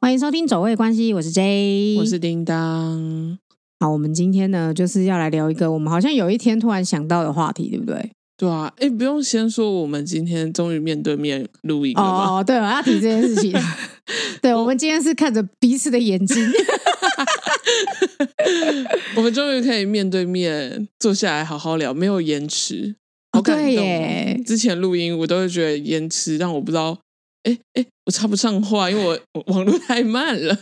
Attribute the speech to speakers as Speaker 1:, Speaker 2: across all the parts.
Speaker 1: 欢迎收听《走位关系》，我是 J，
Speaker 2: 我是叮当。
Speaker 1: 好，我们今天呢，就是要来聊一个我们好像有一天突然想到的话题，对不对？
Speaker 2: 对啊，哎，不用先说，我们今天终于面对面录音了吗？
Speaker 1: 哦，对，我要提这件事 情。对，我们今天是看着彼此的眼睛，
Speaker 2: 我们终于可以面对面坐下来好好聊，没有延迟， 好感动
Speaker 1: 对
Speaker 2: 哦、
Speaker 1: 耶
Speaker 2: 之前录音我都会觉得延迟让我不知道，哎哎，我插不上话，因为我我网络太慢了，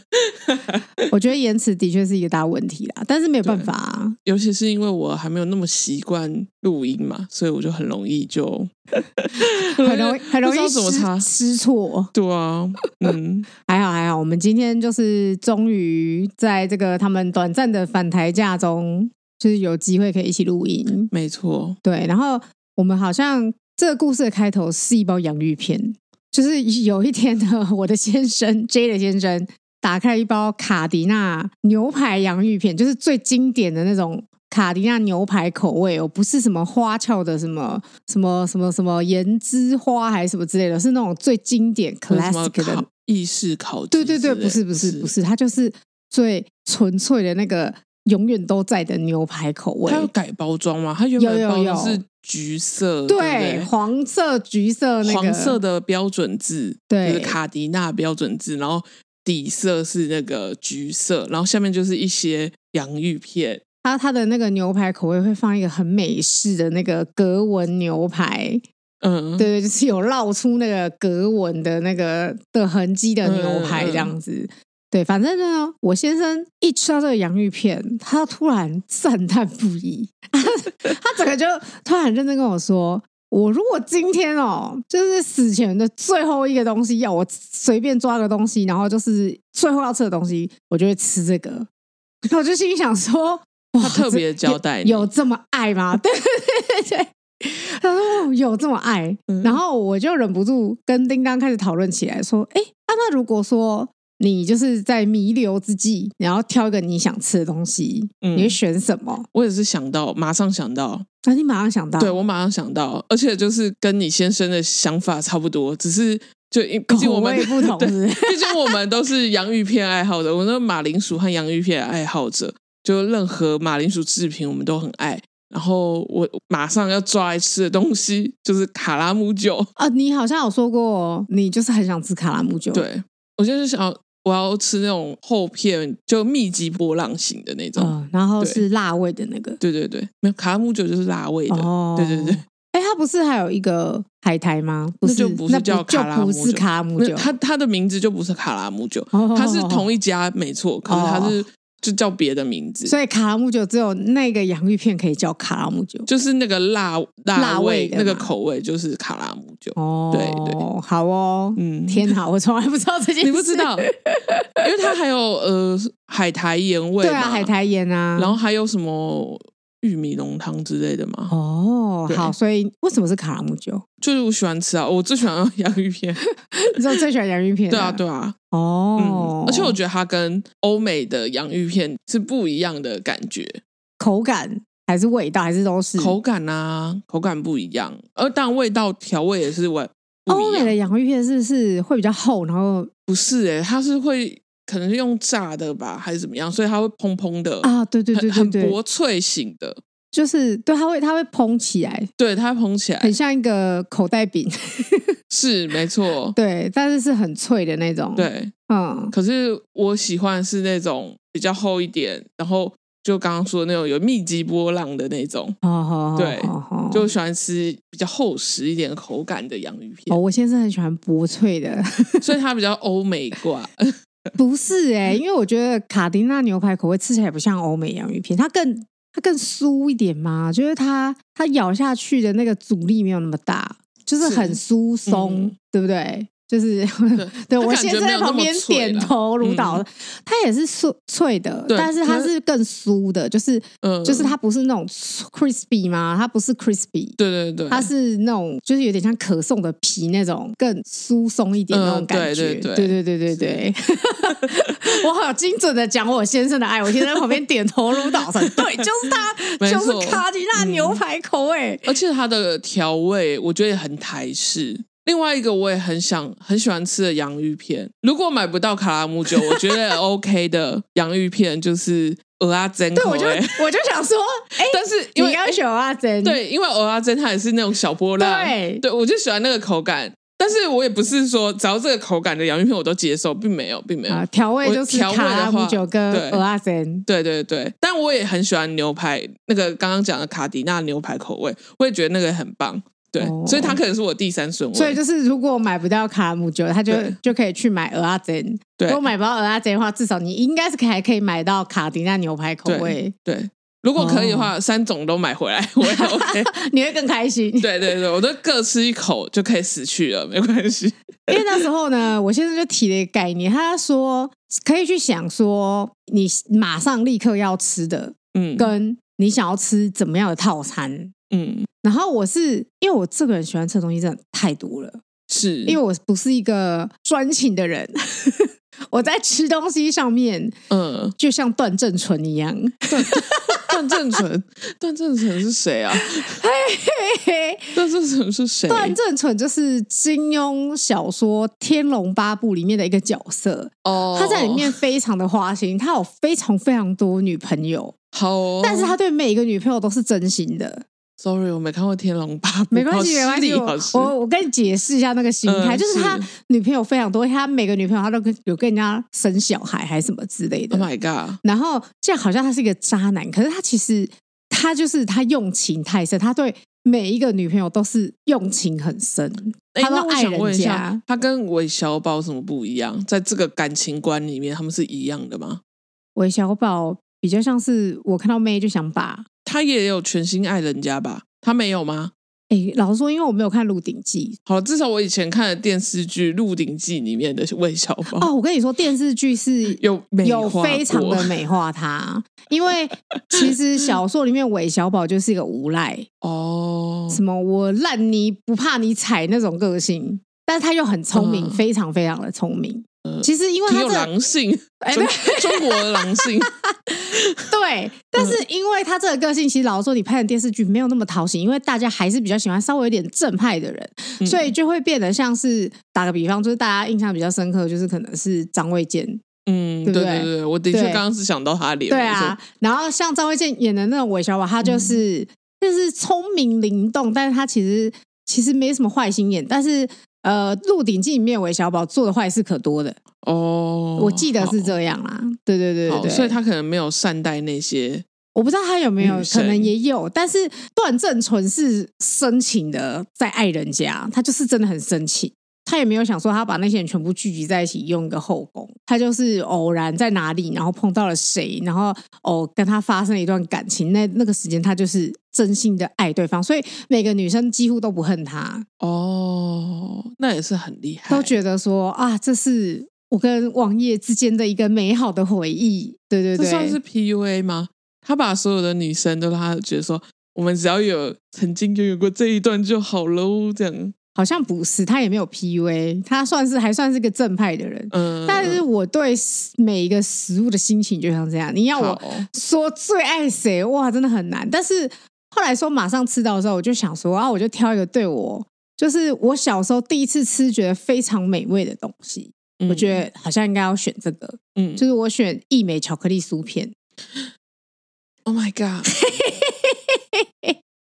Speaker 1: 我觉得延迟的确是一个大问题啦，但是没有办法、啊。
Speaker 2: 尤其是因为我还没有那么习惯录音嘛，所以我就很容易就
Speaker 1: 很容易很容
Speaker 2: 不知
Speaker 1: 易
Speaker 2: 道怎么插
Speaker 1: 失。失措，
Speaker 2: 对啊，嗯，
Speaker 1: 还好还好，我们今天就是终于在这个他们短暂的反台假中，就是有机会可以一起录音。
Speaker 2: 没错，
Speaker 1: 对，然后我们好像这个故事的开头是一包洋芋片，就是有一天呢，我的先生 J 的先生打开一包卡迪娜牛排洋芋片，就是最经典的那种。卡迪娜牛排口味哦，不是什么花俏的什么什么什么什么盐之花还是什么之类的，是那种最经典
Speaker 2: 有什么
Speaker 1: classic 的
Speaker 2: 烤意式烤鸡
Speaker 1: 对对对，
Speaker 2: 之类
Speaker 1: 不是不是不，是，它就是最纯粹的那个永远都在的牛排口味
Speaker 2: 它。有改包装吗？它原
Speaker 1: 有
Speaker 2: 本
Speaker 1: 有
Speaker 2: 包
Speaker 1: 有
Speaker 2: 装是橘色，对
Speaker 1: 对，
Speaker 2: 不
Speaker 1: 黄色、橘色那
Speaker 2: 对
Speaker 1: 个
Speaker 2: 黄色的标准字，
Speaker 1: 对
Speaker 2: 就是卡迪娜标准字，然后底色是那个橘色，然后下面就是一些洋芋片，
Speaker 1: 它它的那个牛排口味会放一个很美式的那个格纹牛排，
Speaker 2: 嗯，
Speaker 1: 对对，就是有烙出那个格纹的那个的痕迹的牛排这样子。对，反正呢，我先生一吃到这个洋芋片，他突然赞叹不已， 他整个就突然很认真跟我说：“我如果今天哦，就是死前的最后一个东西，要我随便抓个东西，然后就是最后要吃的东西，我就会吃这个。”那我就心里想说：“哇
Speaker 2: 他特别
Speaker 1: 这有
Speaker 2: 交代你
Speaker 1: 有这么爱 吗？”对对对对。他说哦有这么爱，
Speaker 2: 嗯
Speaker 1: 然后我就忍不住跟叮当开始讨论起来，说：“哎，啊、那如果说你就是在弥留之际，然后挑一个你想吃的东西，
Speaker 2: 嗯
Speaker 1: 你会选什么
Speaker 2: 我也是想到，马上想到，？”
Speaker 1: 那、你马上想到，
Speaker 2: 对我马上想到，而且就是跟你先生的想法差不多，只是就因毕竟
Speaker 1: 口
Speaker 2: 我们
Speaker 1: 味不同，
Speaker 2: 对
Speaker 1: 是不是？
Speaker 2: 毕竟我们都是洋芋片爱好者，我那马铃薯和洋芋片爱好者，就任何马铃薯制品我们都很爱。然后我马上要抓来吃的东西就是卡拉姆酒，
Speaker 1: 啊，你好像有说过，你就是很想吃卡拉姆酒，，
Speaker 2: 对我就是想要我要吃那种厚片，就密集波浪形的那种。
Speaker 1: 嗯，然后
Speaker 2: 哦对
Speaker 1: 是辣味的那个，
Speaker 2: 对对对，没有卡拉姆酒就是辣味的，
Speaker 1: 哦，
Speaker 2: 对对对。
Speaker 1: 哎，它不是还有一个海苔吗？不
Speaker 2: 那
Speaker 1: 是，
Speaker 2: 就不是
Speaker 1: 那
Speaker 2: 叫卡拉
Speaker 1: 就不
Speaker 2: 姆
Speaker 1: 是
Speaker 2: 酒
Speaker 1: 卡拉姆
Speaker 2: 那
Speaker 1: 酒，
Speaker 2: 它它的名字就不是卡拉姆酒，
Speaker 1: 哦
Speaker 2: 它是同一家没错，可是它是
Speaker 1: 哦
Speaker 2: 就叫别的名字。
Speaker 1: 所以卡拉姆酒只有那个洋芋片可以叫卡拉姆酒。
Speaker 2: 就是那个辣
Speaker 1: 辣味
Speaker 2: 味
Speaker 1: 的
Speaker 2: 那个
Speaker 1: 嘛
Speaker 2: 口味，就是卡拉姆酒。
Speaker 1: 哦，
Speaker 2: 对对，
Speaker 1: 好哦，
Speaker 2: 嗯
Speaker 1: 天哪，我从来不知道这件事，
Speaker 2: 你不知？道，因为它还有呃海苔盐 味
Speaker 1: 对
Speaker 2: 嘛，
Speaker 1: 啊，海苔盐啊，
Speaker 2: 然后还有什么玉米浓汤之类的嘛。
Speaker 1: 哦，
Speaker 2: 对
Speaker 1: 好，所以为什么是卡拉姆酒？
Speaker 2: 就是我喜欢吃啊，我最喜欢洋 芋片。
Speaker 1: 你知道最喜欢洋芋片？
Speaker 2: 对啊，，对啊，
Speaker 1: 哦
Speaker 2: 嗯，，而且我觉得它跟欧美的洋芋片是不一样的感觉，
Speaker 1: 口感还是味道还是都是
Speaker 2: 口感啊，口感不一样，而但味道调味也是完不
Speaker 1: 欧
Speaker 2: 一
Speaker 1: 美
Speaker 2: 样。
Speaker 1: 的洋芋片是是会比较厚，然后
Speaker 2: 不是诶、它是会可能是用炸的吧，还是怎么样，所以它会蓬蓬的
Speaker 1: 啊，对对对对
Speaker 2: 呃很很
Speaker 1: 对，
Speaker 2: 薄脆型的，
Speaker 1: 就是对，它会它会蓬起来，
Speaker 2: 对，它蓬起来
Speaker 1: 很像一个口袋饼，
Speaker 2: 是没错，
Speaker 1: 对，但是是很脆的那种，，
Speaker 2: 对。
Speaker 1: 嗯，
Speaker 2: 可是我喜欢是那种比较厚一点，然后就刚刚说的那种有密集波浪的那种，
Speaker 1: 好哦好好，
Speaker 2: 对
Speaker 1: 好好
Speaker 2: 就喜欢吃比较厚实一点口感的洋芋
Speaker 1: 哦，
Speaker 2: 片，
Speaker 1: 我先生很喜欢薄脆的，
Speaker 2: 所以它比较欧美挂。
Speaker 1: 不是哎、因为我觉得卡迪娜牛排口味吃起来不像欧美洋芋片，它更它更酥一点嘛，就是它它咬下去的那个阻力没有那么大，就是
Speaker 2: 是
Speaker 1: 很疏松，
Speaker 2: 嗯
Speaker 1: 对不对？就是 对
Speaker 2: 它
Speaker 1: 我
Speaker 2: 感
Speaker 1: 先生
Speaker 2: 觉没
Speaker 1: 在
Speaker 2: 有那
Speaker 1: 旁
Speaker 2: 么
Speaker 1: 边
Speaker 2: 脆
Speaker 1: 点
Speaker 2: 啦
Speaker 1: 头如捣
Speaker 2: 嗯，
Speaker 1: 它也是酥脆的，
Speaker 2: 对
Speaker 1: 但是它
Speaker 2: 可
Speaker 1: 是更酥的，就是
Speaker 2: 嗯，
Speaker 1: 就是它不是那种 crispy 嘛，它不是 crispy，
Speaker 2: 对对对，
Speaker 1: 它是那种就是有点像可颂的皮那种更疏松一点
Speaker 2: 嗯
Speaker 1: 那种感觉，
Speaker 2: 对
Speaker 1: 对
Speaker 2: 对对
Speaker 1: 对对对 对我好精准的讲我先生的爱，我先生在旁边点头如捣 蒜，对，就是它，
Speaker 2: 没
Speaker 1: 就
Speaker 2: 错
Speaker 1: 是卡迪娜
Speaker 2: 嗯
Speaker 1: 牛排口味。
Speaker 2: 而且它的调味我觉得也很台式。另外一个我也很想很喜欢吃的洋芋片，如果买不到卡拉姆酒，我觉 得 OK 的洋芋片就是鹅阿珍
Speaker 1: 对，
Speaker 2: 口
Speaker 1: 我就
Speaker 2: 味，
Speaker 1: 我就想说，哎、
Speaker 2: 但是嗯因
Speaker 1: 你
Speaker 2: 为
Speaker 1: 要选阿珍，
Speaker 2: 对，因为鹅阿珍它也是那种小波浪，
Speaker 1: 对
Speaker 2: 我就喜欢那个口感。但是我也不是说只要这个口感的洋芋片我都接受，并没有，并没有。
Speaker 1: 啊，调味
Speaker 2: 我
Speaker 1: 就是
Speaker 2: 调味
Speaker 1: 卡
Speaker 2: 的
Speaker 1: 拉姆
Speaker 2: 话
Speaker 1: 酒跟
Speaker 2: 对
Speaker 1: 鹅阿珍，
Speaker 2: 对对对，但我也很喜欢牛排，那个刚刚讲的卡迪娜牛排口味，我也觉得那个很棒。对，
Speaker 1: 哦
Speaker 2: 所以它可能是我第三顺位。
Speaker 1: 所以就是如果买不到卡拉姆酒，他就
Speaker 2: 对
Speaker 1: 就可以去买鹅阿珍。
Speaker 2: 对
Speaker 1: 如果买不到鹅阿珍的话，至少你应该是可以还可以买到卡迪娜牛排口味，
Speaker 2: 对，如果可以的话，
Speaker 1: 哦
Speaker 2: 三种都买回来，我也 OK。
Speaker 1: 你会更开心。
Speaker 2: 对对对，我都各吃一口就可以死去了，没关系。
Speaker 1: 因为那时候呢，我先生就提了一个概念，他说可以去想说你马上立刻要吃的，
Speaker 2: 嗯
Speaker 1: 跟你想要吃怎么样的套餐。
Speaker 2: 嗯，
Speaker 1: 然后我是因为我这个人喜欢吃的东西真的太多了，
Speaker 2: 是
Speaker 1: 因为我不是一个专情的人， 我在吃东西上面
Speaker 2: 嗯，
Speaker 1: 就像段正淳一样，
Speaker 2: 段正淳，段正淳是谁啊？
Speaker 1: 嘿嘿
Speaker 2: 段正淳是 谁？
Speaker 1: 段正淳就是金庸小说《天龙八部》里面的一个角色，
Speaker 2: 哦，
Speaker 1: 他在里面非常的花心，他有非常非常多女朋友，
Speaker 2: 好哦，
Speaker 1: 但是他对每一个女朋友都是真心的。
Speaker 2: sorry，我没看过《天龙八部》，
Speaker 1: 没关系，没
Speaker 2: 好
Speaker 1: 关
Speaker 2: 失礼
Speaker 1: 系，
Speaker 2: 好
Speaker 1: 我
Speaker 2: 失礼
Speaker 1: 我我跟你解释一下那个心态，
Speaker 2: 嗯
Speaker 1: 就是他
Speaker 2: 是
Speaker 1: 女朋友非常多，他每个女朋友他都跟有跟人家生小孩还是什么之类的。
Speaker 2: Oh my god！
Speaker 1: 然后这样好像他是一个渣男，可是他其实他就是他用情太深，他对每一个女朋友都是用情很深，
Speaker 2: 哎，
Speaker 1: 他
Speaker 2: 那
Speaker 1: 都
Speaker 2: 我
Speaker 1: 爱
Speaker 2: 想问
Speaker 1: 人
Speaker 2: 一下
Speaker 1: 家，。
Speaker 2: 他跟韦小宝有什么不一样？在这个感情观里面，他们是一样的吗？
Speaker 1: 韦小宝比较像是我看到妹就想把，
Speaker 2: 他也有全心爱人家吧？他没有吗？
Speaker 1: 哎，老实说，因为我没有看《鹿鼎记
Speaker 2: 好，至少我以前看的电视剧《鹿鼎记》里面的韦小宝》
Speaker 1: 哦，我跟你说，电视剧是
Speaker 2: 有美
Speaker 1: 有
Speaker 2: 化
Speaker 1: 非常
Speaker 2: 过
Speaker 1: 的美化他，因为其实小说里面韦小宝就是一个无赖，
Speaker 2: 哦，
Speaker 1: 什么我烂泥不怕你踩那种个性，但是他又很聪明，
Speaker 2: 嗯呃
Speaker 1: 非常非常的聪明。其实因为
Speaker 2: 挺
Speaker 1: 他
Speaker 2: 有
Speaker 1: 这个
Speaker 2: 狼性，
Speaker 1: 哎
Speaker 2: 中中国的狼性，
Speaker 1: 对，
Speaker 2: 嗯
Speaker 1: 但是因为他这个个性，其实老实说，你拍的电视剧没有那么讨喜，因为大家还是比较喜欢稍微有点正派的人，
Speaker 2: 嗯
Speaker 1: 所以就会变得像是打个比方，就是大家印象比较深刻，就是可能是张卫健，
Speaker 2: 嗯，
Speaker 1: 对
Speaker 2: 对
Speaker 1: 不对
Speaker 2: 对对，我的确
Speaker 1: 对
Speaker 2: 刚刚是想到他脸，
Speaker 1: 对啊，然后像张卫健演的那种韦小宝，他
Speaker 2: 嗯
Speaker 1: 就是就是聪明灵动，但是他其实其实没什么坏心眼，但是呃，《鹿鼎记》里面韦小宝做的坏事可多的，
Speaker 2: 我就哦，
Speaker 1: 我记得是
Speaker 2: 好
Speaker 1: 这样啦，对对对对
Speaker 2: 好
Speaker 1: 对，
Speaker 2: 所以他可能没有善待那些
Speaker 1: 我不知道他有没有
Speaker 2: 女，生
Speaker 1: 可能也有，但是段正淳是深情的在爱人家，他就是真的很深情。他也没有想说他把那些人全部聚集在一起用一个后宫，他就是偶然在哪里，然后碰到了谁，然后哦跟他发生了一段感情，那那个时间他就是真心的爱对方，所以每个女生几乎都不恨他，
Speaker 2: 哦，那也是很厉害，
Speaker 1: 都觉得说啊，这是我跟王爷之间的一个美好的回忆。对对
Speaker 2: 这
Speaker 1: 对，
Speaker 2: 算是 PUA 吗？他把所有的女生都让他觉得说，我们只要有曾经拥有过这一段就好喽，这样，
Speaker 1: 好像不是，他也没有 PUA，他算是还算是个正派的人。
Speaker 2: 嗯，
Speaker 1: 但是我对食每一个食物的心情就像这样，你要我
Speaker 2: 好哦
Speaker 1: 说最爱谁，哇，真的很难。但是后来说马上吃到的时候，我就想说啊，我就挑一个对我，就是我小时候第一次吃觉得非常美味的东西，我觉，得好像应该要选这个，
Speaker 2: 嗯嗯嗯
Speaker 1: 就是我选益美巧克力酥片。
Speaker 2: ，Oh my god，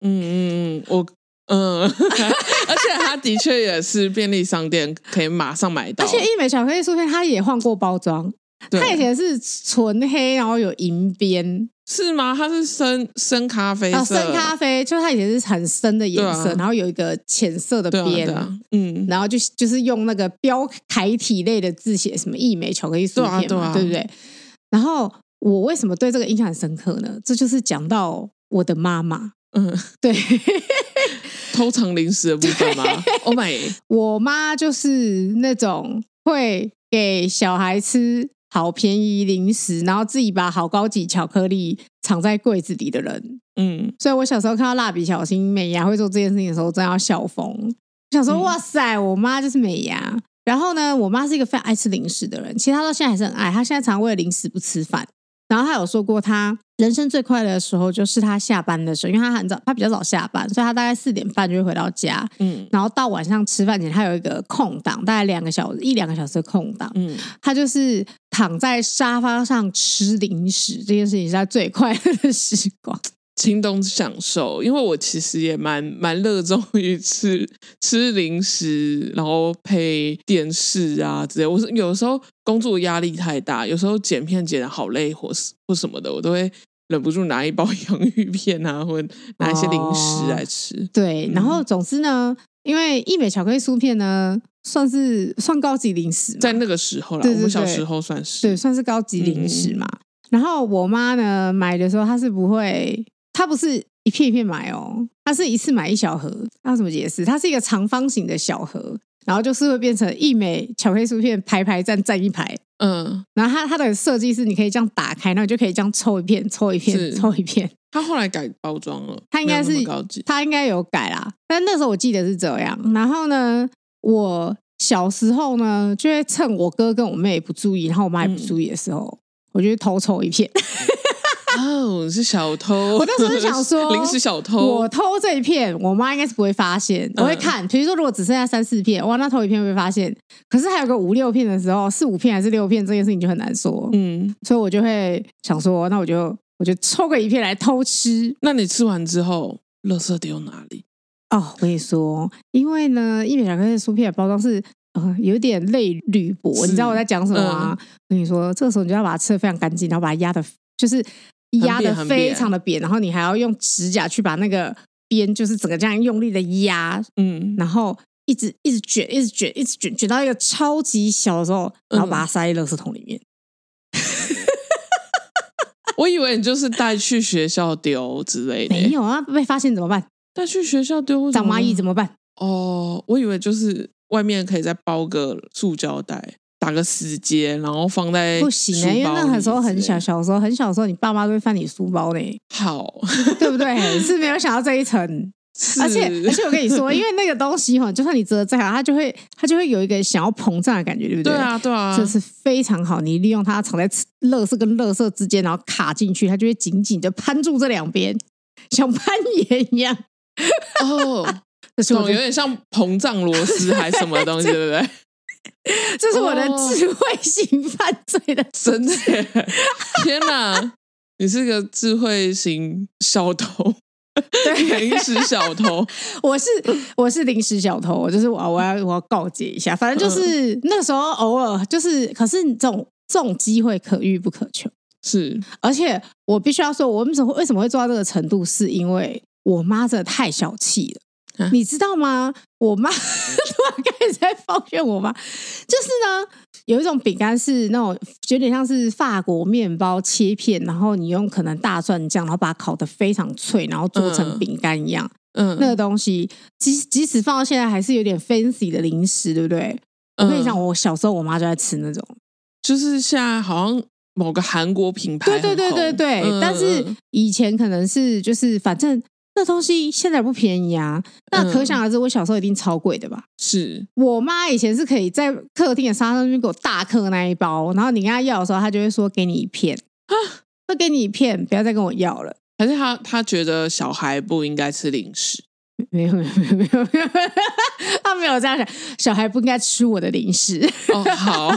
Speaker 2: 嗯嗯嗯，我。嗯， 而且他的确也是便利商店可以马上买到，
Speaker 1: 而且益美巧克力酥片它也换过包装，
Speaker 2: 哦对
Speaker 1: 它以前是纯黑，然后有银边，
Speaker 2: 是吗？它是深深咖啡
Speaker 1: 啊，
Speaker 2: 色，
Speaker 1: 深咖啡，就是它以前是很深的颜色，
Speaker 2: 对啊
Speaker 1: 然后有一个浅色的
Speaker 2: 对啊
Speaker 1: 边，
Speaker 2: 对啊，嗯，
Speaker 1: 然后就就是用那个标楷体类的字写什么益美巧克力酥片嘛，
Speaker 2: 对啊对啊
Speaker 1: 不对？然后我为什么对这个印象很深刻呢？这就是讲到我的妈妈，
Speaker 2: 嗯，
Speaker 1: 对
Speaker 2: 偷藏零食的部分吗？Oh my，
Speaker 1: 我妈就是那种会给小孩吃。好便宜零食，然后自己把好高级巧克力藏在柜子里的人，
Speaker 2: 嗯，
Speaker 1: 所以我小时候看到蜡笔小新美伢会做这件事情的时候，真的要笑疯。想说、
Speaker 2: 嗯
Speaker 1: 哇塞，我妈就是美伢。然后呢，我妈是一个非常爱吃零食的人，其实她到现在还是很爱。她现在常为了零食不吃饭。然后她有说过她，人生最快乐的时候就是他下班的时候，因为他很早，他比较早下班，所以他大概四点半就会回到家，
Speaker 2: 嗯
Speaker 1: 然后到晚上吃饭前，他有一个空档，大概两个小时一两个小时的空档，
Speaker 2: 嗯，
Speaker 1: 他就是躺在沙发上吃零食，这件事情是他最快乐的时光。
Speaker 2: 轻松享受，因为我其实也蛮蛮热衷于吃吃零食，然后配电视啊之类。我是有时候工作压力太大，有时候剪片剪的好累或是或什么的，我都会忍不住拿一包 洋芋片啊，或拿一些零
Speaker 1: 哦
Speaker 2: 食来吃。
Speaker 1: 对，
Speaker 2: 嗯
Speaker 1: 然后总之呢，因为一美巧克力酥片呢，算是算高级零食嘛，
Speaker 2: 在那个时候啦，
Speaker 1: 对对
Speaker 2: 我们小
Speaker 1: 对
Speaker 2: 时候算是
Speaker 1: 对，算是高级零
Speaker 2: 嗯
Speaker 1: 食嘛。然后我妈呢买的时候，她是不会，她不是一片一片买哦，她是一次买一小盒。那怎么解释？它是一个长方形的小盒，然后就是会变成一美巧克力酥片排排站站一排。
Speaker 2: 嗯，
Speaker 1: 然后它它的设计是你可以这样打开，然后你就可以这样抽一片、抽一片、
Speaker 2: 是
Speaker 1: 抽一片。
Speaker 2: 他后来改包装了，
Speaker 1: 它应该是
Speaker 2: 没有那么高级。
Speaker 1: 它应该有改啦，但那时候我记得是这样。然后呢，我小时候呢，就会趁我哥跟我妹不注意，然后我妈也不
Speaker 2: 嗯
Speaker 1: 注意的时候，我就会偷抽一片。
Speaker 2: 哦，是小偷。
Speaker 1: 我那时候就想说
Speaker 2: 零食小偷
Speaker 1: 我。偷这一片，我妈应该是不会发现，我
Speaker 2: 嗯
Speaker 1: 会看。比如说，如果只剩下三四片，哇，那偷一片会被发现。可是还有个五六片的时候，四五片还是六片，这件事情就很难说。
Speaker 2: 嗯，
Speaker 1: 所以我就会想说，那我就我就抽个一片来偷吃。
Speaker 2: 那你吃完之后，垃圾丢哪里？
Speaker 1: 哦，我跟你说，因为呢，一美巧克力的酥片的包装是呃有点类铝箔，
Speaker 2: 是嗯
Speaker 1: 你知道我在讲什么吗？我跟你说，这个时候你就要把它吃的非常干净，然后把它压的，就是压的
Speaker 2: 很扁很
Speaker 1: 非
Speaker 2: 扁
Speaker 1: 常的扁，然后你还要用指甲去把那个边，就是整个这样用力的压，
Speaker 2: 嗯，
Speaker 1: 然后一直一直卷，一直卷，一直卷，卷到一个超级小的时候，然后把它
Speaker 2: 嗯
Speaker 1: 塞在垃圾桶里面。
Speaker 2: 我以为你就是带去学校丢之类的，欸
Speaker 1: 没有啊，被发现怎么办？
Speaker 2: 带去学校丢，
Speaker 1: 长蚂蚁怎
Speaker 2: 么
Speaker 1: 么办？
Speaker 2: 会？哦，我以为就是外面可以再包个塑胶袋，打个死结，然后放在
Speaker 1: 不行啊、因为那个时候很小，
Speaker 2: 书
Speaker 1: 小时候很小的时候，你爸妈都会翻你书包呢。
Speaker 2: 包里之类的好，
Speaker 1: 对不对？是没有想到这一层，
Speaker 2: 是
Speaker 1: 而且而且我跟你 说，因为那个东西哈，就算你折的再好，它就会它就会有一个想要膨胀的感觉，对不
Speaker 2: 对
Speaker 1: 对？
Speaker 2: 啊对啊，
Speaker 1: 这是非常好，你利用它藏在乐色跟乐色之间，然后卡进去，它就会紧紧的攀住这两边，像攀岩一样。
Speaker 2: 哦，
Speaker 1: 这是
Speaker 2: 总
Speaker 1: 我
Speaker 2: 有
Speaker 1: 的，
Speaker 2: 点像膨胀螺丝还是什 么东西，对不对？
Speaker 1: 这是我的
Speaker 2: 哦
Speaker 1: 智慧型犯罪的
Speaker 2: 真的耶， 天哪！你是个智慧型小偷，
Speaker 1: 对，
Speaker 2: 零食小偷，
Speaker 1: 我是我是临时小偷，我就是我我要我要告诫一下，反正就是、
Speaker 2: 嗯
Speaker 1: 那时候偶尔就是，可是这种这种机会可遇不可求。
Speaker 2: 是
Speaker 1: 而且我必须要说，我为什么为什么会做到这个程度，是因为我妈真的太小气了，
Speaker 2: 啊
Speaker 1: 你知道吗？我妈 突然开始在抱怨我妈，就是呢，有一种饼干是那种有点像是法国面包切片，然后你用可能大蒜酱，然后把它烤得非常脆，然后做成
Speaker 2: 嗯
Speaker 1: 饼干一样。
Speaker 2: 嗯，
Speaker 1: 那个东西，即即使放到现在还是有点 fancy 的零食，对不对？我跟你
Speaker 2: 嗯
Speaker 1: 讲，我小时候我妈就在吃那种。
Speaker 2: 就是现在好像某个韩国品牌
Speaker 1: 对
Speaker 2: 很
Speaker 1: 对
Speaker 2: 红，
Speaker 1: 对对对，
Speaker 2: 嗯
Speaker 1: 但是
Speaker 2: 嗯
Speaker 1: 以前可能是就是反正那东西现在也不便宜啊，那
Speaker 2: 嗯
Speaker 1: 可想而知，我小时候一定超贵的吧。
Speaker 2: 是
Speaker 1: 我妈以前是可以在客厅的沙发上面给我大客那一包，然后你跟她要的时候，她就会说给你一片，
Speaker 2: 啊
Speaker 1: 会给你一片，不要再跟我要了。
Speaker 2: 还是他他觉得小孩不应该吃零食，
Speaker 1: 没有没有没有没有没有， 她没有这样想，小孩不应该吃我的零食。
Speaker 2: 哦好，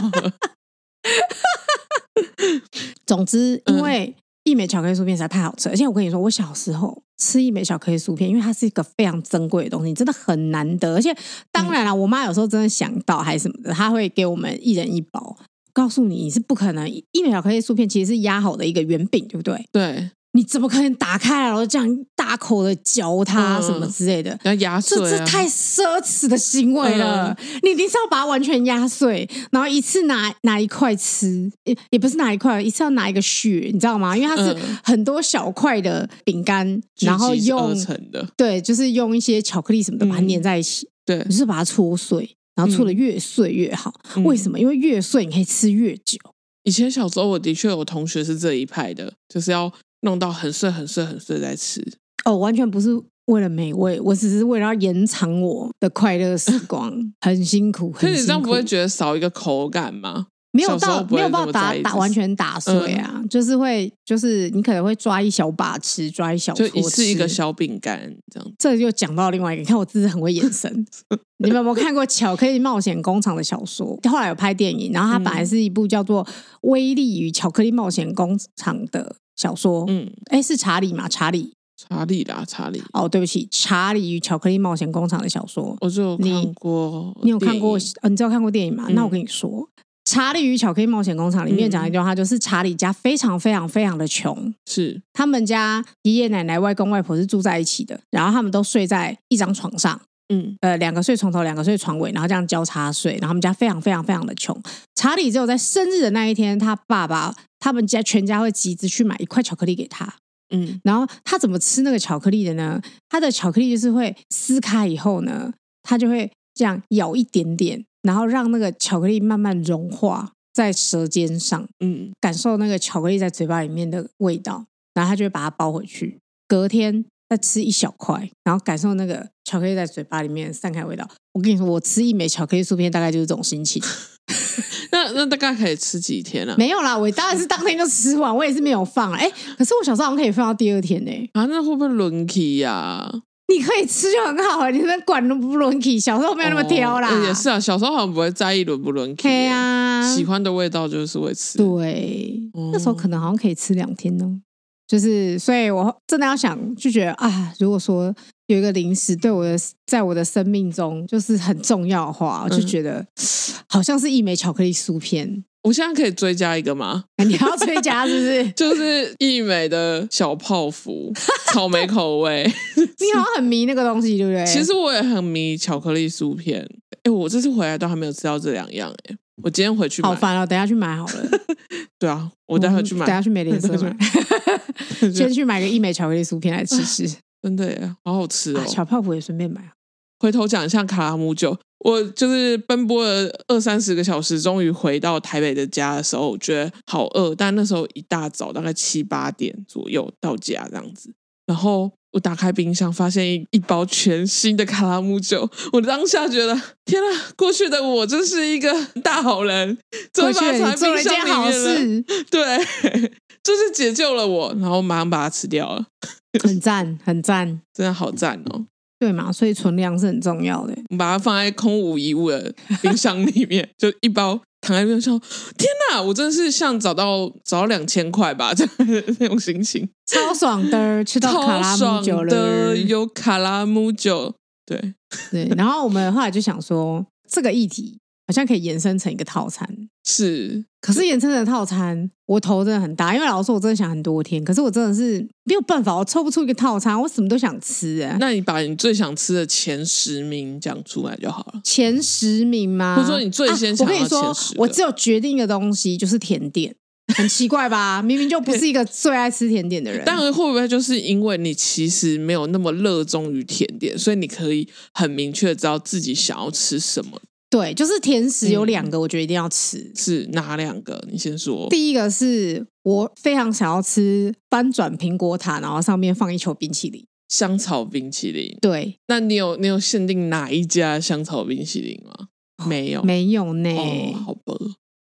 Speaker 1: 总之，
Speaker 2: 嗯
Speaker 1: 因为一美巧克力酥片实在太好吃，而且我跟你说，我小时候吃一美巧克力酥片，因为它是一个非常珍贵的东西，真的很难得。而且当然
Speaker 2: 嗯
Speaker 1: 啦，我妈有时候真的想到还是什么的，她会给我们一人一包。告诉你，你是不可能一美巧克力酥片其实是压好的一个圆饼，对不对？
Speaker 2: 对，
Speaker 1: 你怎么可能打开来然后这样大口的嚼它
Speaker 2: 嗯
Speaker 1: 什么之类的？
Speaker 2: 要压碎、
Speaker 1: 这这
Speaker 2: 啊，
Speaker 1: 太奢侈的行为了，你一定是要把它完全压碎，然后一次拿拿一块吃，也也不是拿一块，一次要拿一个屑，你知道吗？因为它是
Speaker 2: 嗯
Speaker 1: 很多小块的饼干，
Speaker 2: 聚集
Speaker 1: 然后
Speaker 2: 而
Speaker 1: 用
Speaker 2: 成的，
Speaker 1: 对，就是用一些巧克力什么的把它
Speaker 2: 嗯
Speaker 1: 粘在一起，
Speaker 2: 对
Speaker 1: 你，就是把它搓碎，然后搓的
Speaker 2: 嗯
Speaker 1: 越碎越好。为什
Speaker 2: 么？
Speaker 1: 么？因为越碎你可以吃越久。
Speaker 2: 嗯以前小时候我的确有同学是这一派的，就是要弄到很碎很碎很碎再吃，
Speaker 1: 哦，完全不是为了美味，我只是为了要延长 我的快乐时光，很辛苦。
Speaker 2: 可
Speaker 1: 很
Speaker 2: 是你这样
Speaker 1: 辛
Speaker 2: 不
Speaker 1: 苦
Speaker 2: 会觉得少一个口感吗？
Speaker 1: 没有
Speaker 2: 小时候
Speaker 1: 到
Speaker 2: 不
Speaker 1: 没
Speaker 2: 会
Speaker 1: 有
Speaker 2: 那
Speaker 1: 办
Speaker 2: 么
Speaker 1: 法打
Speaker 2: 在意嗯
Speaker 1: 打
Speaker 2: 这
Speaker 1: 完
Speaker 2: 些
Speaker 1: 全打碎啊，就是会就是你可能会抓一小把吃，抓一小
Speaker 2: 就
Speaker 1: 撮
Speaker 2: 一次一个
Speaker 1: 吃
Speaker 2: 小饼干这样。
Speaker 1: 这又讲到另外一个，你看我真是很会延 伸。你们有没有看过《巧克力冒险工厂》的小说？后来有拍电影，然后它本
Speaker 2: 嗯
Speaker 1: 来是一部叫做《威力与巧克力冒险工厂》的小说。嗯，
Speaker 2: 嗯，
Speaker 1: 哎，是查理嘛？查理
Speaker 2: 查理啦，查理，
Speaker 1: 哦，对不起，《查理与巧克力冒险工厂》的小说，
Speaker 2: 我就有看
Speaker 1: 你
Speaker 2: 过，
Speaker 1: 你有看过？呃，你知道看过电影吗？
Speaker 2: 嗯
Speaker 1: 那我跟你说，《查理与巧克力冒险工厂》里面
Speaker 2: 嗯
Speaker 1: 讲一句话，就是查理家非常非常非常的穷，
Speaker 2: 是
Speaker 1: 他们家爷爷奶奶、外公外婆是住在一起的，然后他们都睡在一张床上。
Speaker 2: 嗯
Speaker 1: 呃，两个睡床头，两个睡床尾，然后这样交叉睡，然后他们家非常非常非常的穷。查理只有在生日的那一天，他爸爸他们家全家会集资去买一块巧克力给他。
Speaker 2: 嗯
Speaker 1: 然后他怎么吃那个巧克力的呢？他的巧克力就是会撕开以后呢，他就会这样咬一点点，然后让那个巧克力慢慢融化在舌尖上，
Speaker 2: 嗯，
Speaker 1: 感受那个巧克力在嘴巴里面的味道，然后他就会把它包回去。隔天再吃一小块，然后感受那个巧克力在嘴巴里面散开味道。我跟你说，我吃一枚巧克力酥片大概就是这种心情。
Speaker 2: 那那大概可以吃几天啊？
Speaker 1: 没有啦，我当然是当天就吃完，我也是没有放啦。哎，可是我小时候好像可以放到第二天呢、
Speaker 2: 啊，那会不会轮起呀？
Speaker 1: 你可以吃就很好了、你那管都不轮起，小时候没有那么挑啦。
Speaker 2: 哦也是啊，小时候好像不会在意轮不轮起。
Speaker 1: 嘿啊，
Speaker 2: 喜欢的味道就是会吃。
Speaker 1: 对，
Speaker 2: 哦
Speaker 1: 那时候可能好像可以吃两天呢。就是，所以我真的要想，就觉得啊，如果说有一个零食对我的，在我的生命中就是很重要的话，我就
Speaker 2: 嗯
Speaker 1: 觉得、好像是一枚巧克力酥片。
Speaker 2: 我现在可以追加一个吗？
Speaker 1: 啊你要追加是不 是？
Speaker 2: 就是益美的小泡芙，草莓口 味。
Speaker 1: 你好像很迷那个东西，对不对？
Speaker 2: 其实我也很迷巧克力酥片。哎、我这次回来都还没有吃到这两样、哎，我今天回去
Speaker 1: 好
Speaker 2: 买。
Speaker 1: 烦哦，等一下去买好了。嗯
Speaker 2: 对啊，我待会去买
Speaker 1: 等。下去美联社
Speaker 2: 等
Speaker 1: 买
Speaker 2: 一，就
Speaker 1: 先去买个一枚巧克力酥片来吃吃。
Speaker 2: 真的耶，好好吃哦
Speaker 1: 啊、！小泡芙也顺便买。
Speaker 2: 回头讲一下卡拉姆酒，我就是奔波了二三十个小时，终于回到台北的家的时候，我觉得好饿，但那时候一大早大概七八点左右到家这样子，然后我打开冰箱，发现一一包全新的卡拉姆酒，我当下觉得天啊，过去的我真是一个大好人，
Speaker 1: 过
Speaker 2: 终于
Speaker 1: 去
Speaker 2: 把它
Speaker 1: 你
Speaker 2: 藏在
Speaker 1: 做了
Speaker 2: 冰
Speaker 1: 一
Speaker 2: 箱
Speaker 1: 件好
Speaker 2: 里面了，
Speaker 1: 事，
Speaker 2: 对，就是解救了我，然后马上把它吃掉了，
Speaker 1: 很赞，很赞。
Speaker 2: 真的好赞哦。
Speaker 1: 对嘛？所以存粮是很重要的。
Speaker 2: 我们把它放在空无一物的冰箱里面， 就一包躺在冰箱。天哪，我真的是像找到找到两千块吧， 这那种心情，
Speaker 1: 超爽的，吃到卡
Speaker 2: 超
Speaker 1: 拉姆酒
Speaker 2: 爽
Speaker 1: 了
Speaker 2: 的，。有卡拉姆酒。对，
Speaker 1: 对，然后我们后来就想说，这个议题好像可以延伸成一个套餐。
Speaker 2: 是
Speaker 1: 可是延伸的套餐，我头真的很大，因为老实说，我真的想很多天，可是我真的是没有办法，我抽不出一个套餐，我什么都想吃、哎，
Speaker 2: 那你把你最想吃的前十名讲出来就好了。
Speaker 1: 前十名吗？
Speaker 2: 或者说你最先想
Speaker 1: 啊、我跟
Speaker 2: 要
Speaker 1: 你说
Speaker 2: 前十，个
Speaker 1: 我只有决定一个东西，就是甜点，很奇怪吧？明明就不是一个最爱吃甜点的 人，
Speaker 2: 但会不会就是因为你其实没有那么热衷于甜点，所以你可以很明确地知道自己想要吃什么？
Speaker 1: 对，就是甜食
Speaker 2: 嗯
Speaker 1: 有两个，我觉得一定要吃。
Speaker 2: 是哪两个？你先说。
Speaker 1: 第一个是我非常想要吃翻转苹果塔，然后上面放一球冰淇淋。
Speaker 2: 香草冰淇淋，
Speaker 1: 对，
Speaker 2: 那你有你有限定哪一家香草冰淇淋吗？没有，
Speaker 1: 哦没有呢。
Speaker 2: 哦，好吧，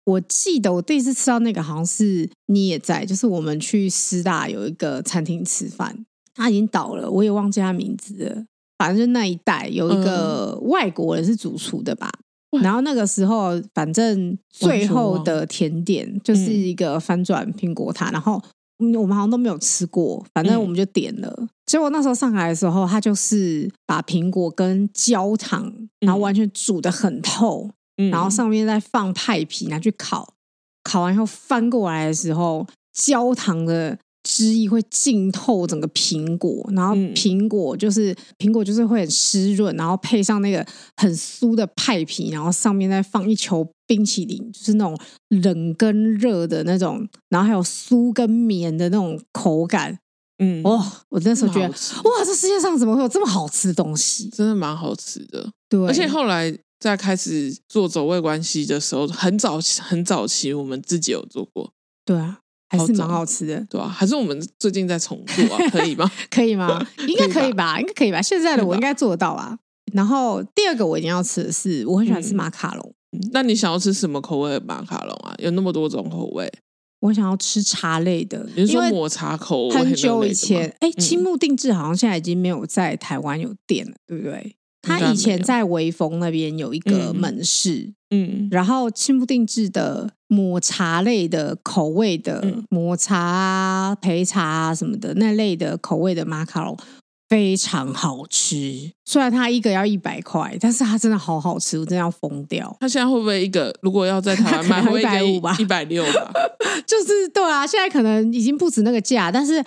Speaker 1: 我记得我第一次吃到那个好像是你也在，就是我们去师大有一个餐厅吃饭，它已经倒了，我也忘记它名字了。反正就那一带有一个外国人是主厨的吧。
Speaker 2: 嗯哇
Speaker 1: 然后那个时候，反正最后的甜点就是
Speaker 2: 嗯
Speaker 1: 一个翻转苹果塔，然后嗯我们好像都没有吃过，反正
Speaker 2: 嗯
Speaker 1: 我们就点了。结果那时候上来的时候，它就是把苹果跟焦糖，然后
Speaker 2: 嗯
Speaker 1: 完全煮的很透，
Speaker 2: 嗯
Speaker 1: 然后上面再放派皮，拿去烤，烤完以后翻过来的时候，焦糖的汁液会浸透整个苹果，然后
Speaker 2: 嗯
Speaker 1: 苹果就是、苹果就是会很湿润，然后配上那个很酥的派皮，然后上面再放一球冰淇淋，就是那种冷跟热的那种，然后还有酥跟绵的那种口感。
Speaker 2: 嗯，
Speaker 1: 哇、哦我那时候觉得
Speaker 2: 蛮好，吃
Speaker 1: 哇，这世界上怎么会有这么好吃的东西？
Speaker 2: 真的蛮好吃的，
Speaker 1: 对，
Speaker 2: 而且后来。在开始做走位关系的时候，很早很早期，我们自己有做过，
Speaker 1: 对啊，还
Speaker 2: 好哦
Speaker 1: 是蛮
Speaker 2: 早
Speaker 1: 好吃的。
Speaker 2: 对吧、还是我们最近在重做啊？可以吗？
Speaker 1: 可以吗？应该
Speaker 2: 可
Speaker 1: 可
Speaker 2: 以
Speaker 1: 以吧，应该可
Speaker 2: 嗯
Speaker 1: 以吧。现在的我应该做得到啊。然后第二个我一定要吃的是，我很喜欢吃马卡龙，
Speaker 2: 那你想要吃什么口味的马卡龙啊？有那么多种口味，
Speaker 1: 我想要吃茶类的，
Speaker 2: 你
Speaker 1: 因
Speaker 2: 是说
Speaker 1: 为
Speaker 2: 抹茶口味那类的
Speaker 1: 很
Speaker 2: 吗？
Speaker 1: 久以前，哎、
Speaker 2: 嗯
Speaker 1: 青木定制好像现在已经没有在台湾有店了，对不对？
Speaker 2: 该
Speaker 1: 他以
Speaker 2: 没
Speaker 1: 前
Speaker 2: 有
Speaker 1: 在微风那边有一个
Speaker 2: 嗯
Speaker 1: 门市，
Speaker 2: 嗯，
Speaker 1: 然后青木定制的抹茶类的口味的、
Speaker 2: 嗯
Speaker 1: 抹茶啊、焙茶啊什么的那类的口味的马卡龙非常好吃。虽然它一个要一百块，但是它真的好好吃，我真的要疯掉。
Speaker 2: 他现在会不会一个？如果要在台湾
Speaker 1: 可能
Speaker 2: 卖，会不会
Speaker 1: 150
Speaker 2: 一
Speaker 1: 吧
Speaker 2: 个一百六吧？
Speaker 1: 就是对啊，现在可能已经不止那个价，但是。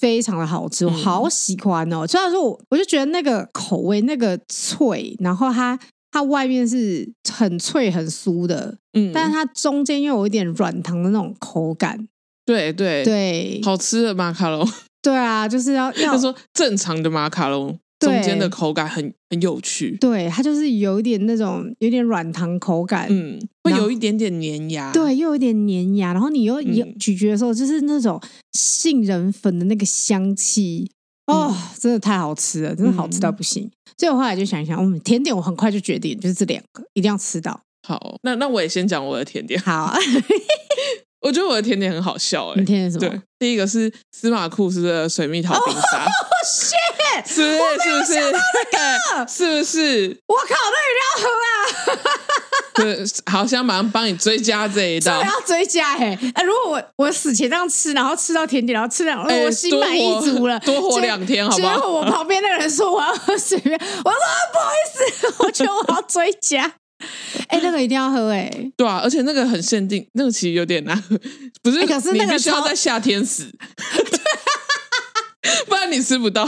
Speaker 1: 非常的好吃，我
Speaker 2: 嗯
Speaker 1: 好喜欢哦！虽然说我我就觉得那个口味那个脆，然后它它外面是很脆很酥的，
Speaker 2: 嗯，
Speaker 1: 但是它中间又有一点软糖的那种口感，
Speaker 2: 对对，
Speaker 1: 对，
Speaker 2: 好吃的马卡龙，
Speaker 1: 对啊，就是要要
Speaker 2: 他说正常的马卡龙
Speaker 1: 对
Speaker 2: 中间的口感很很有趣，
Speaker 1: 对它就是有一点那种有点软糖口感，
Speaker 2: 嗯，会
Speaker 1: 然后
Speaker 2: 有一点点粘牙，
Speaker 1: 对，又有点粘牙，然后你又有
Speaker 2: 嗯
Speaker 1: 咀嚼的时候，就是那种杏仁粉的那个香气，哦，
Speaker 2: 嗯
Speaker 1: 真的太好吃了，真的好吃到不行。所以我后来就想一想，嗯，甜点我很快就决定就是这两个一定要吃到。
Speaker 2: 好，那那我也先讲我的甜点，
Speaker 1: 好，
Speaker 2: 我觉得我的甜点很好笑哎、
Speaker 1: 你听的什么？哦
Speaker 2: 对，第一个是司马库斯的水蜜桃冰沙，
Speaker 1: shit！
Speaker 2: 是不是？是不是？是不是？
Speaker 1: 我靠，那饮料喝啊！
Speaker 2: 对，好，想马上帮你追加这一道
Speaker 1: 我。要追加哎、欸、哎、如果我我死前这样吃，然后吃到甜点，然后吃两，
Speaker 2: 哎
Speaker 1: 啊我心满意足了，
Speaker 2: 多活多活
Speaker 1: 结
Speaker 2: 两天好不好
Speaker 1: 结果我旁边的人说我要喝水面，我说不好意思，我觉得我要追加。 哎、那个一定要喝哎、
Speaker 2: 对啊，而且那个很限定，那个其实有点难， 不是？
Speaker 1: 哎可是那个
Speaker 2: 你必须要
Speaker 1: 超
Speaker 2: 在夏天死， 不然你吃不到。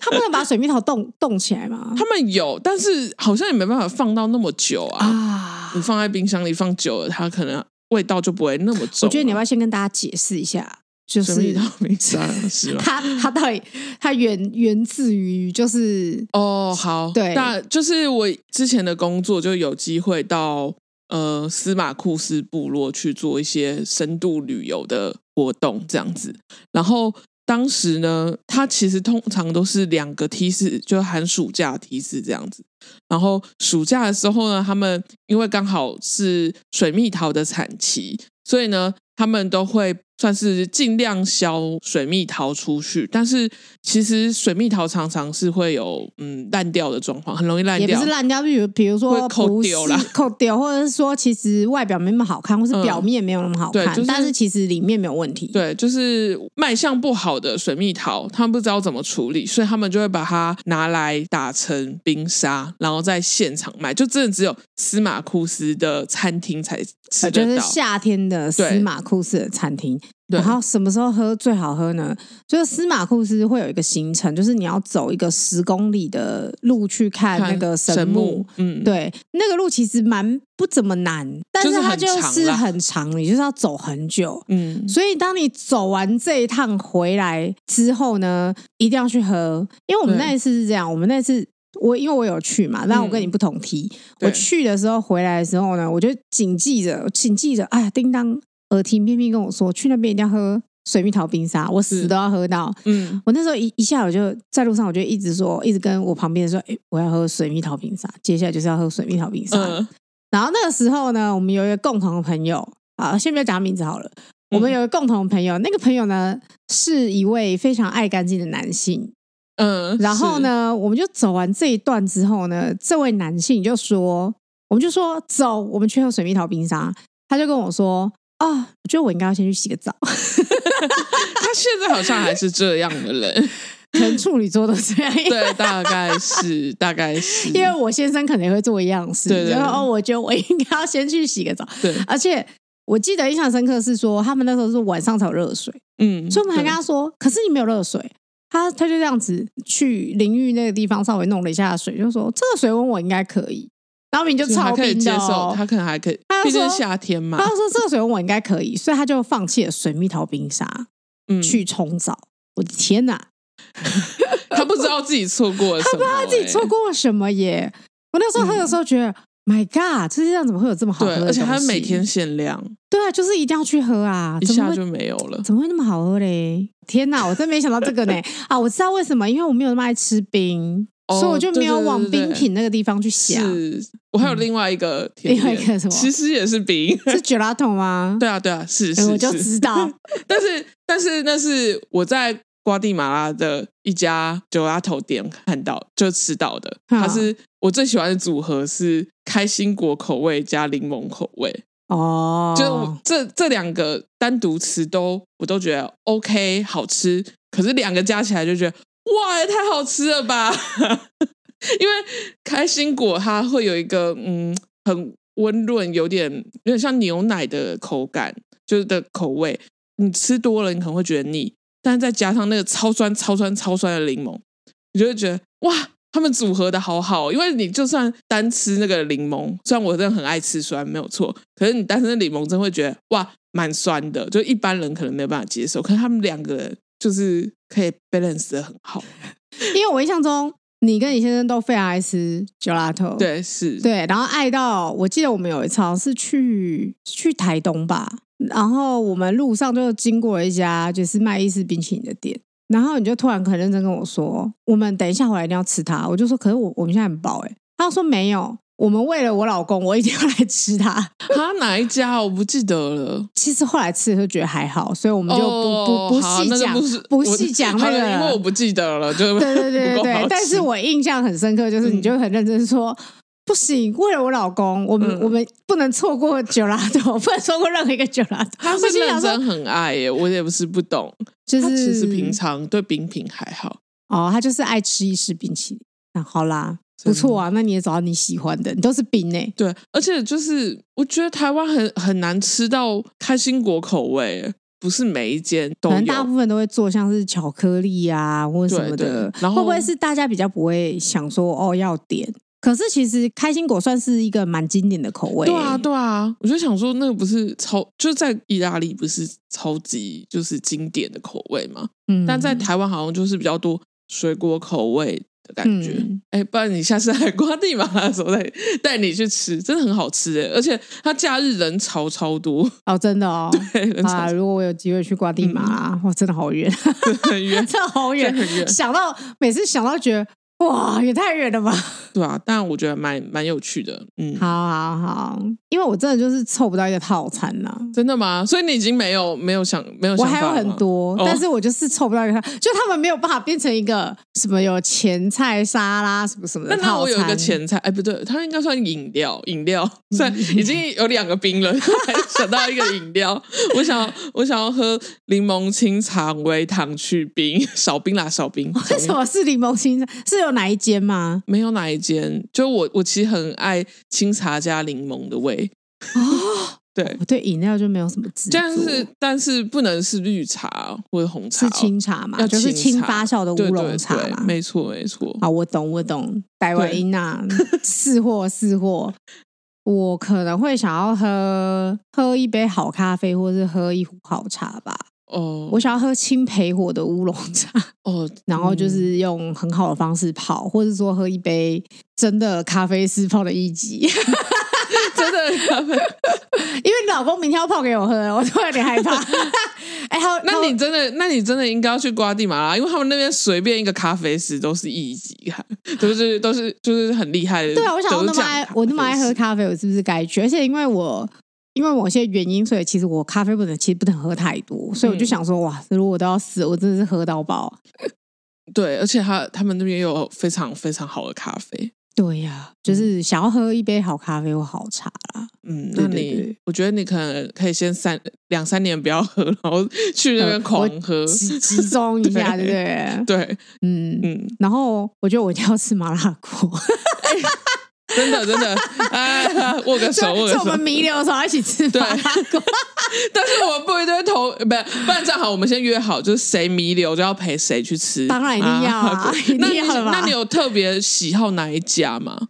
Speaker 1: 他不能把水蜜桃冻 冻起来吗？
Speaker 2: 他们有，但是好像也没办法放到那么久啊。
Speaker 1: 啊
Speaker 2: 你，放在冰箱里放久了，它可能味道就不会那么重啊。
Speaker 1: 我觉得你要不要先跟大家解释一下，就
Speaker 2: 水蜜
Speaker 1: 是
Speaker 2: 桃冰沙是吗？
Speaker 1: 它它到底它源源自于就是
Speaker 2: 哦，好，
Speaker 1: 对
Speaker 2: 那就是我之前的工作就有机会到呃司马库斯部落去做一些深度旅游的活动，这样子。然后当时呢，它其实通常都是两个梯次，就寒暑假梯次这样子。然后暑假的时候呢，他们因为刚好是水蜜桃的产期，所以呢，他们都会算是尽量销水蜜桃出去。但是其实水蜜桃常常是会有嗯烂掉的状况，很容易烂
Speaker 1: 也
Speaker 2: 掉
Speaker 1: 不是。烂掉，比如比如说
Speaker 2: 会扣
Speaker 1: 不
Speaker 2: 丢
Speaker 1: 是
Speaker 2: 啦
Speaker 1: 扣丢，或者是说其实外表没那么好看，或是
Speaker 2: 嗯
Speaker 1: 表面没有那么好看，
Speaker 2: 对就是
Speaker 1: 但是其实里面没有问题。
Speaker 2: 对，就是卖相不好的水蜜桃，他们不知道怎么处理，所以他们就会把它拿来打成冰沙，然后在现场卖。就真的只有司马库斯的餐厅才吃
Speaker 1: 呃，
Speaker 2: 得
Speaker 1: 就
Speaker 2: 到。
Speaker 1: 是夏天的司
Speaker 2: 对
Speaker 1: 马库斯的餐厅，
Speaker 2: 对
Speaker 1: 然后什么时候喝最好喝呢？就是司马库斯会有一个行程，就是你要走一个十公里的路去看那
Speaker 2: 看
Speaker 1: 个神
Speaker 2: 神
Speaker 1: 木。，
Speaker 2: 嗯，
Speaker 1: 对，那个路其实蛮不怎么难，但是
Speaker 2: 就是
Speaker 1: 它
Speaker 2: 很
Speaker 1: 就是
Speaker 2: 长啦
Speaker 1: 很长，你就是要走很久。
Speaker 2: 嗯，
Speaker 1: 所以，当你走完这一趟回来之后呢，一定要去喝，因为我们
Speaker 2: 对
Speaker 1: 那一次是这样，我们那一次我因为我有去嘛，但我跟你不同梯，
Speaker 2: 嗯对
Speaker 1: 我去的时候回来的时候呢，我就谨记着，谨记着，哎呀，叮当耳听偏偏跟我说，去那边一定要喝水蜜桃冰沙，我死
Speaker 2: 是
Speaker 1: 都要喝到。
Speaker 2: 嗯，
Speaker 1: 我那时候一一下我就在路上，我就一直说，一直跟我旁边人说，哎、我要喝水蜜桃冰沙，接下来就是要喝水蜜桃冰沙。
Speaker 2: 嗯
Speaker 1: 然后那个时候呢，我们有一个共同的朋友啊，先不要讲他名字好了。我
Speaker 2: 嗯
Speaker 1: 们有一个共同的朋友，那个朋友呢是一位非常爱干净的男性。
Speaker 2: 嗯，
Speaker 1: 然后呢，我们就走完这一段之后呢，这位男性就说，我们就说走，我们去喝水蜜桃冰沙。他就跟我说啊、我觉得我应该要先去洗个澡，
Speaker 2: 是？他现在好像还是这样 的人，
Speaker 1: 可能处女座都这样。
Speaker 2: 对，大概是，大概是，
Speaker 1: 因为我先生可能也会做一样的事，
Speaker 2: 对对对
Speaker 1: 然后哦，我觉得我应该要先去洗个澡，
Speaker 2: 对，
Speaker 1: 而且我记得印象深刻是说，他们那时候是晚上才有热水，
Speaker 2: 嗯，
Speaker 1: 所以我们还
Speaker 2: 对
Speaker 1: 跟他说，可是你没有热水。他他就这样子去淋浴那个地方稍微弄了一下水，就说这个水温我应该可以。然后你就
Speaker 2: 所以
Speaker 1: 超
Speaker 2: 他可以
Speaker 1: 冰
Speaker 2: 接
Speaker 1: 的、
Speaker 2: 受
Speaker 1: 哦，，
Speaker 2: 他可能还可以
Speaker 1: 他，就
Speaker 2: 毕竟
Speaker 1: 说
Speaker 2: 是夏天嘛
Speaker 1: 他，就说这个水温我应该可以，所以他就放弃了水蜜桃冰沙
Speaker 2: 嗯，哦
Speaker 1: 去冲澡。我的天哪，
Speaker 2: 他不知道自己错过了什么，
Speaker 1: 他自己错过了什么耶？我那时候喝的时候觉得、m y God，这世界上怎么会有这么好
Speaker 2: 欸，
Speaker 1: 喝的
Speaker 2: 嗯对，而且他
Speaker 1: 东西
Speaker 2: 每天限量，
Speaker 1: 对啊，就是一定要去喝啊，
Speaker 2: 一
Speaker 1: 怎么
Speaker 2: 下
Speaker 1: 会
Speaker 2: 就没有了，
Speaker 1: 怎么会那么 好喝嘞？天哪，我真没想到这个呢！啊，我知道为什么，因为我没有那么爱吃冰。
Speaker 2: 哦
Speaker 1: 所以我就没有往
Speaker 2: 对对对
Speaker 1: 冰品那个地方去想。嗯
Speaker 2: 是我还有另外一个甜点，
Speaker 1: 另外一个什么
Speaker 2: 其实也是 冰。
Speaker 1: 是 gelato 吗？
Speaker 2: 对啊，对啊，是
Speaker 1: 哎，
Speaker 2: 是
Speaker 1: 我就是知 道，
Speaker 2: 但是但是那是我在瓜地马拉的一家酒拉头店看到，就吃到的。
Speaker 1: 嗯
Speaker 2: 它是我最喜欢的组合是开心果口味加柠檬口味，
Speaker 1: 哦，
Speaker 2: 就我这这两个单独吃都我都觉得 OK 好吃，可是两个加起来就觉得哇也太好吃了吧！ 因为开心果它会有一个嗯很温润，有点有点像牛奶的口感，就是的口味。你吃多了你可能会觉得腻，但是再加上那个超酸、超酸、超酸的柠檬，你就会觉得哇，他们组合的好好。哦因为你就算单吃那个柠檬，虽然我真的很爱吃酸，没有错，可是你单吃那柠檬真会觉得哇，蛮酸的，就一般人可能没有办法接受。可是他们两个人就是可以 balance 的很好，
Speaker 1: 因为我印象中你跟你先生都非常爱吃 gelato，
Speaker 2: 对，是，
Speaker 1: 对，然后爱到我记得我们有一次好像是去去台东吧，然后我们路上就经过一家就是卖意式冰淇淋的店，然后你就突然很认真跟我说，我们等一下回来一定要吃它，我就说可是我我们现在很饱哎、欸，他就说没有，我们为了我老公，我一定要来吃它。
Speaker 2: 他哪一家啊我不记得了。
Speaker 1: 其实后来吃的时候觉得还好，所以我们就不、
Speaker 2: 哦
Speaker 1: 不不
Speaker 2: 好
Speaker 1: 细
Speaker 2: 那就
Speaker 1: 讲，
Speaker 2: 不是
Speaker 1: 不
Speaker 2: 我
Speaker 1: 细讲那
Speaker 2: 好了
Speaker 1: 个，
Speaker 2: 因为我不记得了， 就
Speaker 1: 对对对
Speaker 2: 不
Speaker 1: 对
Speaker 2: 够好
Speaker 1: 对，但
Speaker 2: 吃嗯
Speaker 1: 是我印象很深刻，就是你就很认真说。不行，为了我老公，我们、
Speaker 2: 嗯
Speaker 1: 我们不能错过九拉头，不能错过任何一个九拉头。
Speaker 2: 他
Speaker 1: 我
Speaker 2: 是
Speaker 1: 心想
Speaker 2: 认
Speaker 1: 说
Speaker 2: 真很爱耶，我也不是不懂，
Speaker 1: 就
Speaker 2: 他
Speaker 1: 是
Speaker 2: 其实平常对饼品还好，
Speaker 1: 哦，他就是爱吃意式冰淇淋。那好啦，
Speaker 2: 真
Speaker 1: 不
Speaker 2: 的
Speaker 1: 错啊，那你也找到你喜欢的，你都是冰欸呢、
Speaker 2: 对，而且就是我觉得台湾很很难吃到开心果口味，不是每一间都
Speaker 1: 可能大
Speaker 2: 有。
Speaker 1: 部分都会做像是巧克力啊或者什么的
Speaker 2: 对对，然后
Speaker 1: 会不会是大家比较不会想说哦要点？可是其实开心果算是一个蛮经典的口味、欸
Speaker 2: 对啊，对啊，我就想说，那个不是超，就是在意大利不是超级就是经典的口味嘛？
Speaker 1: 嗯
Speaker 2: 但在台湾好像就是比较多水果口味的感觉。
Speaker 1: 嗯
Speaker 2: 哎、不然你下次来瓜地马拉的时候带带你去吃，真的很好吃哎！而且它假日人潮超多，
Speaker 1: 哦，真的哦，
Speaker 2: 对，人潮
Speaker 1: 啊，如果我有机会去瓜地马拉，哇，真的好远，
Speaker 2: 很远，
Speaker 1: 真的好远
Speaker 2: 嗯真的很，远
Speaker 1: 想到每次想到觉得哇，也太远了 吧。
Speaker 2: 对啊，但我觉得蛮蛮有趣的，嗯，
Speaker 1: 好好好，因为我真的就是凑不到一个套餐啦。
Speaker 2: 真的吗？所以你已经没有没有想没有
Speaker 1: 我
Speaker 2: 想法
Speaker 1: 还有
Speaker 2: 了吗
Speaker 1: 很，多，
Speaker 2: 哦
Speaker 1: 但是我就是凑不到一个套，就他们没有办法变成一个什么有前菜沙拉什么什么
Speaker 2: 那
Speaker 1: 的
Speaker 2: 那
Speaker 1: 套
Speaker 2: 我有一个
Speaker 1: 餐。嗯
Speaker 2: 前菜，哎，不对，它应该算饮料，饮 料算已经有两个冰了，还想到一个 饮料，我想我想要喝柠檬清茶微糖去冰， 少冰啦，少冰，少
Speaker 1: 为
Speaker 2: 冰
Speaker 1: 什么 是柠檬青？是有哪一间吗？
Speaker 2: 没有哪一间，就我我其实很爱清茶加柠檬的味， 对，
Speaker 1: 我对饮料就没有什么执着，
Speaker 2: 但是但是不能是绿茶或者红茶
Speaker 1: 是
Speaker 2: 哦，
Speaker 1: 清茶嘛，
Speaker 2: 要
Speaker 1: 就是
Speaker 2: 清
Speaker 1: 清
Speaker 2: 茶
Speaker 1: 发酵的
Speaker 2: 对
Speaker 1: 乌
Speaker 2: 对
Speaker 1: 龙茶
Speaker 2: 对
Speaker 1: 嘛，
Speaker 2: 没错没错，
Speaker 1: 好，哦我懂，我懂，台湾
Speaker 2: 对
Speaker 1: 音啊，是货是货。我可能会想要喝喝一杯好咖啡，或是喝一壶好茶吧。
Speaker 2: 哦，
Speaker 1: 我想要喝青焙火的乌龙茶，
Speaker 2: 哦，
Speaker 1: 然后就
Speaker 2: 嗯
Speaker 1: 是用很好的方式泡，或者说喝一杯真的咖啡师泡的一级。 因
Speaker 2: 真的 咖啡。
Speaker 1: 为老公明天要泡给我喝，我突然有点害 怕。 哎、还有
Speaker 2: 那
Speaker 1: 还有
Speaker 2: 你真的，那你真的应该要去瓜地马拉，因为他们那边随便一个咖啡师都是一级咖，都是都是就是很厉害的。
Speaker 1: 对啊，我想我那么爱我那么爱喝
Speaker 2: 啡
Speaker 1: 咖啡，我是不是该去？而且因为我因为某些原因，所以其实我咖啡不能，其实不能喝太多，所以我就
Speaker 2: 嗯
Speaker 1: 想说，哇，如果我都要死，我真的是喝到爆。
Speaker 2: 师，对，而且他他们那边有非常非常好的咖啡。
Speaker 1: 对呀、就是想要喝一杯好咖啡或好茶啦。
Speaker 2: 嗯，
Speaker 1: 对
Speaker 2: 那
Speaker 1: 对
Speaker 2: 你
Speaker 1: 对
Speaker 2: 我觉得你可能可以先三两三年不要喝，然后去那边
Speaker 1: 呃
Speaker 2: 狂
Speaker 1: 我
Speaker 2: 喝。
Speaker 1: 集集中一下，对
Speaker 2: 对
Speaker 1: 不对？
Speaker 2: 对，
Speaker 1: 嗯。
Speaker 2: 嗯，
Speaker 1: 然后我觉得我一定要吃麻辣锅，
Speaker 2: 真的真的，哎，握个
Speaker 1: 所
Speaker 2: 手，握
Speaker 1: 以
Speaker 2: 个
Speaker 1: 所以
Speaker 2: 手
Speaker 1: 我。们弥留的时候要一起吃麻辣 锅。
Speaker 2: 但是我们不一定会投，不，不然这样好，我们先约好，就是谁弥留就要陪谁去吃。
Speaker 1: 当然一定要啊
Speaker 2: 麻辣锅
Speaker 1: 一定
Speaker 2: 那你
Speaker 1: 要的吧
Speaker 2: 那你有特别喜好哪一家吗？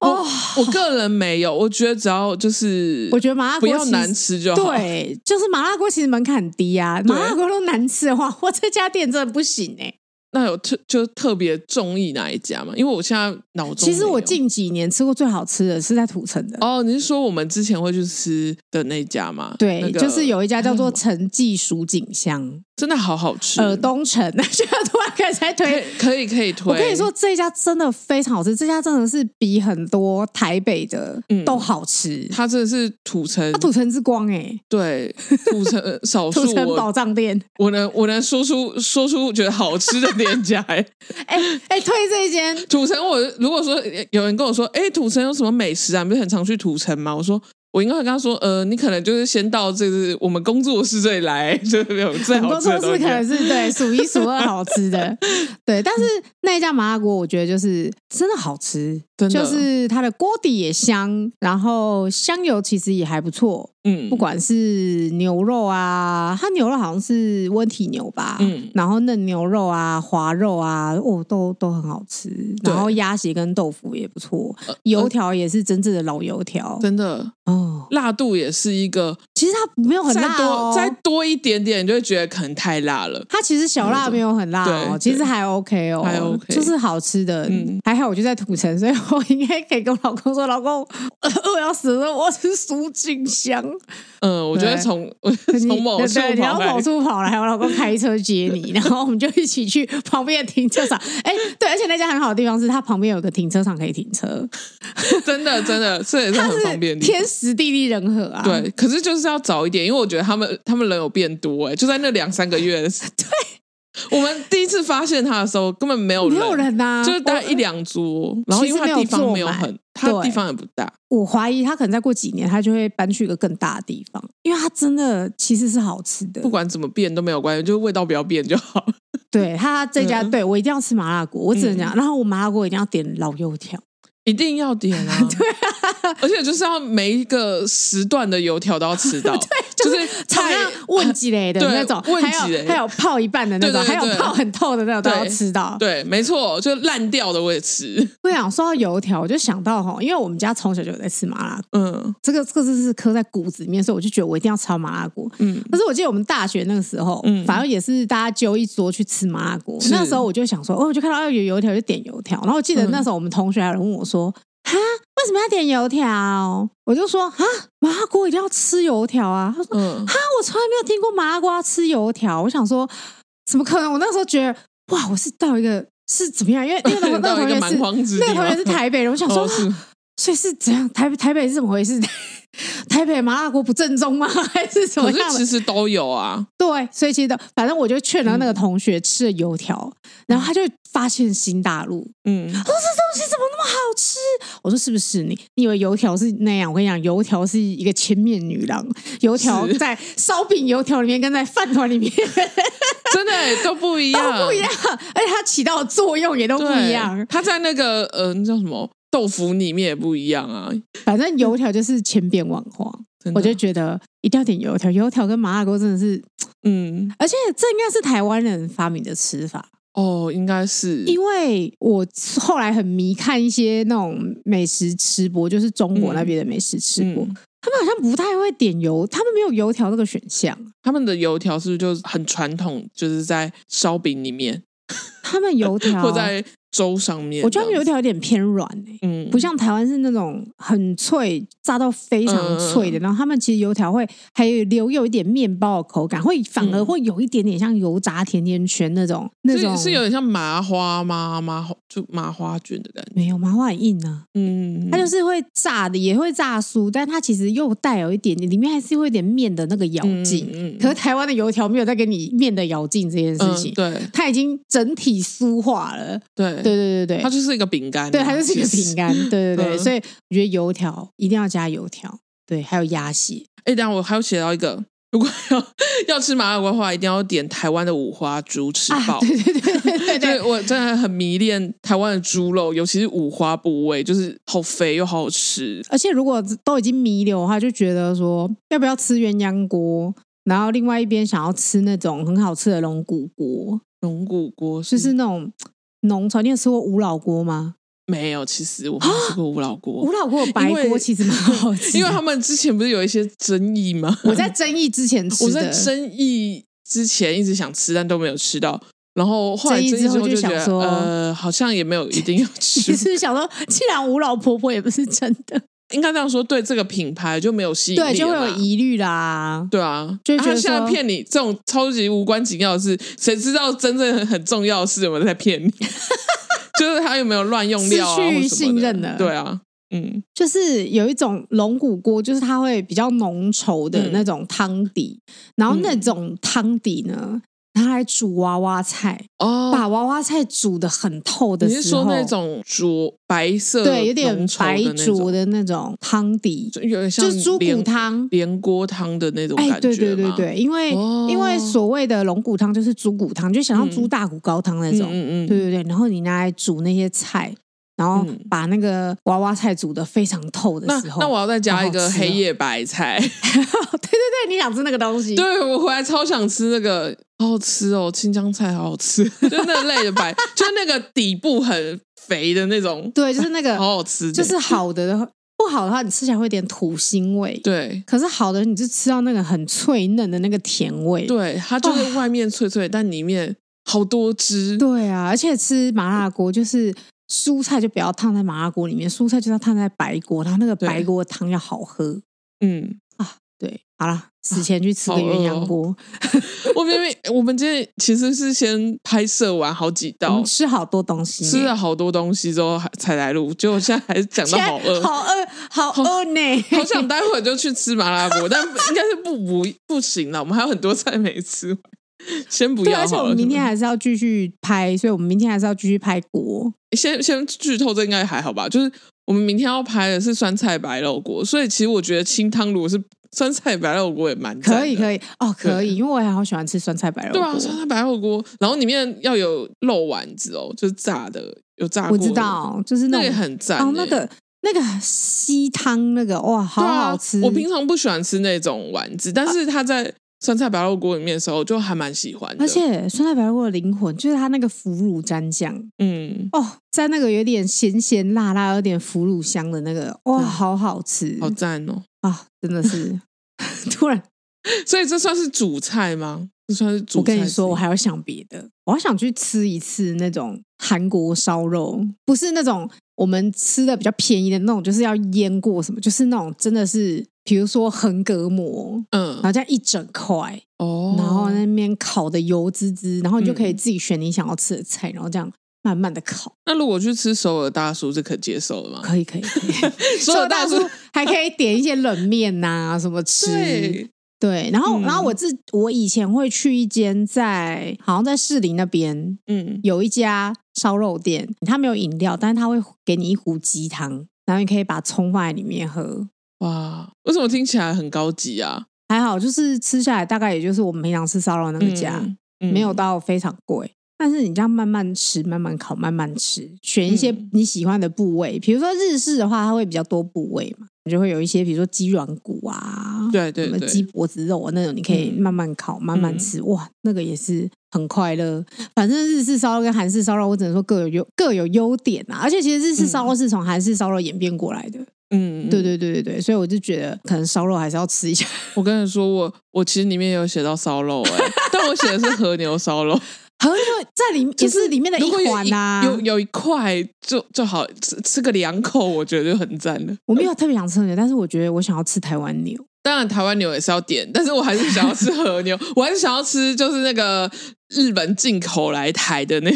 Speaker 1: 哦，
Speaker 2: 我个人没有，我觉得只要就是，
Speaker 1: 我觉得麻辣
Speaker 2: 不
Speaker 1: 锅
Speaker 2: 要
Speaker 1: 其
Speaker 2: 难
Speaker 1: 实
Speaker 2: 吃就好。
Speaker 1: 对，就是麻辣锅其实门槛很低啊，
Speaker 2: 对
Speaker 1: 麻辣锅都难吃的话，我这家店真的不行哎、
Speaker 2: 那有特就特别中意哪一家吗？因为我现在脑中
Speaker 1: 其实我
Speaker 2: 没有
Speaker 1: 近几年吃过最好吃的是在土城的，
Speaker 2: 哦，你是说我们之前会去吃的那家吗？
Speaker 1: 对，
Speaker 2: 那个嗯
Speaker 1: 就是有一家叫 做
Speaker 2: 那叫什么
Speaker 1: 陈记蜀锦香，
Speaker 2: 真的好好吃，
Speaker 1: 尔东城， 现在突然开始 在
Speaker 2: 可
Speaker 1: 推
Speaker 2: 以。可以可以推。
Speaker 1: 我跟你说，，这一家真的非常好吃，这家真的是比很多台北的
Speaker 2: 嗯
Speaker 1: 都好吃。
Speaker 2: 它真的是土城
Speaker 1: 它，土城之光哎、
Speaker 2: 对土城呃少 数
Speaker 1: 土城宝
Speaker 2: 我
Speaker 1: 藏 店，
Speaker 2: 我能我能说出说出觉得好吃的 店家哎、
Speaker 1: 哎哎、推这一间，
Speaker 2: 土城我如果说有人跟我说，哎、土城有什么美食啊？你不是很常去土城吗？我说。我应该会跟他说，呃，你可能就是先到这个我们工作室这里来，就是有最
Speaker 1: 我们
Speaker 2: 好
Speaker 1: 工
Speaker 2: 吃的
Speaker 1: 作室
Speaker 2: 东西
Speaker 1: 可。能是对数一数二好吃的，对。但是那一家麻辣锅，我觉得就是真的好吃，
Speaker 2: 真的
Speaker 1: 就是它的锅底也香，然后香油其实也还不错，
Speaker 2: 嗯
Speaker 1: 不管是牛肉啊，它牛肉好像是温体牛吧，
Speaker 2: 嗯
Speaker 1: 然后嫩牛肉啊、滑肉啊，哦，都都很好吃。
Speaker 2: 对
Speaker 1: 然后鸭血跟豆腐也不错
Speaker 2: 呃，
Speaker 1: 油条也是真正的老油条
Speaker 2: 真的
Speaker 1: 哦。
Speaker 2: 辣度也是一个
Speaker 1: 其实它没有很
Speaker 2: 再
Speaker 1: 辣
Speaker 2: 多、
Speaker 1: 哦，
Speaker 2: 再多一点点，你就会觉得可能太辣了。
Speaker 1: 它其实小辣没有很辣
Speaker 2: 对
Speaker 1: 哦，
Speaker 2: 对
Speaker 1: 其实还 OK 哦，
Speaker 2: 还 OK
Speaker 1: 就是好吃的。
Speaker 2: 嗯
Speaker 1: 还好我就在土城，所以我应该可以跟我老公说，老公， 呃饿要死了，我要吃苏锦香。
Speaker 2: 嗯，我觉得
Speaker 1: 对
Speaker 2: 从 我觉得
Speaker 1: 你
Speaker 2: 从某
Speaker 1: 对
Speaker 2: 处
Speaker 1: 对你要
Speaker 2: 跑来
Speaker 1: 某，处跑来，我老公开车接 你，然后我们就一起去旁边的停车场。哎，对，而且那家很好的地方是它旁边有个停车场可以停车，
Speaker 2: 真的真的，这也是
Speaker 1: 它
Speaker 2: 很
Speaker 1: 是
Speaker 2: 方便的地方。
Speaker 1: 天时地利人和啊。
Speaker 2: 对，可是就是要早一点，因为我觉得他们他们人有变多哎、就在那两三 个月。对，我们第一次发现他的时候，根本没有
Speaker 1: 没有人呐、啊，
Speaker 2: 就是大概
Speaker 1: 我
Speaker 2: 一两桌，然后因为
Speaker 1: 其实没
Speaker 2: 它地
Speaker 1: 有
Speaker 2: 方
Speaker 1: 坐
Speaker 2: 没有
Speaker 1: 满
Speaker 2: 很，它
Speaker 1: 对
Speaker 2: 地方也不大，
Speaker 1: 我怀疑他可能再过几年，他就会搬去一个更大的地方，因为它真的其实是好吃的。
Speaker 2: 不管怎么变都没有关系，就是味道不要变 就好。
Speaker 1: 对他这家，
Speaker 2: 嗯
Speaker 1: 对我一定要吃麻辣锅，我只能讲，然后我麻辣锅一定要点老油条，
Speaker 2: 一定要点啊！ 对而且就是要每一个时段的油条都要吃 到，
Speaker 1: 就是常
Speaker 2: 菜
Speaker 1: 常问几类的
Speaker 2: 对
Speaker 1: 那种，
Speaker 2: 问
Speaker 1: 还
Speaker 2: 几类
Speaker 1: 有还有泡一半的那种，
Speaker 2: 对对
Speaker 1: 还
Speaker 2: 对
Speaker 1: 有泡很透的那种都
Speaker 2: 对
Speaker 1: 要吃到。
Speaker 2: 对，没错，就烂掉的我也吃。
Speaker 1: 我想说到油条，我就想到哈，因为我们家从小就有在吃麻辣锅，
Speaker 2: 嗯
Speaker 1: 这个这个真是刻在骨子里面，所以我就觉得我一定要吃到麻辣锅。
Speaker 2: 嗯，
Speaker 1: 但是我记得我们大学那个时候，
Speaker 2: 嗯
Speaker 1: 反正也是大家揪一桌去吃麻辣锅。
Speaker 2: 是
Speaker 1: 那时候我就想说，哦，我就看到哦有油条就点油条。然后我记得
Speaker 2: 嗯
Speaker 1: 那时候我们同学还有人问我说，哈、为什么要点油条？我就说，啊，麻辣锅一定要吃油条啊。他说，
Speaker 2: 嗯，
Speaker 1: 哈，我从来没有听过麻辣锅要吃油条。我想说，怎么可能？我那时候觉得，哇，我是到一个是怎么样？因为因为那个那
Speaker 2: 到
Speaker 1: 个
Speaker 2: 一
Speaker 1: 同
Speaker 2: 个
Speaker 1: 学
Speaker 2: 蛮
Speaker 1: 是
Speaker 2: 荒之地
Speaker 1: 那个同学
Speaker 2: 嘛
Speaker 1: 是台北人，我想说。
Speaker 2: 哦是
Speaker 1: 所以是怎样？台台北是怎么回事？ 台北麻辣锅不正宗吗？ 还是什么
Speaker 2: 可
Speaker 1: 样
Speaker 2: 是
Speaker 1: 的
Speaker 2: 其？实都有啊，
Speaker 1: 对，所以其实都反正我就劝了那
Speaker 2: 嗯
Speaker 1: 个同学吃了油条，然后他就发现新大陆，
Speaker 2: 嗯，
Speaker 1: 他说这东西怎么那么好吃？我说是不是你？你以为油条是那样？我跟你讲，油条是一个千面女郎，油条
Speaker 2: 是
Speaker 1: 在烧饼油条里面跟在饭团里 面
Speaker 2: 真的欸都不一
Speaker 1: 都
Speaker 2: 样，
Speaker 1: 不一样，而且它起到的作用也都不
Speaker 2: 对
Speaker 1: 一样。
Speaker 2: 它在那个呃，那叫什么豆腐里面也不一样啊。
Speaker 1: 反正油条就是千变万化，
Speaker 2: 真的
Speaker 1: 我就觉得一定要点油条，油条跟麻辣锅真的是
Speaker 2: 嗯，
Speaker 1: 而且这应该是台湾人发明的吃法，
Speaker 2: 哦，应该是
Speaker 1: 因为我后来很迷看一些那种美食吃播，就是中国那边的美食吃播，
Speaker 2: 嗯
Speaker 1: 他们好像不太会点油，他们没有油条这个选项，
Speaker 2: 他们的油条是不是就是很传统，就是在烧饼里面
Speaker 1: 他们 油条，
Speaker 2: 或在粥上面这样
Speaker 1: 哦
Speaker 2: 子。
Speaker 1: 我觉得他们油条有点偏软欸
Speaker 2: 嗯
Speaker 1: 不像台湾是那种很脆，炸到非
Speaker 2: 嗯
Speaker 1: 常脆的，然后他们其实油条会还有留有一点面包的口感，会反而
Speaker 2: 嗯
Speaker 1: 会有一点点像油炸甜甜圈那种那种
Speaker 2: 是是有点像麻花吗？麻花就麻花卷的感觉。
Speaker 1: 没有麻花很硬啊，
Speaker 2: 嗯，
Speaker 1: 它就是是会炸的，也会炸酥，但它其实又带有一点点，里面还是会有一点面的那个咬劲。
Speaker 2: 嗯
Speaker 1: 可是台湾的油条没有在给你面的咬劲这件事情，
Speaker 2: 嗯
Speaker 1: 它已经整体酥化了。
Speaker 2: 对对
Speaker 1: 对对对
Speaker 2: 它
Speaker 1: 对，
Speaker 2: 就是一个饼干啊、
Speaker 1: 对它就是一个
Speaker 2: 其实
Speaker 1: 饼。干。对对对，
Speaker 2: 嗯
Speaker 1: 所以我觉得油条一定要加油条，对，还有鸭血。
Speaker 2: 哎，等一下我还有写到一个，如果要要吃麻辣锅的话，一定要点台湾的五花猪吃
Speaker 1: 啊
Speaker 2: 饱。，
Speaker 1: 对对对对对
Speaker 2: 对
Speaker 1: 对，
Speaker 2: 我真的很迷恋台湾的猪肉，尤其是五花部位，就是好肥又好好吃。
Speaker 1: 而且如果都已经弥留的话，就觉得说要不要吃鸳鸯锅，然后另外一边想要吃那种很好吃的龙骨锅，
Speaker 2: 龙骨锅
Speaker 1: 就是那种农村。你有吃过五老锅吗？
Speaker 2: 没有，其实我没有吃过五老
Speaker 1: 五
Speaker 2: 锅，
Speaker 1: 老锅有白
Speaker 2: 因为
Speaker 1: 锅其实蛮 好吃的，
Speaker 2: 因为他们之前不是有一些争议吗？
Speaker 1: 我在争议之前吃
Speaker 2: 我
Speaker 1: 的，
Speaker 2: 在争议之前一直想吃，但都没有吃到。然后后来
Speaker 1: 争议
Speaker 2: 争议
Speaker 1: 之后
Speaker 2: 就
Speaker 1: 就
Speaker 2: 觉
Speaker 1: 想
Speaker 2: 得，
Speaker 1: 说
Speaker 2: 呃，好像也没有一定 要去
Speaker 1: 其，实想说，既然无老婆婆也不是真的，
Speaker 2: 应该这样说，对这个品牌就没有吸引力了
Speaker 1: 对，就
Speaker 2: 嘛，
Speaker 1: 会有疑虑啦。
Speaker 2: 对啊，
Speaker 1: 就觉
Speaker 2: 他
Speaker 1: 得
Speaker 2: 现在
Speaker 1: 说
Speaker 2: 骗你这种超级无关紧要的事，谁知道真正很很重要的事有没有在骗你？ 就是他有没有乱用料啊，
Speaker 1: 失去
Speaker 2: 或什么的
Speaker 1: 信任了
Speaker 2: 对啊，嗯，
Speaker 1: 就是有一种龙骨锅，就是它会比较浓稠的
Speaker 2: 嗯
Speaker 1: 那种汤底，然后那种汤底呢，拿来煮娃娃菜，
Speaker 2: 哦，
Speaker 1: 把娃娃菜煮的很透的
Speaker 2: 你
Speaker 1: 时候，
Speaker 2: 是说那种煮白色
Speaker 1: 对有点
Speaker 2: 浓稠
Speaker 1: 白
Speaker 2: 的那种
Speaker 1: 煮，的那种汤底，
Speaker 2: 就有点像
Speaker 1: 就是猪骨
Speaker 2: 连
Speaker 1: 汤。
Speaker 2: 连锅汤的那种
Speaker 1: 哎，
Speaker 2: 感觉
Speaker 1: 对对对
Speaker 2: 嘛，
Speaker 1: 对，因为、
Speaker 2: 哦
Speaker 1: 因为所谓的龙骨汤就是猪骨汤，就想
Speaker 2: 嗯
Speaker 1: 要猪大骨高汤那
Speaker 2: 嗯
Speaker 1: 种，
Speaker 2: 嗯
Speaker 1: 对
Speaker 2: 嗯，
Speaker 1: 对对，然后你拿来煮那些菜，然后
Speaker 2: 嗯
Speaker 1: 把那个娃娃菜煮的非常透的
Speaker 2: 那
Speaker 1: 时候，
Speaker 2: 那我要再加一
Speaker 1: 好
Speaker 2: 个
Speaker 1: 好吃哦
Speaker 2: 黑叶白菜，
Speaker 1: 对对对，你想吃那个东西，
Speaker 2: 对我回来超想吃那个，好好吃哦，青江菜好好吃， 就那类的白，就那个底部很肥的那种，
Speaker 1: 对，就是那个
Speaker 2: 好好吃的，
Speaker 1: 就是好的的话，不好的话你吃起来会有点土腥味，
Speaker 2: 对
Speaker 1: 可是好的你就吃到那个很脆嫩的那个甜味，
Speaker 2: 对，它就是外面脆脆，但里面好多汁，
Speaker 1: 对啊，而且吃麻辣锅就是。蔬菜就不要烫在麻辣锅里面，蔬菜就要烫在白锅，然后那个
Speaker 2: 对
Speaker 1: 白锅汤要好喝。
Speaker 2: 嗯，
Speaker 1: 对，好啦，死前去吃
Speaker 2: 好
Speaker 1: 个鸳
Speaker 2: 饿哦
Speaker 1: 鸯锅，
Speaker 2: 我明明我们今天其实是先拍摄完好几
Speaker 1: 我
Speaker 2: 道
Speaker 1: 们。吃好多东西呢，
Speaker 2: 吃了啊好多东西之后还才来录，结果现在还是讲到
Speaker 1: 现在
Speaker 2: 好饿，
Speaker 1: 好饿，好饿呢。
Speaker 2: 好想待会儿就去吃麻辣锅，但应该是不不不行了，我们还有很多菜没吃完，先不
Speaker 1: 对，
Speaker 2: 要
Speaker 1: 而且我
Speaker 2: 好了。
Speaker 1: 们明天
Speaker 2: 是
Speaker 1: 还是要继续拍，所以我们明天还是要继续拍锅。
Speaker 2: 不是先先剧透，这应该还好吧？就是我们明天要拍的是酸菜白肉锅，所以其实我觉得清汤如果是酸菜白肉锅也蛮
Speaker 1: 可以，可
Speaker 2: 以，
Speaker 1: 以哦，可以，因为我也好喜欢吃酸菜白肉
Speaker 2: 对啊，
Speaker 1: 锅。
Speaker 2: 酸菜白肉锅，然后里面要有肉丸子哦，就是炸的，有炸
Speaker 1: 我
Speaker 2: 过的，
Speaker 1: 知道，就是
Speaker 2: 那
Speaker 1: 那
Speaker 2: 个也
Speaker 1: 种
Speaker 2: 很赞、欸
Speaker 1: 哦，那个那个稀汤那个哇，好
Speaker 2: 对啊
Speaker 1: 好吃。
Speaker 2: 我平常不喜欢吃那种丸子，但是它在酸菜白肉锅里面的时候，就还蛮喜欢的。
Speaker 1: 而且酸菜白肉锅的灵魂就是它那个腐乳蘸酱
Speaker 2: 嗯，
Speaker 1: 哦，在那个有点咸咸辣辣、有点腐乳香的那个哇，
Speaker 2: 嗯
Speaker 1: 好好吃
Speaker 2: 好赞哦。
Speaker 1: 啊！真的 是，突然
Speaker 2: 所以这算是主菜吗？这算是主菜。
Speaker 1: 我跟你说，我还要想别的，我还想去吃一次那种韩国烧肉，不是那种我们吃的比较便宜的那种，就是要腌过什么，就是那种真的是，比如说横膈膜，然
Speaker 2: 嗯
Speaker 1: 后这样一整块，
Speaker 2: 哦，
Speaker 1: 然后那边烤的油滋滋，然后你就可以
Speaker 2: 嗯
Speaker 1: 自己选你想要吃的菜，然后这样慢慢的烤，
Speaker 2: 那如果去吃首尔大叔是可接受的吗？
Speaker 1: 可以可以。可 以
Speaker 2: 首尔大
Speaker 1: 大叔
Speaker 2: 叔
Speaker 1: 还可以点一些冷面呐、什么吃，
Speaker 2: 对，
Speaker 1: 对，然后、
Speaker 2: 嗯
Speaker 1: 然后我自我以前会去一间在好像在士林那边，
Speaker 2: 嗯，
Speaker 1: 有一家烧肉店，它没有饮料，但是它会给你一壶鸡汤，然后你可以把葱放在里面喝。
Speaker 2: 哇，为什么听起来很高级啊？
Speaker 1: 还好，就是吃下来大概也就是我们平常吃烧肉那个价，
Speaker 2: 嗯嗯
Speaker 1: 没有到非常贵。但是你这样慢慢吃、慢慢烤、慢慢吃，选一些
Speaker 2: 嗯
Speaker 1: 你喜欢的部位。比如说日式的话，它会比较多部位嘛，你就会有一些，比如说鸡软骨啊，
Speaker 2: 对对
Speaker 1: 什么
Speaker 2: 对
Speaker 1: 鸡脖子肉啊那种，你可以
Speaker 2: 嗯
Speaker 1: 慢慢烤、慢慢吃，哇，那个也是很快乐。反正日式烧肉跟韩式烧肉，我只能说各有优各有优点啊。而且其实日式烧肉是从韩式烧肉演变过来的，
Speaker 2: 嗯，嗯
Speaker 1: 对。对对对对，所以我就觉得可能烧肉还是要吃一下。
Speaker 2: 我跟你说，我我其实里面有写到烧肉哎、 但我写的是和牛烧肉，
Speaker 1: 和牛在里面也是里面的
Speaker 2: 如
Speaker 1: 一啊
Speaker 2: 果有
Speaker 1: 环呐、
Speaker 2: 有有一块就就好吃吃个两口，我觉得就很赞了。
Speaker 1: 我没有特别想吃和牛，但是我觉得我想要吃台湾牛。
Speaker 2: 当然，台湾牛也是要点，但是我还是想要吃 和牛，我还是想要吃就是那个日本进口来台的 那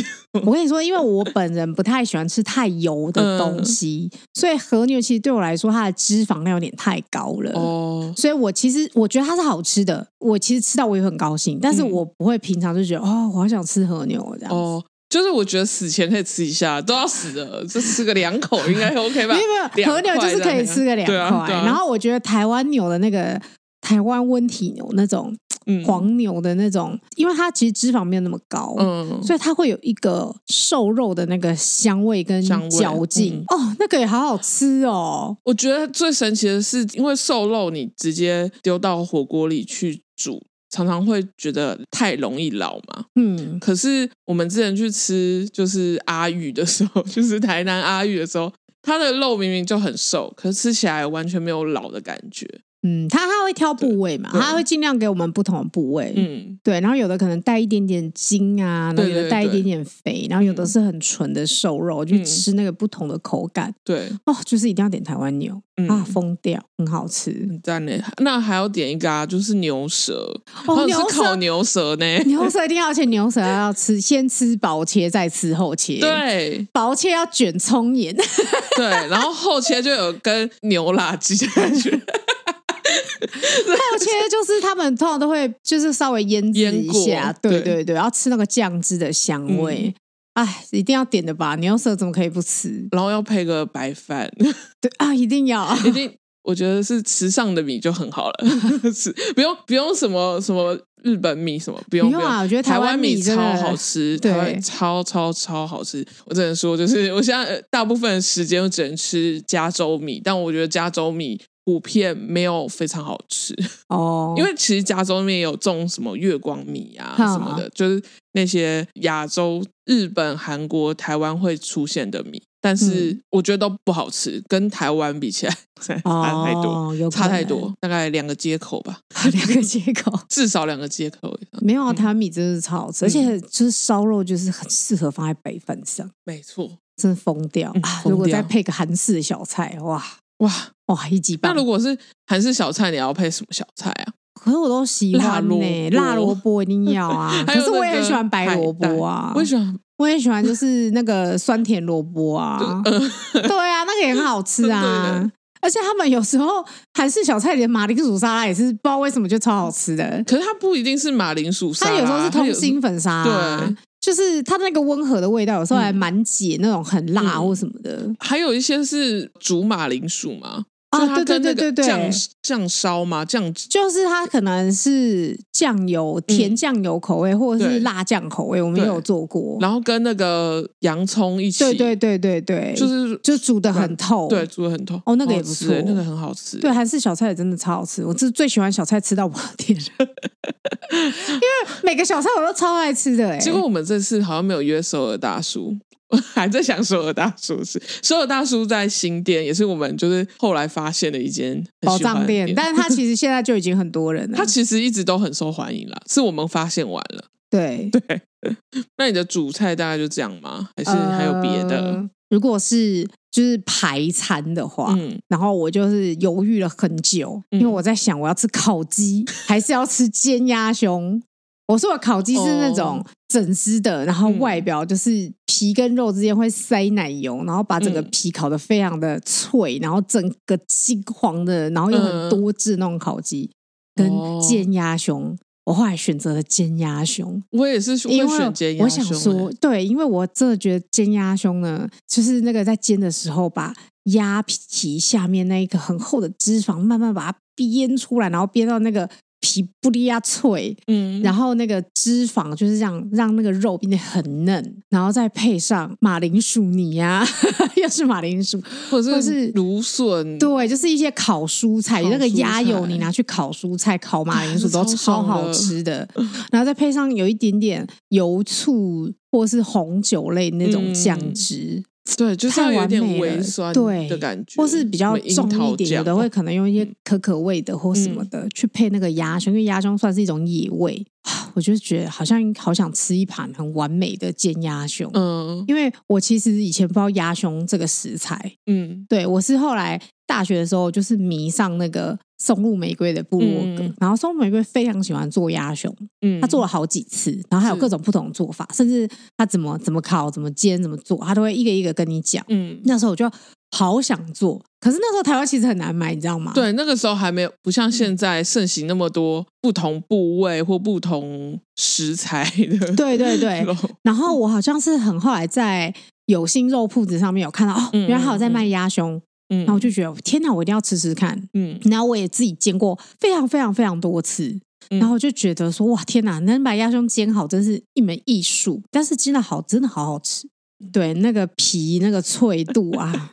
Speaker 1: 我跟你说，因为我本人不太喜欢吃太油的东
Speaker 2: 嗯
Speaker 1: 西，所以和牛其实对我来说，它的脂肪量有点太高了。
Speaker 2: 哦，
Speaker 1: 所以我其实我觉得它是好吃的，我其实吃到我也很高兴，但是
Speaker 2: 嗯
Speaker 1: 我不会平常就觉得、哦，我好想吃和牛这样子。
Speaker 2: 哦，就是我觉得死前可以吃一下，都要死了，就吃个两口应该 OK 吧
Speaker 1: 没？有没有，和牛就是可以吃个两块。
Speaker 2: 对啊对啊
Speaker 1: 然后我觉得台湾牛的那个台湾温体牛那种
Speaker 2: 嗯
Speaker 1: 黄牛的那种，因为它其实脂肪没有那么高，
Speaker 2: 嗯，
Speaker 1: 所以它会有一个瘦肉的那个香味跟
Speaker 2: 香味嗯
Speaker 1: 嚼劲、哦，那个也好好吃哦。
Speaker 2: 我觉得最神奇的是，因为瘦肉你直接丢到火锅里去煮，常常会觉得太容易老嘛。
Speaker 1: 嗯，
Speaker 2: 可是我们之前去吃就是阿玉的时候， 就是台南阿玉的时候，它的肉明明就很瘦，可是吃起来完全没有老的感觉。
Speaker 1: 嗯，他他会挑部位嘛，
Speaker 2: 对对
Speaker 1: 他会尽量给我们不同的部位，
Speaker 2: 嗯，
Speaker 1: 对，然后有的可能带一点点筋啊，然后
Speaker 2: 对
Speaker 1: 有的
Speaker 2: 对
Speaker 1: 带一
Speaker 2: 对
Speaker 1: 点点肥，然后有的是很纯的瘦肉，我去
Speaker 2: 嗯
Speaker 1: 吃那个不同的口感，
Speaker 2: 对，
Speaker 1: 哦，就是一定要点台湾牛
Speaker 2: 嗯
Speaker 1: 啊，疯掉，很好吃
Speaker 2: 很赞呢。那还要点一个啊，就是牛舌，还
Speaker 1: 哦，
Speaker 2: 有
Speaker 1: 牛
Speaker 2: 吃烤
Speaker 1: 舌。
Speaker 2: 牛舌呢。
Speaker 1: 牛舌一定要，而且牛舌要吃，先吃薄切，再吃厚切。，
Speaker 2: 对
Speaker 1: 薄切要卷葱盐，
Speaker 2: 对，然后后切就有跟牛辣鸡的感觉，
Speaker 1: 厚切就是他们通常都会就是稍微腌制
Speaker 2: 腌
Speaker 1: 一
Speaker 2: 过
Speaker 1: 下，对
Speaker 2: 对嗯
Speaker 1: 对对，要吃那个酱汁的香味。哎，一定要点的吧？牛舌怎么可以不吃？
Speaker 2: 然后要配个白饭，
Speaker 1: 对啊，一定 要。
Speaker 2: 一定我觉得是池上的米就很好了，是不用不用什么什么日本米什么，不用
Speaker 1: 不用啊我觉得台
Speaker 2: 台
Speaker 1: 湾米
Speaker 2: 米
Speaker 1: 真
Speaker 2: 超
Speaker 1: 的
Speaker 2: 好吃，
Speaker 1: 对
Speaker 2: 台湾超超超好吃。我只能说，就是我现在呃大部分时间我只能吃加州米，但我觉得加州米。普遍没有非常好吃，
Speaker 1: 哦，
Speaker 2: 因为其实加州那边也有种什么月光米啊
Speaker 1: 嗯
Speaker 2: 什么的，就是那些亚洲、日本、韩国、台湾会出现的米，但是我觉得都不好吃，跟台湾比起来 差太多，
Speaker 1: 嗯哦、有可
Speaker 2: 差太
Speaker 1: 能
Speaker 2: 多，，大概两个接口吧，
Speaker 1: 两个接口。
Speaker 2: 至少两个接口嗯以上。
Speaker 1: 没有啊，台湾米真的是超好吃，而
Speaker 2: 嗯
Speaker 1: 且就是烧肉就是很适合放在白饭上，
Speaker 2: 没错，
Speaker 1: 真的疯掉、
Speaker 2: 嗯
Speaker 1: 啊！
Speaker 2: 疯掉
Speaker 1: 如果再配个韩式的小菜，哇
Speaker 2: 哇！
Speaker 1: 哇一级棒！
Speaker 2: 那如果是韩式小菜，你要配什么小菜啊？
Speaker 1: 可是我都喜
Speaker 2: 辣
Speaker 1: 欢
Speaker 2: 萝
Speaker 1: 呢、
Speaker 2: 卜，
Speaker 1: 辣萝卜一定要啊可
Speaker 2: 还有
Speaker 1: 是我也
Speaker 2: 那
Speaker 1: 很
Speaker 2: 个
Speaker 1: 喜欢白
Speaker 2: 海
Speaker 1: 萝卜啊
Speaker 2: 带，我也喜欢，
Speaker 1: 我也喜欢就是那个酸甜萝卜啊， 对啊，那个也很好吃
Speaker 2: 对
Speaker 1: 啊
Speaker 2: 的。
Speaker 1: 而且他们有时候韩式小菜里的马铃薯沙拉也是不知道为什么就超好吃的，
Speaker 2: 可是它不一定是马铃薯沙
Speaker 1: 它
Speaker 2: 拉，
Speaker 1: 有时候是
Speaker 2: 它
Speaker 1: 通
Speaker 2: 有
Speaker 1: 心粉沙、啊，
Speaker 2: 对，
Speaker 1: 就是它那个温和的味道，有时候还蛮解那种很辣
Speaker 2: 嗯
Speaker 1: 或什么的。
Speaker 2: 还有一些是煮马铃薯嘛，
Speaker 1: 啊
Speaker 2: 就是
Speaker 1: 对对
Speaker 2: 它跟
Speaker 1: 对
Speaker 2: 那个
Speaker 1: 对对
Speaker 2: 酱酱烧嘛，酱汁
Speaker 1: 就是它可能是酱油甜
Speaker 2: 嗯
Speaker 1: 酱油口味，或者是
Speaker 2: 对
Speaker 1: 辣酱口味，我们也
Speaker 2: 对
Speaker 1: 有做过。
Speaker 2: 然后跟那个洋葱一起，
Speaker 1: 对对对对对，
Speaker 2: 就是
Speaker 1: 就煮的很透。
Speaker 2: 对，煮的很透。
Speaker 1: 哦那个也
Speaker 2: 很好
Speaker 1: 不
Speaker 2: 吃
Speaker 1: 错
Speaker 2: 欸那个很好吃。
Speaker 1: 对，韩式小菜也真的超好吃，我是最喜欢小菜吃到我的 天，因为每个小菜我都超爱吃的哎、
Speaker 2: 结果我们这次好像没有约首尔大叔，我还在想首尔大叔是首尔大叔在新店，也是我们就是后来发现的一间很
Speaker 1: 宝
Speaker 2: 喜欢
Speaker 1: 藏
Speaker 2: 的
Speaker 1: 店，但是它其实现在就已经很多人了
Speaker 2: 它。其实一直都很受欢迎啦，是我们发现晚了。
Speaker 1: 对，
Speaker 2: 那你的主菜大概就这样吗？还是还有别的？
Speaker 1: 呃如果是就是排餐的话，
Speaker 2: 嗯，
Speaker 1: 然后我就是犹豫了很久，因
Speaker 2: 嗯
Speaker 1: 为我在想我要吃烤鸡还是要吃煎鸭胸。我说的烤鸡是那种
Speaker 2: 哦
Speaker 1: 整只的，然后
Speaker 2: 嗯
Speaker 1: 外表就是皮跟肉之间会塞奶油，然后把整个
Speaker 2: 嗯
Speaker 1: 皮烤得非常的脆，然后整个金黄的，然后又很
Speaker 2: 嗯
Speaker 1: 多汁那种烤鸡，
Speaker 2: 哦
Speaker 1: 跟煎鸭胸。我后来选择了煎鸭胸，
Speaker 2: 我也是
Speaker 1: 因
Speaker 2: 会
Speaker 1: 为
Speaker 2: 选煎
Speaker 1: 我
Speaker 2: 鸭
Speaker 1: 想
Speaker 2: 胸欸、
Speaker 1: 说，对，因为我真的觉得煎鸭胸呢，就是那个在煎的时候，把鸭皮下面那一个很厚的脂肪慢慢把它煸出来，然后煸到那个皮不利亚脆，
Speaker 2: 嗯，
Speaker 1: 然后那个脂肪就是让让那个肉变得很嫩，然后再配上马铃薯泥啊， 又是马铃薯，
Speaker 2: 或者
Speaker 1: 或
Speaker 2: 是
Speaker 1: 是
Speaker 2: 芦笋，
Speaker 1: 对，就是一些烤蔬菜，
Speaker 2: 嗯烤
Speaker 1: 那个鸭
Speaker 2: 蔬菜
Speaker 1: 油你拿去烤蔬菜、烤马铃薯
Speaker 2: 啊
Speaker 1: 都
Speaker 2: 那超
Speaker 1: 超
Speaker 2: 爽
Speaker 1: 好
Speaker 2: 的
Speaker 1: 吃的，然后再配上有一点点油醋或是红酒类那种酱
Speaker 2: 嗯
Speaker 1: 汁，
Speaker 2: 对，就是要
Speaker 1: 太
Speaker 2: 有
Speaker 1: 完
Speaker 2: 一点
Speaker 1: 美
Speaker 2: 微
Speaker 1: 了
Speaker 2: 酸
Speaker 1: 对
Speaker 2: 的感觉，
Speaker 1: 或是比较
Speaker 2: 什么樱
Speaker 1: 重一
Speaker 2: 桃
Speaker 1: 点，有
Speaker 2: 酱啊嗯
Speaker 1: 的会可能用一些可可味的或什么的、去配那个鸭胸，因为鸭胸算是一种野味， 啊我就觉得好像好想吃一盘很完美的煎鸭胸。
Speaker 2: 嗯
Speaker 1: 因为我其实以前不知道鸭胸这个食材，
Speaker 2: 嗯
Speaker 1: 对我是后来大学的时候就是迷上那个松露玫瑰的部落格，
Speaker 2: 嗯
Speaker 1: 然后松露玫瑰非常喜欢做鸭胸，
Speaker 2: 嗯，
Speaker 1: 他做了好几次，然后还有
Speaker 2: 是
Speaker 1: 各种不同的做法，甚至他怎么怎么烤、怎么煎、怎么做，他都会一个一个跟你讲。
Speaker 2: 嗯，
Speaker 1: 那时候我就好想做，可是那时候台湾其实很难买，你知道吗？，
Speaker 2: 对，那个时候还没有不像
Speaker 1: 嗯
Speaker 2: 现在盛行那么多不同部位或不同食材的，
Speaker 1: 对对 对
Speaker 2: 肉，
Speaker 1: 然后我好像是很后来在有心肉铺子上面有看到，哦，
Speaker 2: 嗯
Speaker 1: 原来还有在卖鸭胸，
Speaker 2: 嗯，
Speaker 1: 然后我就觉得天哪，我一定要吃吃看。
Speaker 2: 嗯，
Speaker 1: 然后我也自己煎过非常非常非常多次，
Speaker 2: 嗯
Speaker 1: 然后我就觉得说哇天哪，能把鸭胸煎好真是一门艺术，但是煎的好真的好好吃，对那个皮那个脆度啊。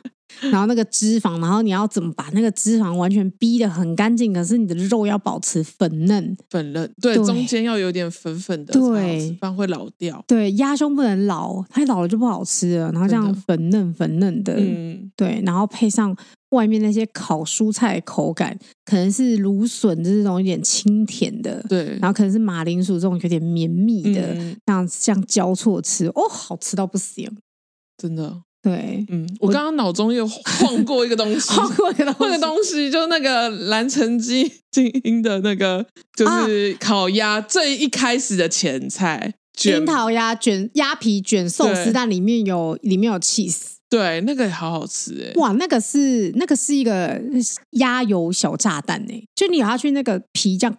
Speaker 1: 然后那个脂肪，然后你要怎么把那个脂肪完全逼得很干净？可是你的肉要保持粉嫩，
Speaker 2: 粉嫩，对，
Speaker 1: 对
Speaker 2: 中间要有点粉粉的才好吃，
Speaker 1: 对
Speaker 2: 不然会老掉。
Speaker 1: 对，鸭胸不能老，太老了就不好吃了。然后这样
Speaker 2: 真的
Speaker 1: 粉嫩粉嫩的，
Speaker 2: 嗯，
Speaker 1: 对，然后配上外面那些烤蔬菜的口感，可能是芦笋这种有点清甜的，
Speaker 2: 对，
Speaker 1: 然后可能是马铃薯这种有点绵密的，
Speaker 2: 嗯
Speaker 1: 像像交错吃，哦，好吃到不行。
Speaker 2: 真的，
Speaker 1: 对，
Speaker 2: 嗯，我刚刚脑中又晃过一个东 西，
Speaker 1: 好贵的
Speaker 2: 嗯 那个
Speaker 1: 东西，
Speaker 2: 东西就是那个蓝城基精英的那
Speaker 1: 啊
Speaker 2: 个，就是烤鸭最一开始的前菜卷
Speaker 1: 樱，桃鸭卷、鸭皮卷寿司，
Speaker 2: 对
Speaker 1: 但里面有里面有 cheese，
Speaker 2: 对，那个好好吃哎、
Speaker 1: 哇，那个是那个是一个鸭油小炸弹哎、就你咬下去那个皮这样。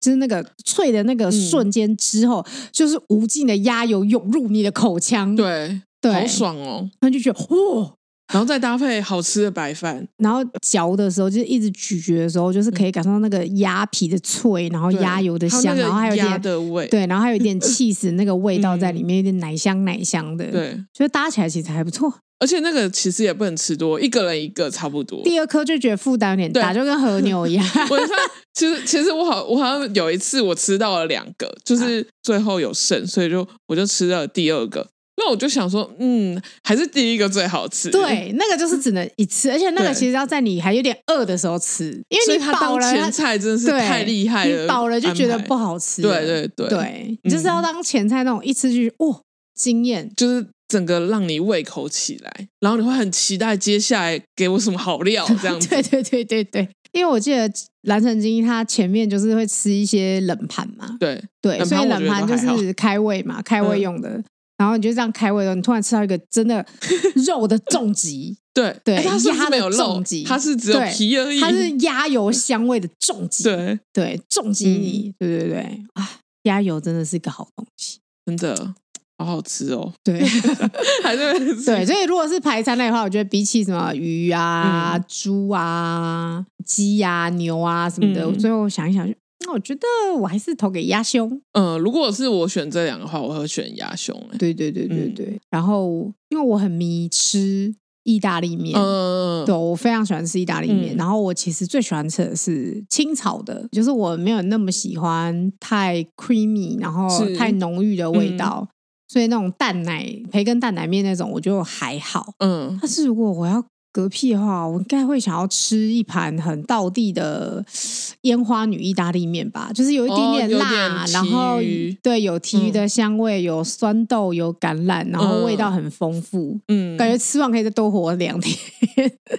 Speaker 1: 就是那个脆的那
Speaker 2: 嗯
Speaker 1: 个瞬间之后，就是无尽的鸭油涌入你的口腔，
Speaker 2: 对，
Speaker 1: 对，
Speaker 2: 好，爽哦。
Speaker 1: 他就觉得哦，
Speaker 2: 然后再搭配好吃的白饭，
Speaker 1: 然后嚼的时候，就是一直咀嚼的时候，就是可以感受到那个鸭皮的脆，然后
Speaker 2: 嗯对
Speaker 1: 哦鸭油的香，
Speaker 2: 还有
Speaker 1: 然后还
Speaker 2: 那
Speaker 1: 有
Speaker 2: 个
Speaker 1: 一
Speaker 2: 鸭
Speaker 1: 点
Speaker 2: 的味，
Speaker 1: 对，然后还有一点 cheese 那个味道在
Speaker 2: 嗯
Speaker 1: 里面，有点奶香奶香的，，
Speaker 2: 对，
Speaker 1: 所以搭起来其实还不错。
Speaker 2: 而且那个其实也不能吃多，一个人一个差不多。
Speaker 1: 第二颗就觉得负担有点大，
Speaker 2: 对
Speaker 1: 就跟和牛一样，
Speaker 2: 我上其实其实我好我好像有一次我吃到了两个，
Speaker 1: 啊
Speaker 2: 就是最后有剩，所以就我就吃了第二个。那我就想说，嗯，还是第一个最好吃。
Speaker 1: 对，那个就是只能一次，而且那个
Speaker 2: 对
Speaker 1: 其实要在你还有点饿的时候吃，因
Speaker 2: 所
Speaker 1: 为你
Speaker 2: 以它
Speaker 1: 饱
Speaker 2: 当
Speaker 1: 了，它
Speaker 2: 前菜真的是
Speaker 1: 对
Speaker 2: 太厉害了，
Speaker 1: 你饱了就觉得不
Speaker 2: 好。
Speaker 1: 好吃了，
Speaker 2: 对对对，嗯
Speaker 1: 对，你就是要当前菜那种一吃进去，哦，惊艳，
Speaker 2: 就是整个让你胃口起来，然后你会很期待接下来给我什么 好料这样子。
Speaker 1: 对对对对对，因为我记得蓝城精英它前面就是会吃一些冷盘嘛，
Speaker 2: 对
Speaker 1: 对，
Speaker 2: 冷盘
Speaker 1: 所以
Speaker 2: 我
Speaker 1: 冷
Speaker 2: 觉得
Speaker 1: 盘
Speaker 2: 都
Speaker 1: 就
Speaker 2: 还好嗯
Speaker 1: 是开胃嘛，开胃用的。然后你就这样开胃的时候，你突然吃到一个真 的肉的重击，
Speaker 2: 对
Speaker 1: 对
Speaker 2: 哎它是
Speaker 1: 鸭
Speaker 2: 不是
Speaker 1: 的
Speaker 2: 没有肉
Speaker 1: 重击？
Speaker 2: 它是只有
Speaker 1: 对
Speaker 2: 皮而已。
Speaker 1: 它是鸭油香味的重击，
Speaker 2: 嗯对，嗯
Speaker 1: 对，重击你，对对对，啊，鸭油真的是个好东西，
Speaker 2: 真的好好吃哦，
Speaker 1: 对
Speaker 2: 还是
Speaker 1: 对，所以如果是排餐类的话，我觉得比起什么鱼啊、
Speaker 2: 嗯
Speaker 1: 猪啊、鸡啊、牛啊什么的，
Speaker 2: 嗯
Speaker 1: 最后想一想就，那我觉得我还是投给鸭胸，
Speaker 2: 嗯、如果是我选这两个话，我会选鸭胸、欸。
Speaker 1: 对对对对
Speaker 2: 嗯
Speaker 1: 对，然后因为我很迷吃意大利面，
Speaker 2: 嗯、
Speaker 1: 对，我非常喜欢吃意大利面。
Speaker 2: 嗯
Speaker 1: 然后我其实最喜欢吃的是清炒的，就是我没有那么喜欢太 creamy，然后
Speaker 2: 是嗯
Speaker 1: 太浓郁的味道。所以那种蛋奶培根蛋奶面那种，我就还好。
Speaker 2: 嗯，
Speaker 1: 但是如果我要嗝屁的话，我应该会想要吃一盘很道地的烟花女意大利面吧，就是有一点
Speaker 2: 哦有
Speaker 1: 辣，
Speaker 2: 点嗯
Speaker 1: 然后
Speaker 2: 鲫鱼
Speaker 1: 对有鲫鱼的香味，有酸豆，有橄榄，然后味道很丰富，
Speaker 2: 嗯
Speaker 1: 感觉吃完可以再多活两天。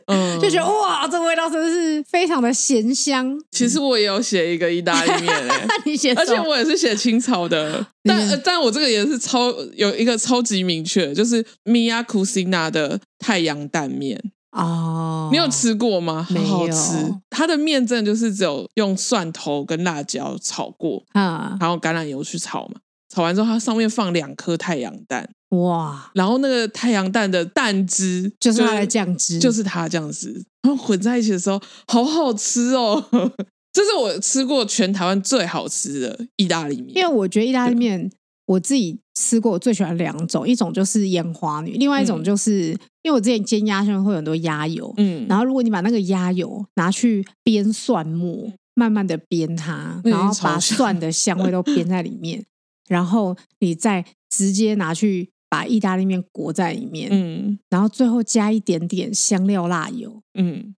Speaker 2: 嗯
Speaker 1: 就觉得哦哇，这味道真的是非常的咸香。
Speaker 2: 其实我也有写一个意大利面、欸，
Speaker 1: 那你写
Speaker 2: 而且
Speaker 1: 什么
Speaker 2: 我也是写清朝 的，但
Speaker 1: 嗯
Speaker 2: 呃但我这个也是超有一个超级明确，就是米亚库西娜的太阳蛋面，
Speaker 1: 哦，
Speaker 2: 你有吃过吗？
Speaker 1: 没
Speaker 2: 很好
Speaker 1: 有
Speaker 2: 吃，它的面真的就是只有用蒜头跟辣椒炒过，
Speaker 1: 啊？
Speaker 2: 然后橄榄油去炒嘛，炒完之后它上面放两颗太阳蛋，
Speaker 1: 哇，
Speaker 2: 然后那个太阳蛋的蛋汁
Speaker 1: 就是它的酱汁，
Speaker 2: 就是它这样子，然后混在一起的时候，好好吃哦。 这是我吃过全台湾最好吃的意大利面，
Speaker 1: 因为我觉得意大利面我自己吃过，我最喜欢两种，一种就是烟花女，另外一种
Speaker 2: 嗯
Speaker 1: 就是、因为我之前煎鸭胸会有很多鸭油，
Speaker 2: 嗯，
Speaker 1: 然后如果你把那个鸭油拿去煸蒜末，慢慢的煅它，
Speaker 2: 那已经
Speaker 1: 然后把
Speaker 2: 嗯超香
Speaker 1: 蒜的香味都煅在里 面，然后你再直接拿去把意大利面裹在里面，
Speaker 2: 嗯
Speaker 1: 然后最后加一点点香料辣油，
Speaker 2: 嗯，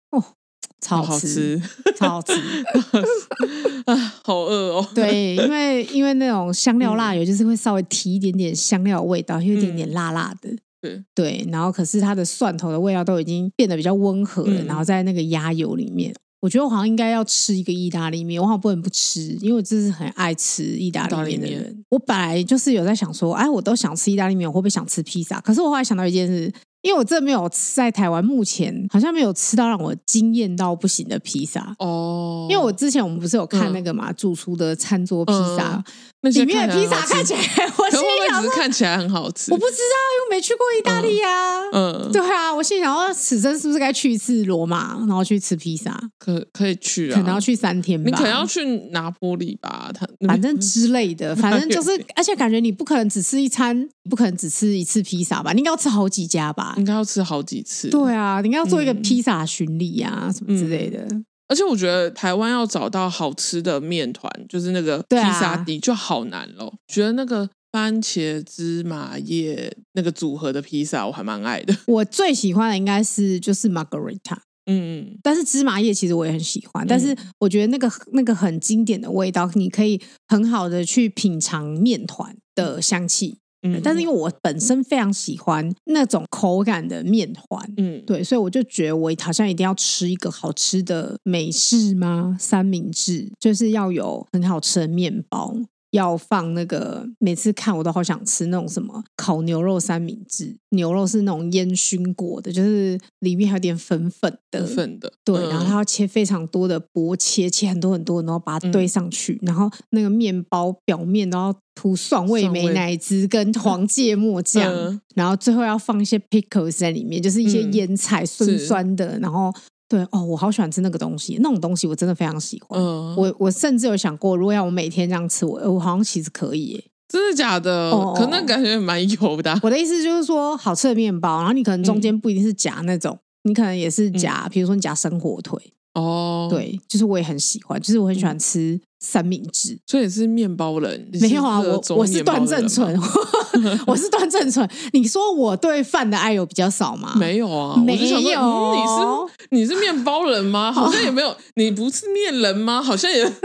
Speaker 1: 超
Speaker 2: 好
Speaker 1: 吃，
Speaker 2: 吃
Speaker 1: 超好吃。
Speaker 2: 啊，好饿哦。
Speaker 1: 对，因为因为那种香料辣油就是会稍微提一点点香料的味道，有一点点辣辣的。
Speaker 2: 是
Speaker 1: 对，然后可是它的蒜头的味道都已经变得比较温和了，
Speaker 2: 嗯
Speaker 1: 然后在那个鸭油里面。我觉得我好像应该要吃一个意大利面，我好像不能不吃，因为我真是很爱吃意大利面的
Speaker 2: 意大利
Speaker 1: 人。我本来就是有在想说，哎，我都想吃意大利面，我会不会想吃披萨？可是我后来想到一件事，因为我真的没有吃在台湾，目前好像没有吃到让我惊艳到不行的披萨。
Speaker 2: 哦，
Speaker 1: 因为我之前我们不是有看
Speaker 2: 嗯
Speaker 1: 那个嘛，主厨的餐桌披萨
Speaker 2: 嗯，那些
Speaker 1: 里面的披萨看
Speaker 2: 看
Speaker 1: 起
Speaker 2: 来
Speaker 1: 来，我
Speaker 2: 很好吃，可
Speaker 1: 心
Speaker 2: 会
Speaker 1: 里
Speaker 2: 不
Speaker 1: 想说
Speaker 2: 会只是，看起来很好吃？
Speaker 1: 我不知道，又没去过意大利呀、
Speaker 2: 嗯，
Speaker 1: 对啊，我心里想说，此生是不是该去一次罗马，然后去吃披萨？
Speaker 2: 可可以去啊，
Speaker 1: 可能要，去三天吧，
Speaker 2: 你可能要去嗯拿坡里吧，他
Speaker 1: 反正之类的，反正就是，而且感觉你不可能只吃一餐，不可能只吃一次披萨吧？你应该要吃好几家吧？
Speaker 2: 应该要吃好几次。
Speaker 1: 对啊，你应该要做一个
Speaker 2: 嗯
Speaker 1: 披萨巡礼啊，什么之类的。
Speaker 2: 而且我觉得台湾要找到好吃的面团，就是那个披
Speaker 1: 对啊
Speaker 2: 萨底就好难咯。觉得那个番茄芝麻叶那个组合的披萨我还蛮爱的，
Speaker 1: 我最喜欢的应该是就是 Margarita，
Speaker 2: 嗯
Speaker 1: 但是芝麻叶其实我也很喜欢，但是我觉得那个那个很经典的味道，你可以很好的去品尝面团的香气。
Speaker 2: 嗯嗯，
Speaker 1: 但是因为我本身非常喜欢那种口感的面团，
Speaker 2: 嗯
Speaker 1: 对，所以我就觉得我好像一定要吃一个好吃的美式吗？三明治就是要有很好吃的面包，要放那个每次看我都好想吃那种什么烤牛肉三明治，牛肉是那种烟熏过的，就是里面还有点粉粉的
Speaker 2: 粉粉的，
Speaker 1: 对，
Speaker 2: 嗯
Speaker 1: 然后它要切非常多的薄切，切很多很多，然后把它
Speaker 2: 嗯
Speaker 1: 堆上去，然后那个面包表面然后涂蒜味
Speaker 2: 蒜
Speaker 1: 美
Speaker 2: 味
Speaker 1: 乃滋 跟黄芥末酱，
Speaker 2: 嗯
Speaker 1: 然后最后要放一些 pickles 在里面，就是一些
Speaker 2: 嗯
Speaker 1: 腌菜，酸
Speaker 2: 是
Speaker 1: 酸的，然后对哦，我好喜欢吃那个东西，那种东西我真的非常喜欢。
Speaker 2: 嗯，
Speaker 1: 我我甚至有想过，如果要我每天这样吃，我我好像其实可以耶。
Speaker 2: 真的假的
Speaker 1: 哦？
Speaker 2: 可那感觉蛮油的啊，
Speaker 1: 我的意思就是说，好吃的面包，然后你可
Speaker 2: 嗯
Speaker 1: 能中间不一定是夹那种，你可能也是夹，比如说你夹生火腿，
Speaker 2: 哦，，
Speaker 1: 对，就是我也很喜欢，就是我很喜欢吃三明治。
Speaker 2: 所以你是面包人，你
Speaker 1: 没有啊，
Speaker 2: 热
Speaker 1: 我
Speaker 2: 衷
Speaker 1: 我是
Speaker 2: 面包
Speaker 1: 段
Speaker 2: 的
Speaker 1: 正
Speaker 2: 人
Speaker 1: 淳， 我是段正淳。你说我对饭的爱有比较少吗？
Speaker 2: 吗，没有啊，
Speaker 1: 没
Speaker 2: 我就想说
Speaker 1: 有
Speaker 2: 嗯你是你是面包人吗？好像也 没有，你不是面人吗？好像也，
Speaker 1: 我没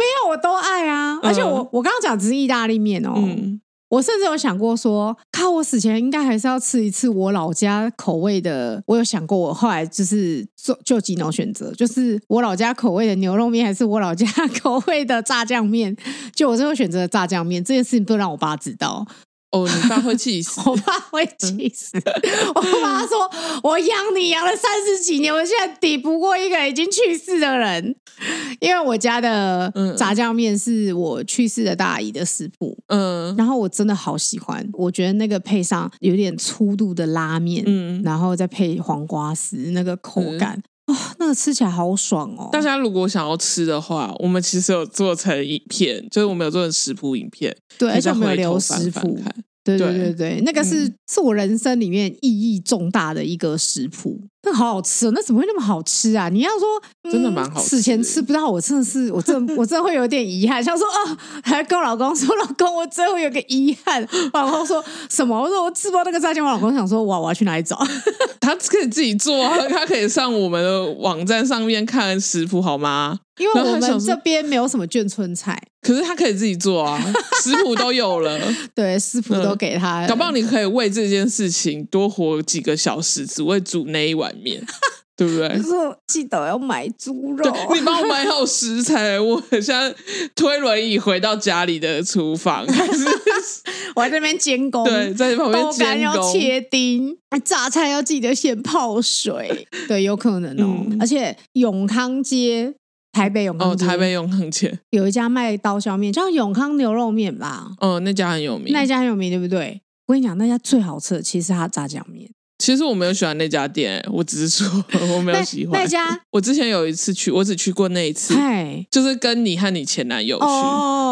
Speaker 1: 有，我都爱啊。而且我
Speaker 2: 嗯
Speaker 1: 我刚刚讲只是意大利面哦，
Speaker 2: 嗯，
Speaker 1: 我甚至有想过说，靠，我死前应该还是要吃一次我老家口味的。我有想过，我后来就是做就几种选择，就是我老家口味的牛肉面，还是我老家 口味的炸酱面。就我最后选择了炸酱面这件事情，不能让我爸知道。，
Speaker 2: 哦，你爸会气死
Speaker 1: 我爸会
Speaker 2: 嗯
Speaker 1: 气死。我爸说：“我养你养了三十几年，我现在抵不过一个已经去世的人。”因为我家的
Speaker 2: 嗯
Speaker 1: 炸酱面是我去世的大姨的食谱，
Speaker 2: 嗯
Speaker 1: 然后我真的好喜欢，我觉得那个配上有点粗度的拉面，
Speaker 2: 嗯。
Speaker 1: 然后再配黄瓜丝，那个口感。哇、那个吃起来好爽哦！
Speaker 2: 大家如果想要吃的话，我们其实有做成影片，就是我们有做成食谱影片，
Speaker 1: 对，
Speaker 2: 可以
Speaker 1: 而且
Speaker 2: 再
Speaker 1: 我们有
Speaker 2: 回头
Speaker 1: 刘
Speaker 2: 翻
Speaker 1: 师
Speaker 2: 翻
Speaker 1: 傅，
Speaker 2: 看
Speaker 1: 对对对
Speaker 2: 对
Speaker 1: 对，那个是、
Speaker 2: 嗯
Speaker 1: 是我人生里面意义重大的一个食谱。那好好吃、哦，那怎么会那么好吃啊？你要说、嗯
Speaker 2: 真的蛮好吃的
Speaker 1: 死前吃不到，我真的是，我真的我真的会有点遗憾，想说啊，还跟我老公说，老公，我最后有个遗憾。我老公说什么？我说我吃不到那个炸酱，我老公想说哇，我要去哪里找？
Speaker 2: 他可以自己做啊，他可以上我们的网站上面看食谱好吗？
Speaker 1: 因为
Speaker 2: 然后他
Speaker 1: 我们
Speaker 2: 想说
Speaker 1: 这边没有什么眷村菜，
Speaker 2: 可是他可以自己 做啊，食谱都有了，
Speaker 1: 对，师傅
Speaker 2: 嗯
Speaker 1: 都给他，
Speaker 2: 搞不好你可以为这件事情多活几个小时，只为煮那一碗面，对不对
Speaker 1: 就？是我记得我要买猪肉，
Speaker 2: 对你帮我买好食材，我现在推轮椅回到家里的 厨房，还是
Speaker 1: 我还在那边监工，
Speaker 2: 对，在旁边
Speaker 1: 豆干
Speaker 2: 监
Speaker 1: 要
Speaker 2: 工，
Speaker 1: 切丁，榨菜要记得先泡 水。对，有可能哦。
Speaker 2: 嗯
Speaker 1: 而且永康街，台北永康
Speaker 2: 哦，
Speaker 1: 街，
Speaker 2: 台北永康街，
Speaker 1: 有一家卖刀削面，叫永康牛肉面吧，
Speaker 2: 哦，那家很有名。
Speaker 1: 那一家很有名，对不对？我跟你讲，那家最好吃的其实是它的炸酱面，
Speaker 2: 其实我没有喜欢那家店，我只是说 我没有
Speaker 1: 那
Speaker 2: 喜欢
Speaker 1: 那。家，
Speaker 2: 我之前有一次去，我只去过那一次，
Speaker 1: 嗨，
Speaker 2: 就是跟你和你前男友去，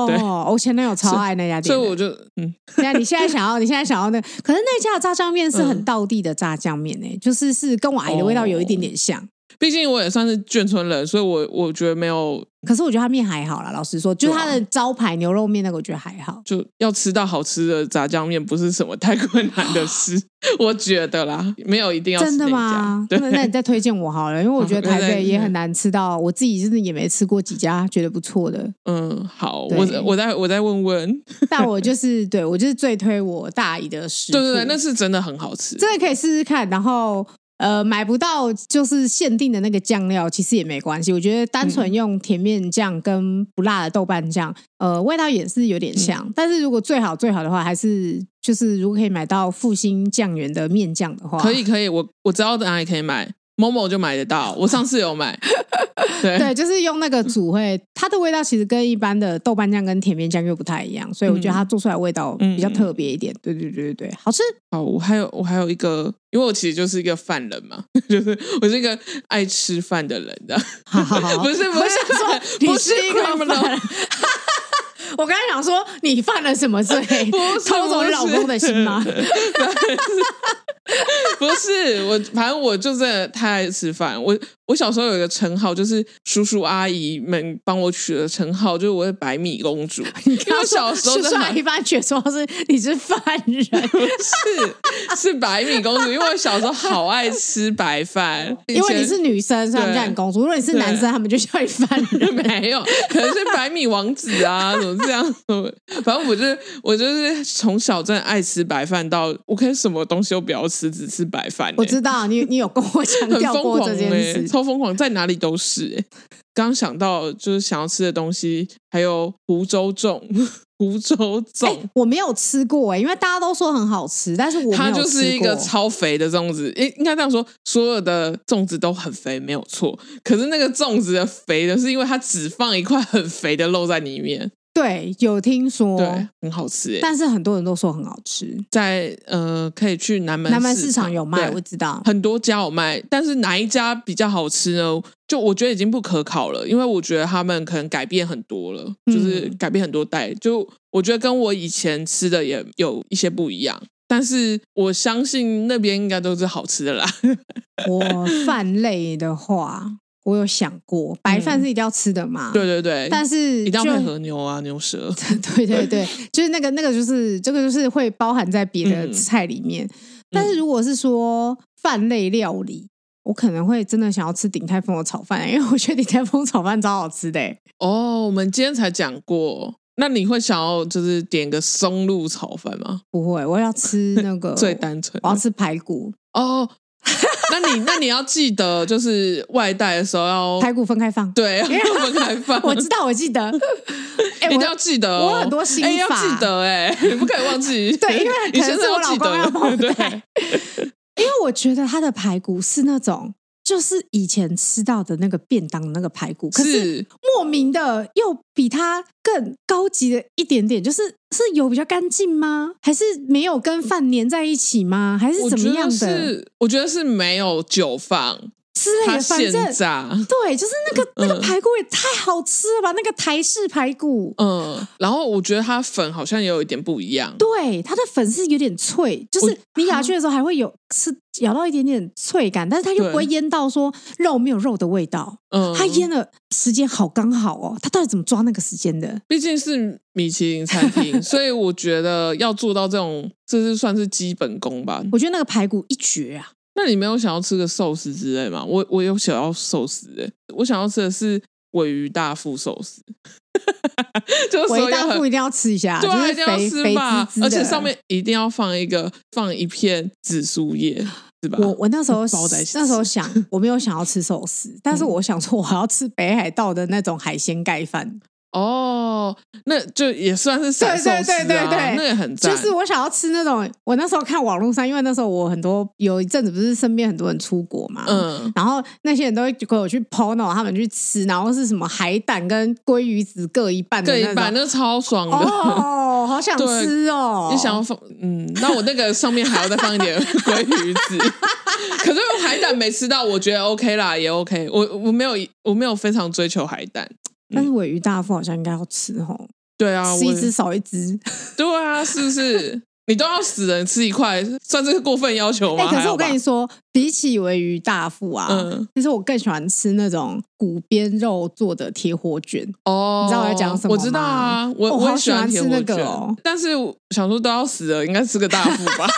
Speaker 2: 对
Speaker 1: 哦，我前男友超
Speaker 2: 所以
Speaker 1: 爱那家
Speaker 2: 所
Speaker 1: 店
Speaker 2: 以
Speaker 1: 的，
Speaker 2: 我就嗯，
Speaker 1: 那你现在想要，你现在想要那个，可是那家的炸酱面是很
Speaker 2: 嗯
Speaker 1: 道地的炸酱面诶，就是是跟我阿姨的味道有一点
Speaker 2: 哦
Speaker 1: 点像。
Speaker 2: 毕竟我也算是眷村人，所以我我觉得没有
Speaker 1: 可是我觉得它面还好啦，老实说，就是它
Speaker 2: 对啊
Speaker 1: 的招牌牛肉面那个，我觉得还好。
Speaker 2: 就要吃到好吃的炸酱面，不是什么太 困难的事，我觉得啦，没有一定要吃
Speaker 1: 真的
Speaker 2: 那一家
Speaker 1: 吗？
Speaker 2: 对，
Speaker 1: 那那你再推荐我好了，因为我觉得台北也很
Speaker 2: 嗯
Speaker 1: 难吃到，我自己真的也没吃过几家觉得不错的。
Speaker 2: 嗯，好，
Speaker 1: 对
Speaker 2: 我我再我再问问，
Speaker 1: 但我就是对我就是最推我大姨的食谱，
Speaker 2: 对对对，那是真的很好吃，
Speaker 1: 真的可以试试看。然后呃，买不到就是限定的那个酱料，其实也没关系。我觉得单纯用甜面酱跟不辣的豆瓣酱，
Speaker 2: 嗯
Speaker 1: 呃，味道也是有点像。但是如果最好最好的话，还是就是如果可以买到复兴酱园的面酱的话，
Speaker 2: 可以可以，我我知道哪里可以买，某某就买得到，我上次 有买，对
Speaker 1: 对，就是用那个煮会，它的味道其实跟一般的豆瓣酱跟甜面酱又不太一样，所以我觉
Speaker 2: 嗯
Speaker 1: 得它做出来的味道比较特别一点。对对对对对，好 吃。
Speaker 2: 好，我还有我还有一个，因为我其实就是一个饭人嘛， 就是我是一个爱吃饭的人的，
Speaker 1: 好好好，
Speaker 2: 不是不
Speaker 1: 哦我
Speaker 2: 是
Speaker 1: 想说
Speaker 2: 不
Speaker 1: 你
Speaker 2: 是
Speaker 1: 是一个
Speaker 2: criminal
Speaker 1: 犯人。我刚才想说你犯了什么罪？
Speaker 2: 不 是
Speaker 1: 偷走你老公的心吗？
Speaker 2: 不是 不是我，反正我就真的太爱吃饭。我我小时候有一个称号，就是叔叔阿姨们帮我取的称号，就是我是白米公主。
Speaker 1: 你
Speaker 2: 因为
Speaker 1: 刚
Speaker 2: 我小时候
Speaker 1: 叔叔
Speaker 2: 真的
Speaker 1: 阿
Speaker 2: 蛮
Speaker 1: 姨把觉说是你是犯人，
Speaker 2: 是是白米公主，因为我小时候好爱吃白饭，
Speaker 1: 因为
Speaker 2: 以
Speaker 1: 你
Speaker 2: 前
Speaker 1: 是女生，所以他们
Speaker 2: 对
Speaker 1: 叫你公主；如果你是男生，他们就叫你犯人。
Speaker 2: 没有，可能是白米王子啊，怎么这样？怎么反正我就是我就是从小真的爱吃白饭，到我可以什么东西都不要吃，只吃白饭欸、
Speaker 1: 我知道你，你有跟我强
Speaker 2: 很
Speaker 1: 调
Speaker 2: 疯
Speaker 1: 过
Speaker 2: 狂
Speaker 1: 这件
Speaker 2: 欸
Speaker 1: 事。
Speaker 2: 超疯狂，在哪里都是、欸。刚想到就是想要吃的东西，还有湖州粽，湖州粽。
Speaker 1: 哎我没有吃过哎、因为大家都说很好吃，但是我没有
Speaker 2: 它就是
Speaker 1: 吃
Speaker 2: 一个
Speaker 1: 过
Speaker 2: 超肥的粽子，应应该这样说，所有的粽子都很肥，没有错。可是那个粽子的肥的是因为它只放一块很肥的肉在里面，
Speaker 1: 对，有听说，
Speaker 2: 对，很好吃耶。
Speaker 1: 哦但是很多人都说很好吃。
Speaker 2: 在呃，可以去南门
Speaker 1: 南门市
Speaker 2: 市
Speaker 1: 场有卖，
Speaker 2: 对
Speaker 1: 我知道。
Speaker 2: 很多家有卖，但是哪一家比较好吃呢？就我觉得已经不可考了，因为我觉得他们可能改变很多了，
Speaker 1: 嗯
Speaker 2: 就是改变很多代。就我觉得跟我以前吃的也有一些不一样，但是我相信那边应该都是好吃的啦。
Speaker 1: 我 饭类的话，我有想过，白饭是一定要吃的嘛？
Speaker 2: 嗯对对对，
Speaker 1: 但是
Speaker 2: 哎一定要
Speaker 1: 就
Speaker 2: 配合牛啊牛舌，
Speaker 1: 对对对，就是那个那个就是这个就是会包含在别的
Speaker 2: 嗯
Speaker 1: 菜里面。但是如果是说饭类料理，我可能会真的想要吃鼎泰丰的炒饭，因为我觉得鼎泰丰炒饭超好吃的欸、
Speaker 2: 哦，我们今天才讲过。那你会想要就是点个松露炒饭吗？
Speaker 1: 不会，我要吃那个
Speaker 2: 最单纯的
Speaker 1: 呃我要吃排骨，
Speaker 2: 哦。那你那你要记得，就是外带的时候要
Speaker 1: 排骨分开放。
Speaker 2: 对， 要分开放，
Speaker 1: 我知道，我记得。 哎、
Speaker 2: 一定
Speaker 1: 我
Speaker 2: 要记得、哦。
Speaker 1: 我有很多心
Speaker 2: 哎要
Speaker 1: 法
Speaker 2: 记得哎、你不可以忘记。
Speaker 1: 对因为可
Speaker 2: 你
Speaker 1: 能
Speaker 2: 现在
Speaker 1: 是我
Speaker 2: 记
Speaker 1: 老公要帮我
Speaker 2: 得，对
Speaker 1: 带，因为我觉得它的排骨是那种。就是以前吃到的那个便当那个排骨，可是
Speaker 2: 是
Speaker 1: 莫名的又比它更高级的一点点，就是是有比较干净吗？还是没有跟饭粘在一起吗？还是
Speaker 2: 我
Speaker 1: 怎
Speaker 2: 觉
Speaker 1: 么
Speaker 2: 得
Speaker 1: 样的
Speaker 2: 是，我觉得是没有久放，
Speaker 1: 之类
Speaker 2: 它
Speaker 1: 的？反
Speaker 2: 现
Speaker 1: 正
Speaker 2: 炸。
Speaker 1: 对，就是那个那个
Speaker 2: 嗯
Speaker 1: 排骨也太好吃了吧！那个台式排骨，
Speaker 2: 嗯，然后我觉得它粉好像也有一点不一样，
Speaker 1: 对，它的粉是有点脆，就是你咬下去的时候还会有吃咬到一点点脆感，但是它又
Speaker 2: 对
Speaker 1: 不会腌到说肉没有肉的味道。
Speaker 2: 嗯，
Speaker 1: 它腌的时间好刚好哦，它到底怎么抓那个时间的？
Speaker 2: 毕竟是米其林 餐厅，所以我觉得要做到这种，这是算是基本功吧。
Speaker 1: 我觉得那个排骨一绝啊！
Speaker 2: 那你没有想要吃个寿司之类吗？我我有想要寿司哎、我想要吃的是尾鱼大腹寿司， 就是 所
Speaker 1: 维
Speaker 2: 以要
Speaker 1: 大
Speaker 2: 很
Speaker 1: 富一定要吃一下，
Speaker 2: 对
Speaker 1: 就
Speaker 2: 啊，
Speaker 1: 是
Speaker 2: 一定要
Speaker 1: 肥
Speaker 2: 吃
Speaker 1: 肥
Speaker 2: 吧，
Speaker 1: 滋滋的，
Speaker 2: 而且上面一定要放一个放一片紫苏叶，是吧？
Speaker 1: 我我那时候
Speaker 2: 包在一起
Speaker 1: 那时候 想，我没有想要吃寿司，但是
Speaker 2: 嗯
Speaker 1: 我想说我要吃北海道的那种海鲜盖饭，
Speaker 2: 哦，那就也算是散寿司
Speaker 1: 对
Speaker 2: 啊，
Speaker 1: 对对对对
Speaker 2: 那也很赞。
Speaker 1: 就是我想要吃那种，我那时候看网络上，因为那时候我很多有一阵子不是身边很多人出国嘛，
Speaker 2: 嗯，
Speaker 1: 然后那些人都会给我去 PO 那种他们去吃，然后是什么海胆跟鲑鱼子各一半的
Speaker 2: 各一
Speaker 1: 那
Speaker 2: 半，
Speaker 1: 种，
Speaker 2: 那超爽的。
Speaker 1: 哦，好想
Speaker 2: 对
Speaker 1: 吃哦，
Speaker 2: 你想要放嗯，那我那个上面还要再放一点 鲑鱼子， 可是我海胆没吃到，我觉得 OK 啦，也 OK 我。我没有我没有非常追求海胆，
Speaker 1: 但是尾鱼大腹好像应该要吃哦，
Speaker 2: 对啊，
Speaker 1: 吃一
Speaker 2: 我
Speaker 1: 只少一只。
Speaker 2: 对啊，是 不是？你都要死人吃一块，算是过分要求吗？
Speaker 1: 哎、可
Speaker 2: 还
Speaker 1: 是
Speaker 2: 好
Speaker 1: 我跟
Speaker 2: 吧
Speaker 1: 你说，比起尾鱼大腹啊，
Speaker 2: 嗯
Speaker 1: 其实我更喜欢吃那种骨边肉做的铁火 卷。
Speaker 2: 哦，
Speaker 1: 你知道我在讲什么吗
Speaker 2: 我知道啊，我、
Speaker 1: 哦
Speaker 2: 我
Speaker 1: 好
Speaker 2: 也
Speaker 1: 喜
Speaker 2: 喜欢
Speaker 1: 欢吃
Speaker 2: 甜火
Speaker 1: 那个
Speaker 2: 卷，
Speaker 1: 哦
Speaker 2: 但是我想说都要死了，应该吃个大腹吧，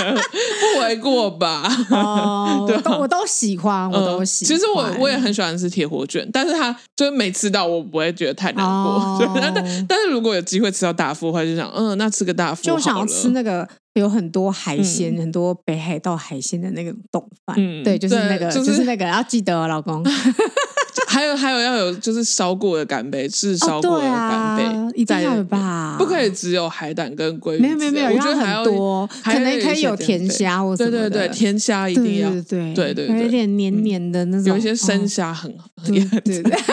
Speaker 2: 不为过吧？
Speaker 1: 哦，
Speaker 2: 对啊
Speaker 1: 我都我都喜欢，我都
Speaker 2: 嗯，
Speaker 1: 喜
Speaker 2: 其实我
Speaker 1: 欢
Speaker 2: 我也很喜欢吃铁火卷，但是它就是每吃到我不会觉得太难过
Speaker 1: 哦，
Speaker 2: 对但但但是如果有机会吃到大腹的话，就想嗯，那吃个大腹
Speaker 1: 就想
Speaker 2: 好
Speaker 1: 要
Speaker 2: 了
Speaker 1: 吃那个有很多海鲜、很多北海道海鲜的那个冻饭。
Speaker 2: 嗯
Speaker 1: 对，就是
Speaker 2: 对
Speaker 1: 那个，
Speaker 2: 就
Speaker 1: 就是是那个，要记得哦，老 公。
Speaker 2: 还有还有要有就是烧过的干贝，是烧
Speaker 1: 哦，
Speaker 2: 过的
Speaker 1: 对
Speaker 2: 干贝，
Speaker 1: 啊，一定
Speaker 2: 在
Speaker 1: 要有
Speaker 2: 里面？
Speaker 1: 吧？
Speaker 2: 不可以。只有海胆跟鲑鱼之类，
Speaker 1: 没有没有没有，
Speaker 2: 我觉得还
Speaker 1: 很
Speaker 2: 要
Speaker 1: 多，
Speaker 2: 还
Speaker 1: 可
Speaker 2: 要
Speaker 1: 能
Speaker 2: 一
Speaker 1: 可以
Speaker 2: 些
Speaker 1: 有
Speaker 2: 干
Speaker 1: 甜
Speaker 2: 贝
Speaker 1: 虾或什
Speaker 2: 对
Speaker 1: 么的。
Speaker 2: 对对，甜虾一
Speaker 1: 对
Speaker 2: 定要。
Speaker 1: 对
Speaker 2: 对对对嗯
Speaker 1: 有一点黏黏的那种，
Speaker 2: 有一些生
Speaker 1: 哦
Speaker 2: 虾很 很
Speaker 1: 对对对。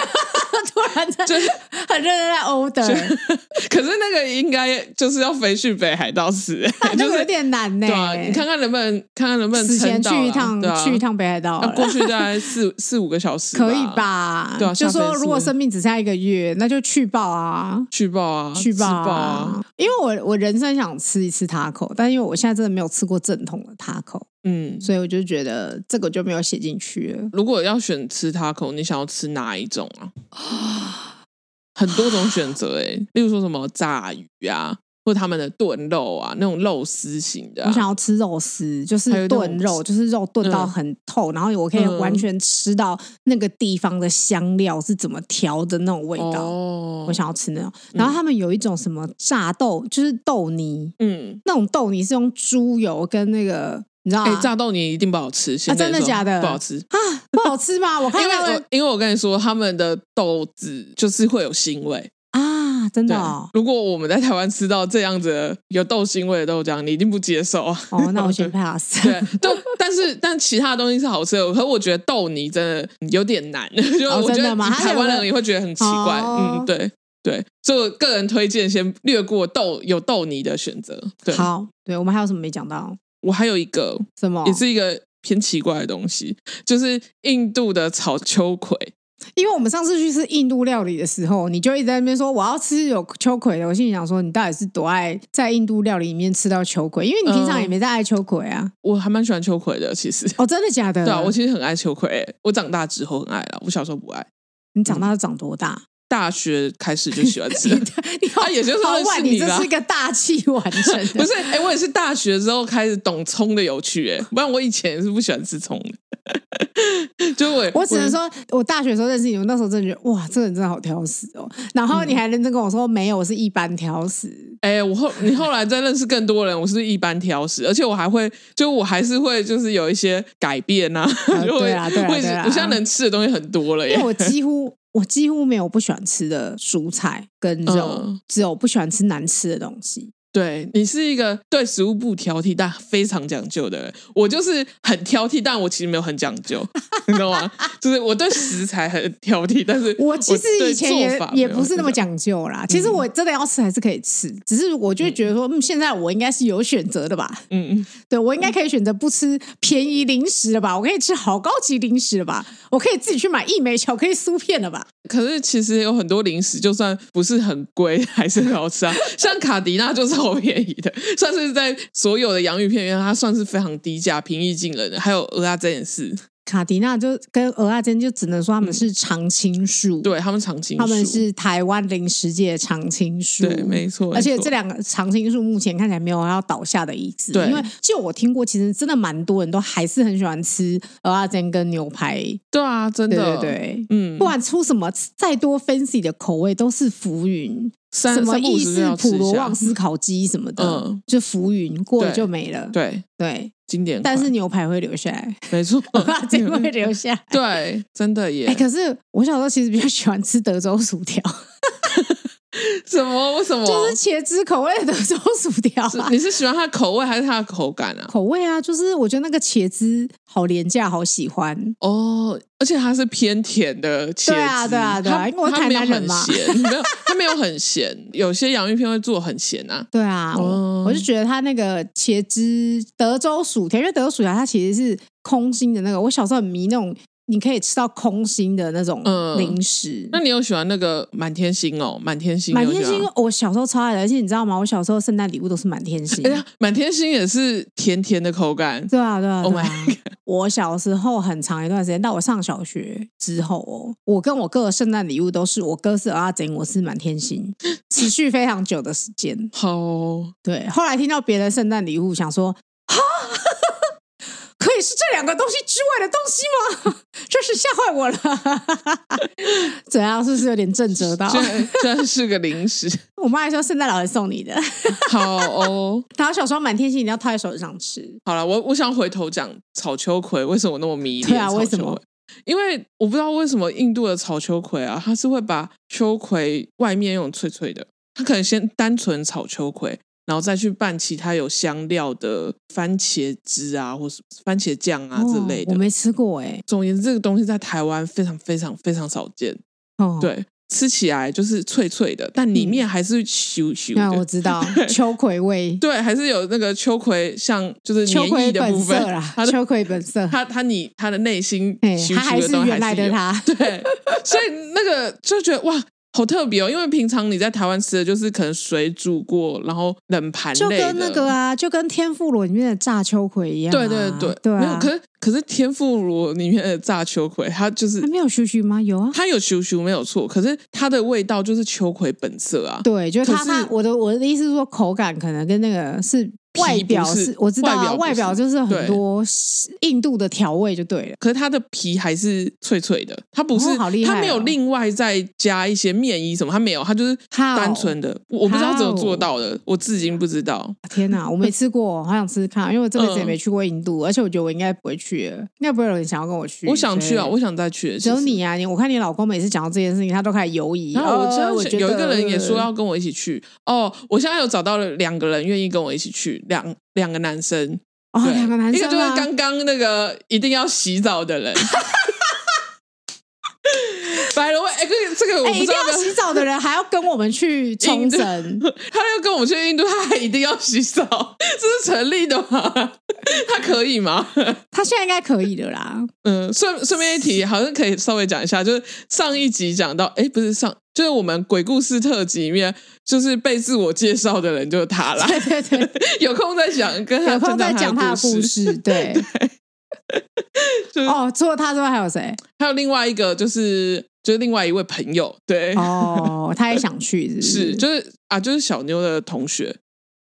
Speaker 1: 突然在
Speaker 2: 就是
Speaker 1: 很认真在 order，
Speaker 2: 可是那个应该就是要飞去北海道吃、
Speaker 1: 那
Speaker 2: 就
Speaker 1: 个有
Speaker 2: 是
Speaker 1: 点难呢
Speaker 2: 对。啊，你看看能不能看看能不能
Speaker 1: 死前
Speaker 2: 撑到啦
Speaker 1: 去一趟
Speaker 2: 对啊、，
Speaker 1: 去一趟北海道
Speaker 2: 要
Speaker 1: 好了
Speaker 2: 过去大 概四四五个小时，
Speaker 1: 可以？吧？
Speaker 2: 对啊
Speaker 1: 就
Speaker 2: 下飞
Speaker 1: 说
Speaker 2: 机
Speaker 1: 如果生命只剩下一个月，那就去报啊，
Speaker 2: 去报啊，
Speaker 1: 去
Speaker 2: 吃爆
Speaker 1: 啊
Speaker 2: 啊！！
Speaker 1: 因为我我人生想吃一次塔口，但因为我现在真的没有吃过正统的塔口，
Speaker 2: 嗯，
Speaker 1: 所以我就觉得这个就没有写进去了。
Speaker 2: 如果要选吃 taco，你想要吃哪一种啊？ 很多种选择哎、例如说什么炸鱼啊，或者他们的炖肉啊，那种肉丝型的、啊。
Speaker 1: 我想要吃肉丝，就
Speaker 2: 还有
Speaker 1: 是
Speaker 2: 那种
Speaker 1: 炖肉，就是肉炖到
Speaker 2: 嗯
Speaker 1: 很透，然后我可以
Speaker 2: 嗯
Speaker 1: 完全吃到那个地方的香料是怎么调的那种味道。
Speaker 2: 哦，
Speaker 1: 我想要吃那种，然后他们有一种什么炸豆，就是豆泥，
Speaker 2: 嗯，
Speaker 1: 那种豆泥是用猪油跟那个，你知道
Speaker 2: 哎、
Speaker 1: 吗？
Speaker 2: 炸豆泥一定不好吃，现在
Speaker 1: 啊真的
Speaker 2: 说
Speaker 1: 假的
Speaker 2: 不好吃。
Speaker 1: 啊，不好吃吧？我看
Speaker 2: 因为
Speaker 1: 到
Speaker 2: 我因为我跟你说，他们的豆子就是会有腥味。
Speaker 1: 啊，真
Speaker 2: 对，
Speaker 1: 的哦，
Speaker 2: 如果我们在台湾吃到这样子的有豆腥味的豆浆，你一定不接受啊。
Speaker 1: 哦，那我先 pass。
Speaker 2: 对，都但是但其他的东西是好吃的，可我觉得豆泥真的有点难， 就
Speaker 1: 哦
Speaker 2: 我觉
Speaker 1: 真
Speaker 2: 得
Speaker 1: 的吗
Speaker 2: 以
Speaker 1: 它有
Speaker 2: 台湾人
Speaker 1: 个
Speaker 2: 也会觉得很奇怪。
Speaker 1: 哦
Speaker 2: 嗯，对对，所以我个人推荐先略过豆有豆泥的选择。对，
Speaker 1: 好，对我们还有什么没讲到？
Speaker 2: 我还有一个
Speaker 1: 什么？
Speaker 2: 也是一个偏奇怪的东西，就是印度的炒秋葵。
Speaker 1: 因为我们上次去吃印度料理的时候，你就一直在那边说我要吃有秋葵的，我心里想说你到底是多爱在印度料理里面吃到秋葵，因啊为你平常也没在爱秋葵啊。
Speaker 2: 我还蛮喜欢秋葵的，其实。
Speaker 1: 哦，真的假的？
Speaker 2: 嗯对啊，我其实很爱秋葵、欸我长大之后很爱了，我小时候不爱，
Speaker 1: 你长大长多
Speaker 2: 啊
Speaker 1: 大？。
Speaker 2: 大学开始就喜欢吃
Speaker 1: 你好
Speaker 2: 啊，也就是
Speaker 1: 好
Speaker 2: 认识
Speaker 1: 晚，你这
Speaker 2: 吧
Speaker 1: 是。个大器晚成
Speaker 2: 不
Speaker 1: 的。
Speaker 2: 是，哎、 我也是大学之后开始懂葱的有趣、哎，不然我以前也是不喜欢吃葱的。 就我，
Speaker 1: 我只能，说，我大学的时候认识你，我那时候真的觉得哇，这个人真的好挑食哦。然后你还认真跟我说，没有，我是一般挑食。
Speaker 2: 哎、我后你后来再认识更多人，我是一般挑食，而且我还会，就我还是会，就是有一些改变 呐、就
Speaker 1: 对
Speaker 2: 会，
Speaker 1: 啊对啊
Speaker 2: 会
Speaker 1: 对啊
Speaker 2: 我现在能吃的东西很多了耶
Speaker 1: 因为。我几乎我几乎没有不喜欢吃的蔬菜跟肉，
Speaker 2: 嗯
Speaker 1: 只有不喜欢吃难吃的东西。
Speaker 2: 对你是一个对食物不挑剔但非常讲究的人，我就是很挑剔，但我其实没有很讲究， 你知道吗？就是我对食材很挑剔，但是
Speaker 1: 我其实
Speaker 2: 对
Speaker 1: 以前
Speaker 2: 做
Speaker 1: 也
Speaker 2: 法没
Speaker 1: 也
Speaker 2: 有嗯
Speaker 1: 不是那么
Speaker 2: 很
Speaker 1: 讲究啦，其实我真的要吃还是可以吃，只是我就会觉得说，嗯，现在我应该是有选择的吧？
Speaker 2: 究，嗯嗯。
Speaker 1: 对我应该可以选择不吃便宜零食了吧？我可以吃好高级零食了吧？我可以自己去买一枚巧克力酥片了吧？
Speaker 2: 可是其实有很多零食，就算不是很贵，还是很好吃啊。像卡迪娜就是好便宜的，算是在所有的洋芋片里面，它算是非常低价、平易近人的。还有鹅啊这件事，
Speaker 1: 卡迪娜就跟鹅阿珍就只能说他们是常青树，
Speaker 2: 嗯对他们常青树，
Speaker 1: 他们是台湾零食界的常青树，
Speaker 2: 对，没错。
Speaker 1: 而且
Speaker 2: 没错
Speaker 1: 这两个常青树目前看起来没有要倒下的意思，
Speaker 2: 对
Speaker 1: 因为就我听过，其实真的蛮多人都还是很喜欢吃呃蚵仔煎跟牛排，
Speaker 2: 对啊，真
Speaker 1: 对
Speaker 2: 的，
Speaker 1: 对对。
Speaker 2: 嗯
Speaker 1: 不，管出什么再多 fancy 的口味，都是浮云，
Speaker 2: 三
Speaker 1: 什么
Speaker 2: 三不五
Speaker 1: 意
Speaker 2: 十就
Speaker 1: 式
Speaker 2: 要吃
Speaker 1: 普
Speaker 2: 一
Speaker 1: 罗
Speaker 2: 下
Speaker 1: 旺斯烤鸡什么的，
Speaker 2: 嗯
Speaker 1: 就浮云过了
Speaker 2: 对
Speaker 1: 就没了。
Speaker 2: 对，
Speaker 1: 对，
Speaker 2: 经典款。
Speaker 1: 但是牛排会留下来，
Speaker 2: 没错，
Speaker 1: 蚵仔煎会留 下来。
Speaker 2: 对，真的耶
Speaker 1: 哎、。可是我小时候其实比较喜欢吃德州薯条，
Speaker 2: 什么？为什么？
Speaker 1: 就是茄汁口味的德州薯条、啊。
Speaker 2: 是你是喜欢它的口味还是它的口感啊？
Speaker 1: 口味啊，就是我觉得那个茄汁好廉价，好喜欢。
Speaker 2: 哦，而且它是偏甜的茄子，
Speaker 1: 对啊对啊对啊
Speaker 2: 它
Speaker 1: 因为我
Speaker 2: 它
Speaker 1: 台
Speaker 2: 没有
Speaker 1: 南人
Speaker 2: 很
Speaker 1: 嘛
Speaker 2: 咸，没有它没有很咸，有些洋芋片会做很咸啊。
Speaker 1: 对啊，我
Speaker 2: 哦
Speaker 1: 我就觉得它那个茄汁德州薯条，因为德州薯条啊它其实是空心的那个，我小时候很迷那种，你可以吃到空心的那种
Speaker 2: 嗯
Speaker 1: 零食。
Speaker 2: 那你有喜欢那个满天星哦？满天星，
Speaker 1: 满
Speaker 2: 你有
Speaker 1: 天
Speaker 2: 喜欢
Speaker 1: 星，我小时候超爱的，而且你知道吗？我小时候圣诞礼物都是满天星。
Speaker 2: 哎呀，满天星也是甜甜的口感，
Speaker 1: 对啊，对啊，
Speaker 2: Oh
Speaker 1: 对啊。 我小时候很长一段时间，到我上小学之后哦，我跟我哥的圣诞礼物都是我哥是阿贼，我是满天星，持续非常久的时间。
Speaker 2: 好
Speaker 1: 对，后来听到别人圣诞礼物，想说啊， 可以是这两个东西之外的东西吗？ 真是吓坏我了。 怎样？是不是有点震折到
Speaker 2: 居？然居然是个零食，
Speaker 1: 我妈还说圣诞老人送你的，
Speaker 2: 好哦。
Speaker 1: 然后小时候满天星一定要套在手上吃。
Speaker 2: 好了，我我想回头讲炒秋葵为什么那么迷恋。
Speaker 1: 对啊为什
Speaker 2: 炒秋
Speaker 1: 么
Speaker 2: 葵？因为我不知道为什么印度的炒秋葵啊，它是会把秋葵外面用脆脆的，它可能先单纯炒秋葵，然后再去拌其他有香料的番茄汁啊，或是番茄酱啊之类
Speaker 1: 哦
Speaker 2: 的。
Speaker 1: 我没吃过哎、
Speaker 2: 总而言之，这个东西在台湾非常非常非常少见。
Speaker 1: 哦，。嗯
Speaker 2: 对，吃起来就是脆脆的，但里面还是咻咻的。
Speaker 1: 那我知道秋葵味，
Speaker 2: 对，还是有那个秋葵，像就是
Speaker 1: 秋
Speaker 2: 黏
Speaker 1: 葵
Speaker 2: 液的
Speaker 1: 本
Speaker 2: 部分
Speaker 1: 色啦，
Speaker 2: 它的
Speaker 1: 秋葵本 色，
Speaker 2: 他他你他的内心
Speaker 1: 哎，
Speaker 2: 羞
Speaker 1: 它还
Speaker 2: 耻
Speaker 1: 是
Speaker 2: 东西
Speaker 1: 原来的
Speaker 2: 有，
Speaker 1: 它，
Speaker 2: 对，所以那个就觉得哇，好特别哦，因为平常你在台湾吃的就是可能水煮过，然后冷盘
Speaker 1: 就
Speaker 2: 类的
Speaker 1: 跟那个啊，就跟天妇罗里面的炸秋葵一样、啊。
Speaker 2: 对对对，
Speaker 1: 对
Speaker 2: 没有。
Speaker 1: 啊，
Speaker 2: 可是可是天妇罗里面的炸秋葵，它就是
Speaker 1: 它没有须须吗？有啊，
Speaker 2: 它有咻咻没有错，可是它的味道就是秋葵本色啊。
Speaker 1: 对，就是它
Speaker 2: 可是
Speaker 1: 它我的我的意思是说，口感可能跟那个是
Speaker 2: 皮
Speaker 1: 外表
Speaker 2: 不是
Speaker 1: 我知道啊、
Speaker 2: 外
Speaker 1: 外
Speaker 2: 表
Speaker 1: 表
Speaker 2: 不是
Speaker 1: 就是
Speaker 2: 对
Speaker 1: 很多印度的调味就对了。
Speaker 2: 可是它的皮还是脆脆的，它不是，
Speaker 1: 哦好厉害哦
Speaker 2: 它没有另外再加一些面衣什么，它没有，它就是单纯的。我不知道怎么做到的，我至今不知道。
Speaker 1: 天哪，我没吃过，好想吃吃看，因为我这辈子也
Speaker 2: 嗯
Speaker 1: 没去过印度，而且我觉得我应该不会去了，应该不会有人想要跟我去。
Speaker 2: 我想去啊，
Speaker 1: 所以
Speaker 2: 我想再去。
Speaker 1: 只有
Speaker 2: 其实。
Speaker 1: 你啊，你我看你老公每次讲到这件事情，他都开始犹疑。
Speaker 2: 然后我
Speaker 1: 呃
Speaker 2: 知道
Speaker 1: 我觉得嗯
Speaker 2: 有一个人也说要跟我一起去哦，我现在有找到了两个人愿意跟我一起去，两两个男生，
Speaker 1: 哦，
Speaker 2: 对
Speaker 1: 两个男
Speaker 2: 一
Speaker 1: 生
Speaker 2: 个
Speaker 1: 啊，
Speaker 2: 就是刚刚那个一定要洗澡的人。白了，哎，这个这个我
Speaker 1: 哎，
Speaker 2: 不
Speaker 1: 一
Speaker 2: 知
Speaker 1: 定
Speaker 2: 道
Speaker 1: 要
Speaker 2: 有没有
Speaker 1: 洗澡的人还要跟我们去冲绳，
Speaker 2: 他要跟我们去印度，他还一定要洗澡， 这是成立的吗？ 他可以吗？
Speaker 1: 他现在应该可以的啦。
Speaker 2: 嗯，顺顺便一提，好像可以稍微讲一下，就是上一集讲到，哎，不是上，就是我们鬼故事特辑里面，就是被自我介绍的人就是他啦。
Speaker 1: 对对对，
Speaker 2: 有空再讲，跟他
Speaker 1: 有空再讲 他
Speaker 2: 他
Speaker 1: 的故。事。 对，
Speaker 2: 就是
Speaker 1: 哦，除了他之外还有谁？
Speaker 2: 还有另外一个就是就是另外一位朋友，对，
Speaker 1: 哦，他也想去，是不
Speaker 2: 是
Speaker 1: 是
Speaker 2: 就是啊，就是小妞的同学，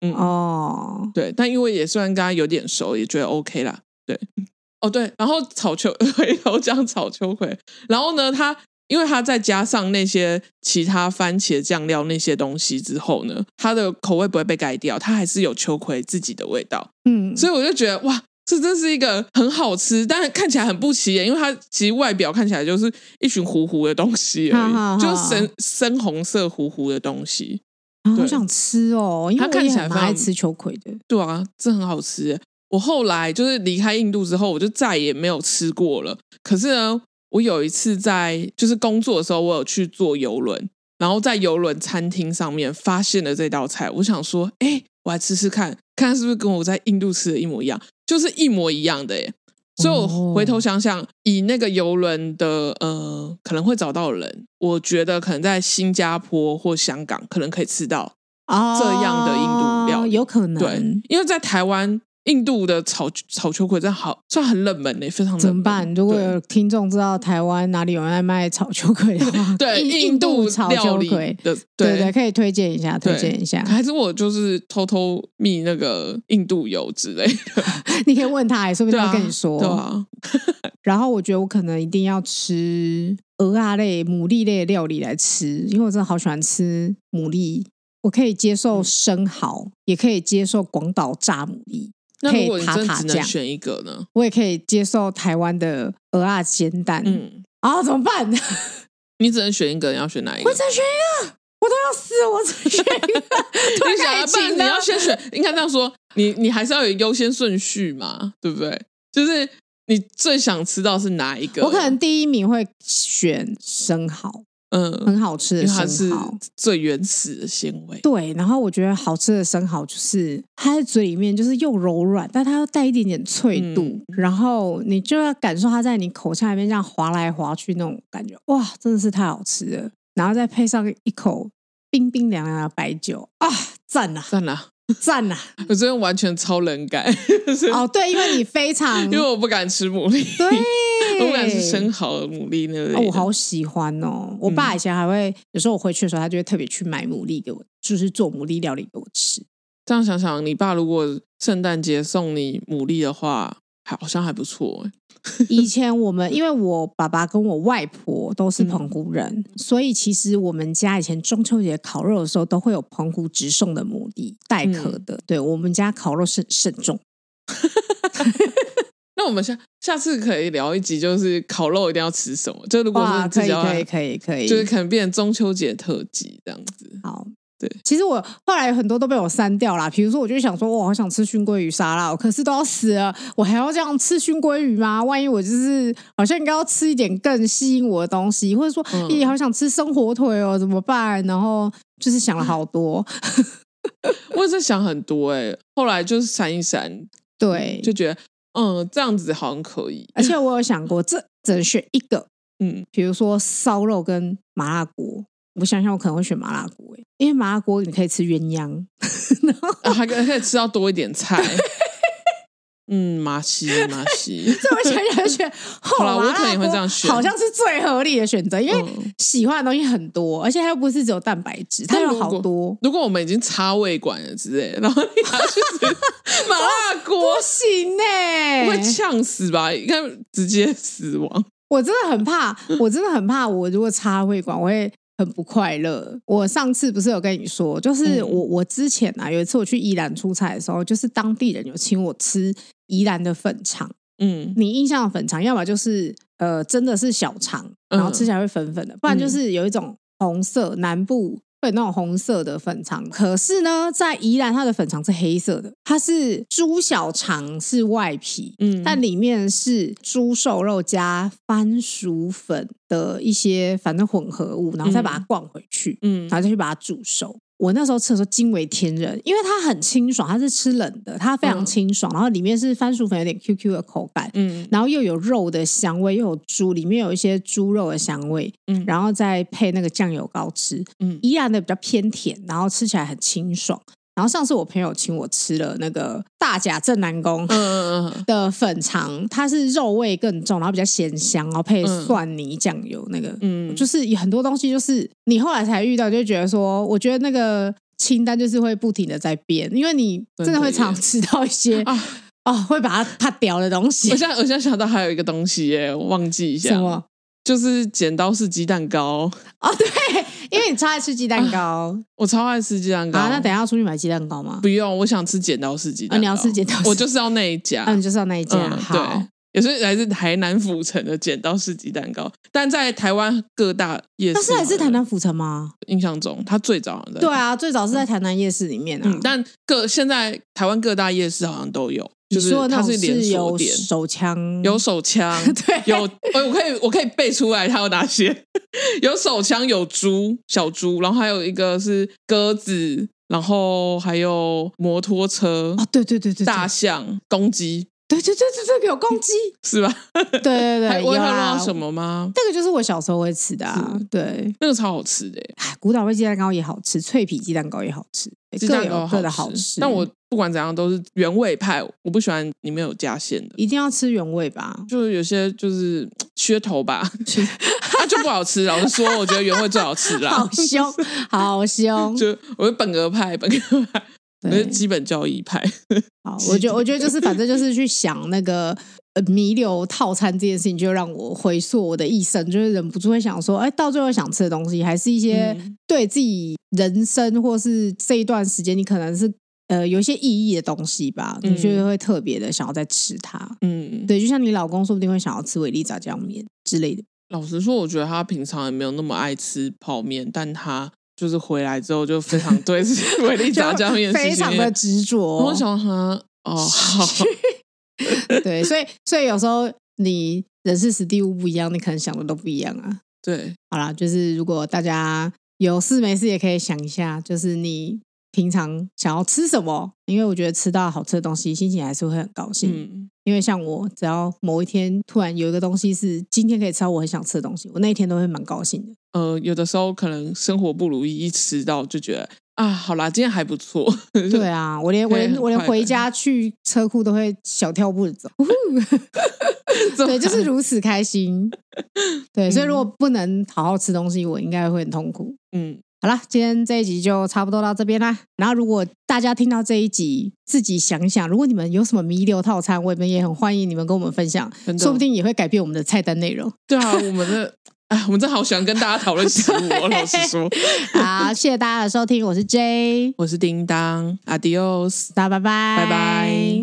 Speaker 2: 嗯，
Speaker 1: 哦，
Speaker 2: 对，但因为也算跟他有点熟，也觉得 OK 啦。对，
Speaker 1: 嗯
Speaker 2: 哦对，然后草秋 回头讲草秋葵，然后呢，他因为他再加上那些其他番茄酱料那些东西之后呢，它的口味不会被盖掉，它还是有秋葵自己的味道，
Speaker 1: 嗯，
Speaker 2: 所以我就觉得哇。这真是一个很好吃，但是看起来很不起眼，因为它其实外表看起来就是一群糊糊的东西而已，
Speaker 1: 哈哈哈
Speaker 2: 就是深深红色糊糊的东西。
Speaker 1: 啊好
Speaker 2: 对
Speaker 1: 想吃哦，因为
Speaker 2: 他看
Speaker 1: 我也
Speaker 2: 起来
Speaker 1: 很
Speaker 2: 非常
Speaker 1: 爱吃秋葵的。
Speaker 2: 对啊，这很好吃耶。我后来就是离开印度之后，我就再也没有吃过了。可是呢，我有一次在就是工作的时候，我有去坐游轮，然后在游轮餐厅上面发现了这道菜，我想说，哎，我来吃吃看，看看是不是跟我在印度吃的一模一样，就是一模一样的耶。所以我回头想想，以那个游轮的呃可能会找到的人，我觉得可能在新加坡或香港可能可以吃到，
Speaker 1: 哦，
Speaker 2: 这样的印度料理
Speaker 1: 有可能。
Speaker 2: 对，因为在台湾，印度的炒炒秋葵真的好算很冷门嘞、非常冷门
Speaker 1: 怎么办？如果
Speaker 2: 嗯对
Speaker 1: 有听众知道台湾哪里有人在卖炒秋葵的话，
Speaker 2: 对
Speaker 1: 印
Speaker 2: 印
Speaker 1: 度
Speaker 2: 度
Speaker 1: 炒
Speaker 2: 料
Speaker 1: 秋
Speaker 2: 理
Speaker 1: 葵，
Speaker 2: 的，
Speaker 1: 对对，可以推荐一下，推
Speaker 2: 对
Speaker 1: 荐一下。
Speaker 2: 还是我就是偷偷密那个印度油之 类的，
Speaker 1: 你可以问他，说不
Speaker 2: 对
Speaker 1: 定
Speaker 2: 啊，
Speaker 1: 他跟你说。
Speaker 2: 对啊，
Speaker 1: 然后我觉得我可能一定要吃鹅啊类、牡蛎类的料理来吃，因为我真的好喜欢吃牡蛎。我可以接
Speaker 2: 嗯
Speaker 1: 受生蚝，也可以接受广岛炸牡蛎，
Speaker 2: 那
Speaker 1: 可以
Speaker 2: 如果你
Speaker 1: 塔
Speaker 2: 真的
Speaker 1: 塔
Speaker 2: 只能
Speaker 1: 酱
Speaker 2: 选一个呢？
Speaker 1: 我也可以接受台湾的鹅啊煎蛋。
Speaker 2: 嗯，
Speaker 1: 啊，怎么办？
Speaker 2: 你只能选一个，你要选哪一个
Speaker 1: 我？只能选一个，我都要死，我只能选一 个。
Speaker 2: 你想
Speaker 1: 太爱
Speaker 2: 要办，
Speaker 1: 情
Speaker 2: 你
Speaker 1: 了
Speaker 2: 要先选，应该这样说，你你还是要有优先顺序嘛，对不对？就是你最想吃到是哪一个？
Speaker 1: 我可能第一名会选生蚝，
Speaker 2: 嗯，
Speaker 1: 很好吃
Speaker 2: 因
Speaker 1: 的
Speaker 2: 为它
Speaker 1: 生
Speaker 2: 是
Speaker 1: 蚝。
Speaker 2: 最原始的鲜味。
Speaker 1: 对，然后我觉得好吃的生蚝就是它在嘴里面就是又柔软，但它又带一点点脆度，
Speaker 2: 嗯
Speaker 1: 然后你就要感受它在你口腔里面这样滑来滑去那种感觉，哇，真的是太好吃了！然后再配上一口冰冰凉凉的白酒，啊，赞呐、
Speaker 2: 算了，
Speaker 1: 赞 呐、
Speaker 2: 我真的完全超冷感， 就是
Speaker 1: 哦，对，因为你非常
Speaker 2: 因为我不敢吃牡蛎，
Speaker 1: 对，
Speaker 2: 我不敢吃生蚝、牡�蛎那类的。嗯
Speaker 1: 哦，我好喜欢哦！我爸以前还会、有时候我回去的时候，他就会特别去买牡蛎给我，就是做牡蛎料理给我吃。
Speaker 2: 这样想想，你爸如果圣诞节送你牡蛎的话，还好像还不错欸。
Speaker 1: 以前我们因为我爸爸跟我外婆都是
Speaker 2: 嗯
Speaker 1: 澎湖人，所以其实我们家以前中秋节烤肉的时候，都会有澎湖直送的牡蛎带壳
Speaker 2: 嗯
Speaker 1: 的。对我们家烤肉慎慎重，
Speaker 2: 那我们下下次可以聊一集，就是烤肉一定要吃什么。就如果
Speaker 1: 哇，
Speaker 2: 是
Speaker 1: 可
Speaker 2: 自
Speaker 1: 以
Speaker 2: 己要，
Speaker 1: 可以可以可以，
Speaker 2: 就是可能变成中秋节特辑这样子。
Speaker 1: 好。
Speaker 2: 对，
Speaker 1: 其实我后来有很多都被我删掉啦。比如说，我就想说，我好想吃熏鲑鱼沙拉哦，可是都要死了，我还要这样吃熏鲑鱼吗？万一我就是好像应该要吃一点更吸引我的东西，或者说，
Speaker 2: 嗯
Speaker 1: 咦、好想吃生火腿哦，怎么办？然后就是想了好多，
Speaker 2: 我也在想很多哎、后来就是闪一闪，
Speaker 1: 对，
Speaker 2: 就觉得嗯，这样子好像可以。
Speaker 1: 而且我有想过，这只能选一个，
Speaker 2: 嗯，
Speaker 1: 比如说烧肉跟麻辣锅，我想想，我可能会选麻辣锅、欸，因为麻辣锅你可以吃鸳鸯，然后
Speaker 2: 啊，还可以可以吃到多一点菜。嗯，麻西麻西，
Speaker 1: 所以我想想就 觉得，
Speaker 2: 好啦
Speaker 1: 哦
Speaker 2: 我可能也会这样选
Speaker 1: 好像是最合理的选择，因为
Speaker 2: 嗯
Speaker 1: 喜欢的东西很多，而且它又不是只有蛋白质，它
Speaker 2: 但
Speaker 1: 有
Speaker 2: 如果
Speaker 1: 好多。
Speaker 2: 如果我们已经插胃管了之类的，然后你还去吃麻辣锅
Speaker 1: 不，行欸呢、
Speaker 2: 会呛死吧？应该直接死亡。
Speaker 1: 我真的很怕，
Speaker 2: 嗯
Speaker 1: 我真的很怕，我如果插会馆，我会很不快乐。我上次不是有跟你说，就是
Speaker 2: 嗯
Speaker 1: 我、我之前啊，有一次我去宜兰出差的时候，就是当地人有请我吃宜兰的粉肠。
Speaker 2: 嗯
Speaker 1: 你印象的粉肠，要么就是呃真的是小肠，然后
Speaker 2: 嗯
Speaker 1: 吃起来会粉粉的，不然就是有一种红色南部。会有那种红色的粉肠，可是呢，在宜兰它的粉肠是黑色的，它是猪小肠是外皮，
Speaker 2: 嗯，
Speaker 1: 但里面是猪瘦肉加番薯粉的一些反正混合物，然后再把它灌回去，
Speaker 2: 嗯
Speaker 1: 然后再去把它煮熟。我那时候吃的时候惊为天人，因为它很清爽，它是吃冷的，它非常
Speaker 2: 嗯
Speaker 1: 清爽，然后里面是番薯粉有点 QQ 的口感，
Speaker 2: 嗯
Speaker 1: 然后又有肉的香味，又有猪里面有一些猪肉的香味，
Speaker 2: 嗯
Speaker 1: 然后再配那个酱油膏吃，
Speaker 2: 嗯
Speaker 1: 依然的比较偏甜，然后吃起来很清爽。然后上次我朋友请我吃了那个大甲镇南宫，
Speaker 2: 嗯嗯嗯
Speaker 1: 的粉肠，它是肉味更重，然后比较咸香，然后配蒜泥酱油那个，
Speaker 2: 嗯，
Speaker 1: 就是是有很多东西，就是你后来才遇到，就觉得说，我觉得那个清单就是会不停的在变，因为你真的会常吃到一些
Speaker 2: 啊，
Speaker 1: 哦，会把它怕掉的东西
Speaker 2: 我，现在我现在想到还有一个东西耶，我忘记一
Speaker 1: 什
Speaker 2: 下，
Speaker 1: 么？
Speaker 2: 就是剪刀式鸡蛋糕，
Speaker 1: 哦，对，因为你超爱吃鸡蛋糕 啊
Speaker 2: 我超爱吃鸡蛋糕。
Speaker 1: 那等一下要出去买鸡蛋糕吗？
Speaker 2: 不用，我想吃剪刀式鸡蛋
Speaker 1: 啊
Speaker 2: 糕。
Speaker 1: 你要吃剪刀式
Speaker 2: 我就是要那一家。
Speaker 1: 啊，你就是要那一家，
Speaker 2: 嗯，
Speaker 1: 好
Speaker 2: 对，，也是来自台南府城的剪刀式鸡蛋糕，但在台湾各大夜市，
Speaker 1: 那是来自台。南府城吗？
Speaker 2: 印象中，它最早好像在
Speaker 1: 对，啊，最早是在台南夜市里面啊
Speaker 2: 嗯，。但各现在台湾各大夜市好像都有，
Speaker 1: 你
Speaker 2: 就是
Speaker 1: 说的那
Speaker 2: 它
Speaker 1: 种
Speaker 2: 是连锁
Speaker 1: 有
Speaker 2: 店，
Speaker 1: 手枪，
Speaker 2: 有手枪，
Speaker 1: 对
Speaker 2: 有，哎我可以我可以背出来它有哪些， 有手枪，有猪小猪，然后还有一个是鸽子，然后还有摩托车、
Speaker 1: 哦，对对对对，对
Speaker 2: 大象、公鸡，
Speaker 1: 对对对对对，有公 鸡，
Speaker 2: 是吧？
Speaker 1: 对对对，
Speaker 2: 还我
Speaker 1: 有啊
Speaker 2: 还有
Speaker 1: 啦
Speaker 2: 弄到什？么吗？
Speaker 1: 这个就是我小时候会吃的啊
Speaker 2: 是，
Speaker 1: 对，
Speaker 2: 那个超好吃的耶，
Speaker 1: 哎，古早味鸡蛋糕也好吃，脆皮鸡蛋糕也好吃，对
Speaker 2: 鸡
Speaker 1: 各
Speaker 2: 蛋糕
Speaker 1: 有各的
Speaker 2: 好
Speaker 1: 吃。
Speaker 2: 但我不管怎样都是原味派，我不喜欢里面有加馅的，
Speaker 1: 一定要吃原味吧，
Speaker 2: 就是有些就是噱头吧， 它、就不好吃。老实说，我觉得原味最好吃啦
Speaker 1: 好。 凶，好凶。
Speaker 2: 就我是本格派，本格派，我是
Speaker 1: 对，
Speaker 2: 基本教义派。
Speaker 1: 好，我觉得我觉得就是反正就是去想那个。呃，弥留套餐这件事情，就让我回溯我的一生，就是忍不住会想说，哎，到最后想吃的东西，还是一些
Speaker 2: 嗯
Speaker 1: 对自己人生或是这一段时间，你可能是呃有一些意义的东西吧，
Speaker 2: 嗯
Speaker 1: 你就会特别的想要再吃它。
Speaker 2: 嗯，
Speaker 1: 对，就像你老公说不定会想要吃维力炸酱面之类的。
Speaker 2: 老实说，我觉得他平常也没有那么爱吃泡面，但他就是回来之后就非常对 维力炸酱面
Speaker 1: 就
Speaker 2: 事
Speaker 1: 非
Speaker 2: 情
Speaker 1: 常的
Speaker 2: 面。
Speaker 1: 执
Speaker 2: 然后
Speaker 1: 着
Speaker 2: 我，想他哦，好，
Speaker 1: 对，所以所以有时候你人事实地物不一样，你可能想的都不一样啊。
Speaker 2: 对，
Speaker 1: 好啦，就是如果大家有事没事也可以想一下，就是你平常想要吃什么，因为我觉得吃到好吃的东西，心情还是会很高兴。
Speaker 2: 嗯
Speaker 1: 因为像我，只要某一天突然有一个东西是今天可以吃到我很想吃的东西，我那一天都会蛮高兴的。
Speaker 2: 呃，有的时候可能生活不如意，一吃到就觉得啊，好啦，今天还不错。
Speaker 1: 对啊，我连我
Speaker 2: 对
Speaker 1: 连
Speaker 2: 很
Speaker 1: 我连
Speaker 2: 快乐
Speaker 1: 回家去车库都会小跳步的 走，呜呼
Speaker 2: 这么
Speaker 1: 对，就是
Speaker 2: 好
Speaker 1: 如此开 心。对，所以
Speaker 2: 嗯
Speaker 1: 如果不能好好吃东西，我应该会很痛苦。
Speaker 2: 嗯，
Speaker 1: 好啦，今天这一集就差不多到这边啦。然后，如果大家听到这一集，自己想一想，如果你们有什么弥留套餐，我们也很欢迎你们跟我们分享，
Speaker 2: 真的
Speaker 1: 说不定也会改变我们的菜单内容。
Speaker 2: 对啊，我们的哎，我们真的好喜欢跟大家讨论食物哦。老实说，
Speaker 1: 好， 谢谢大家的收听，我是 J，
Speaker 2: 我是叮当，Adios。
Speaker 1: 大家拜拜，
Speaker 2: 拜拜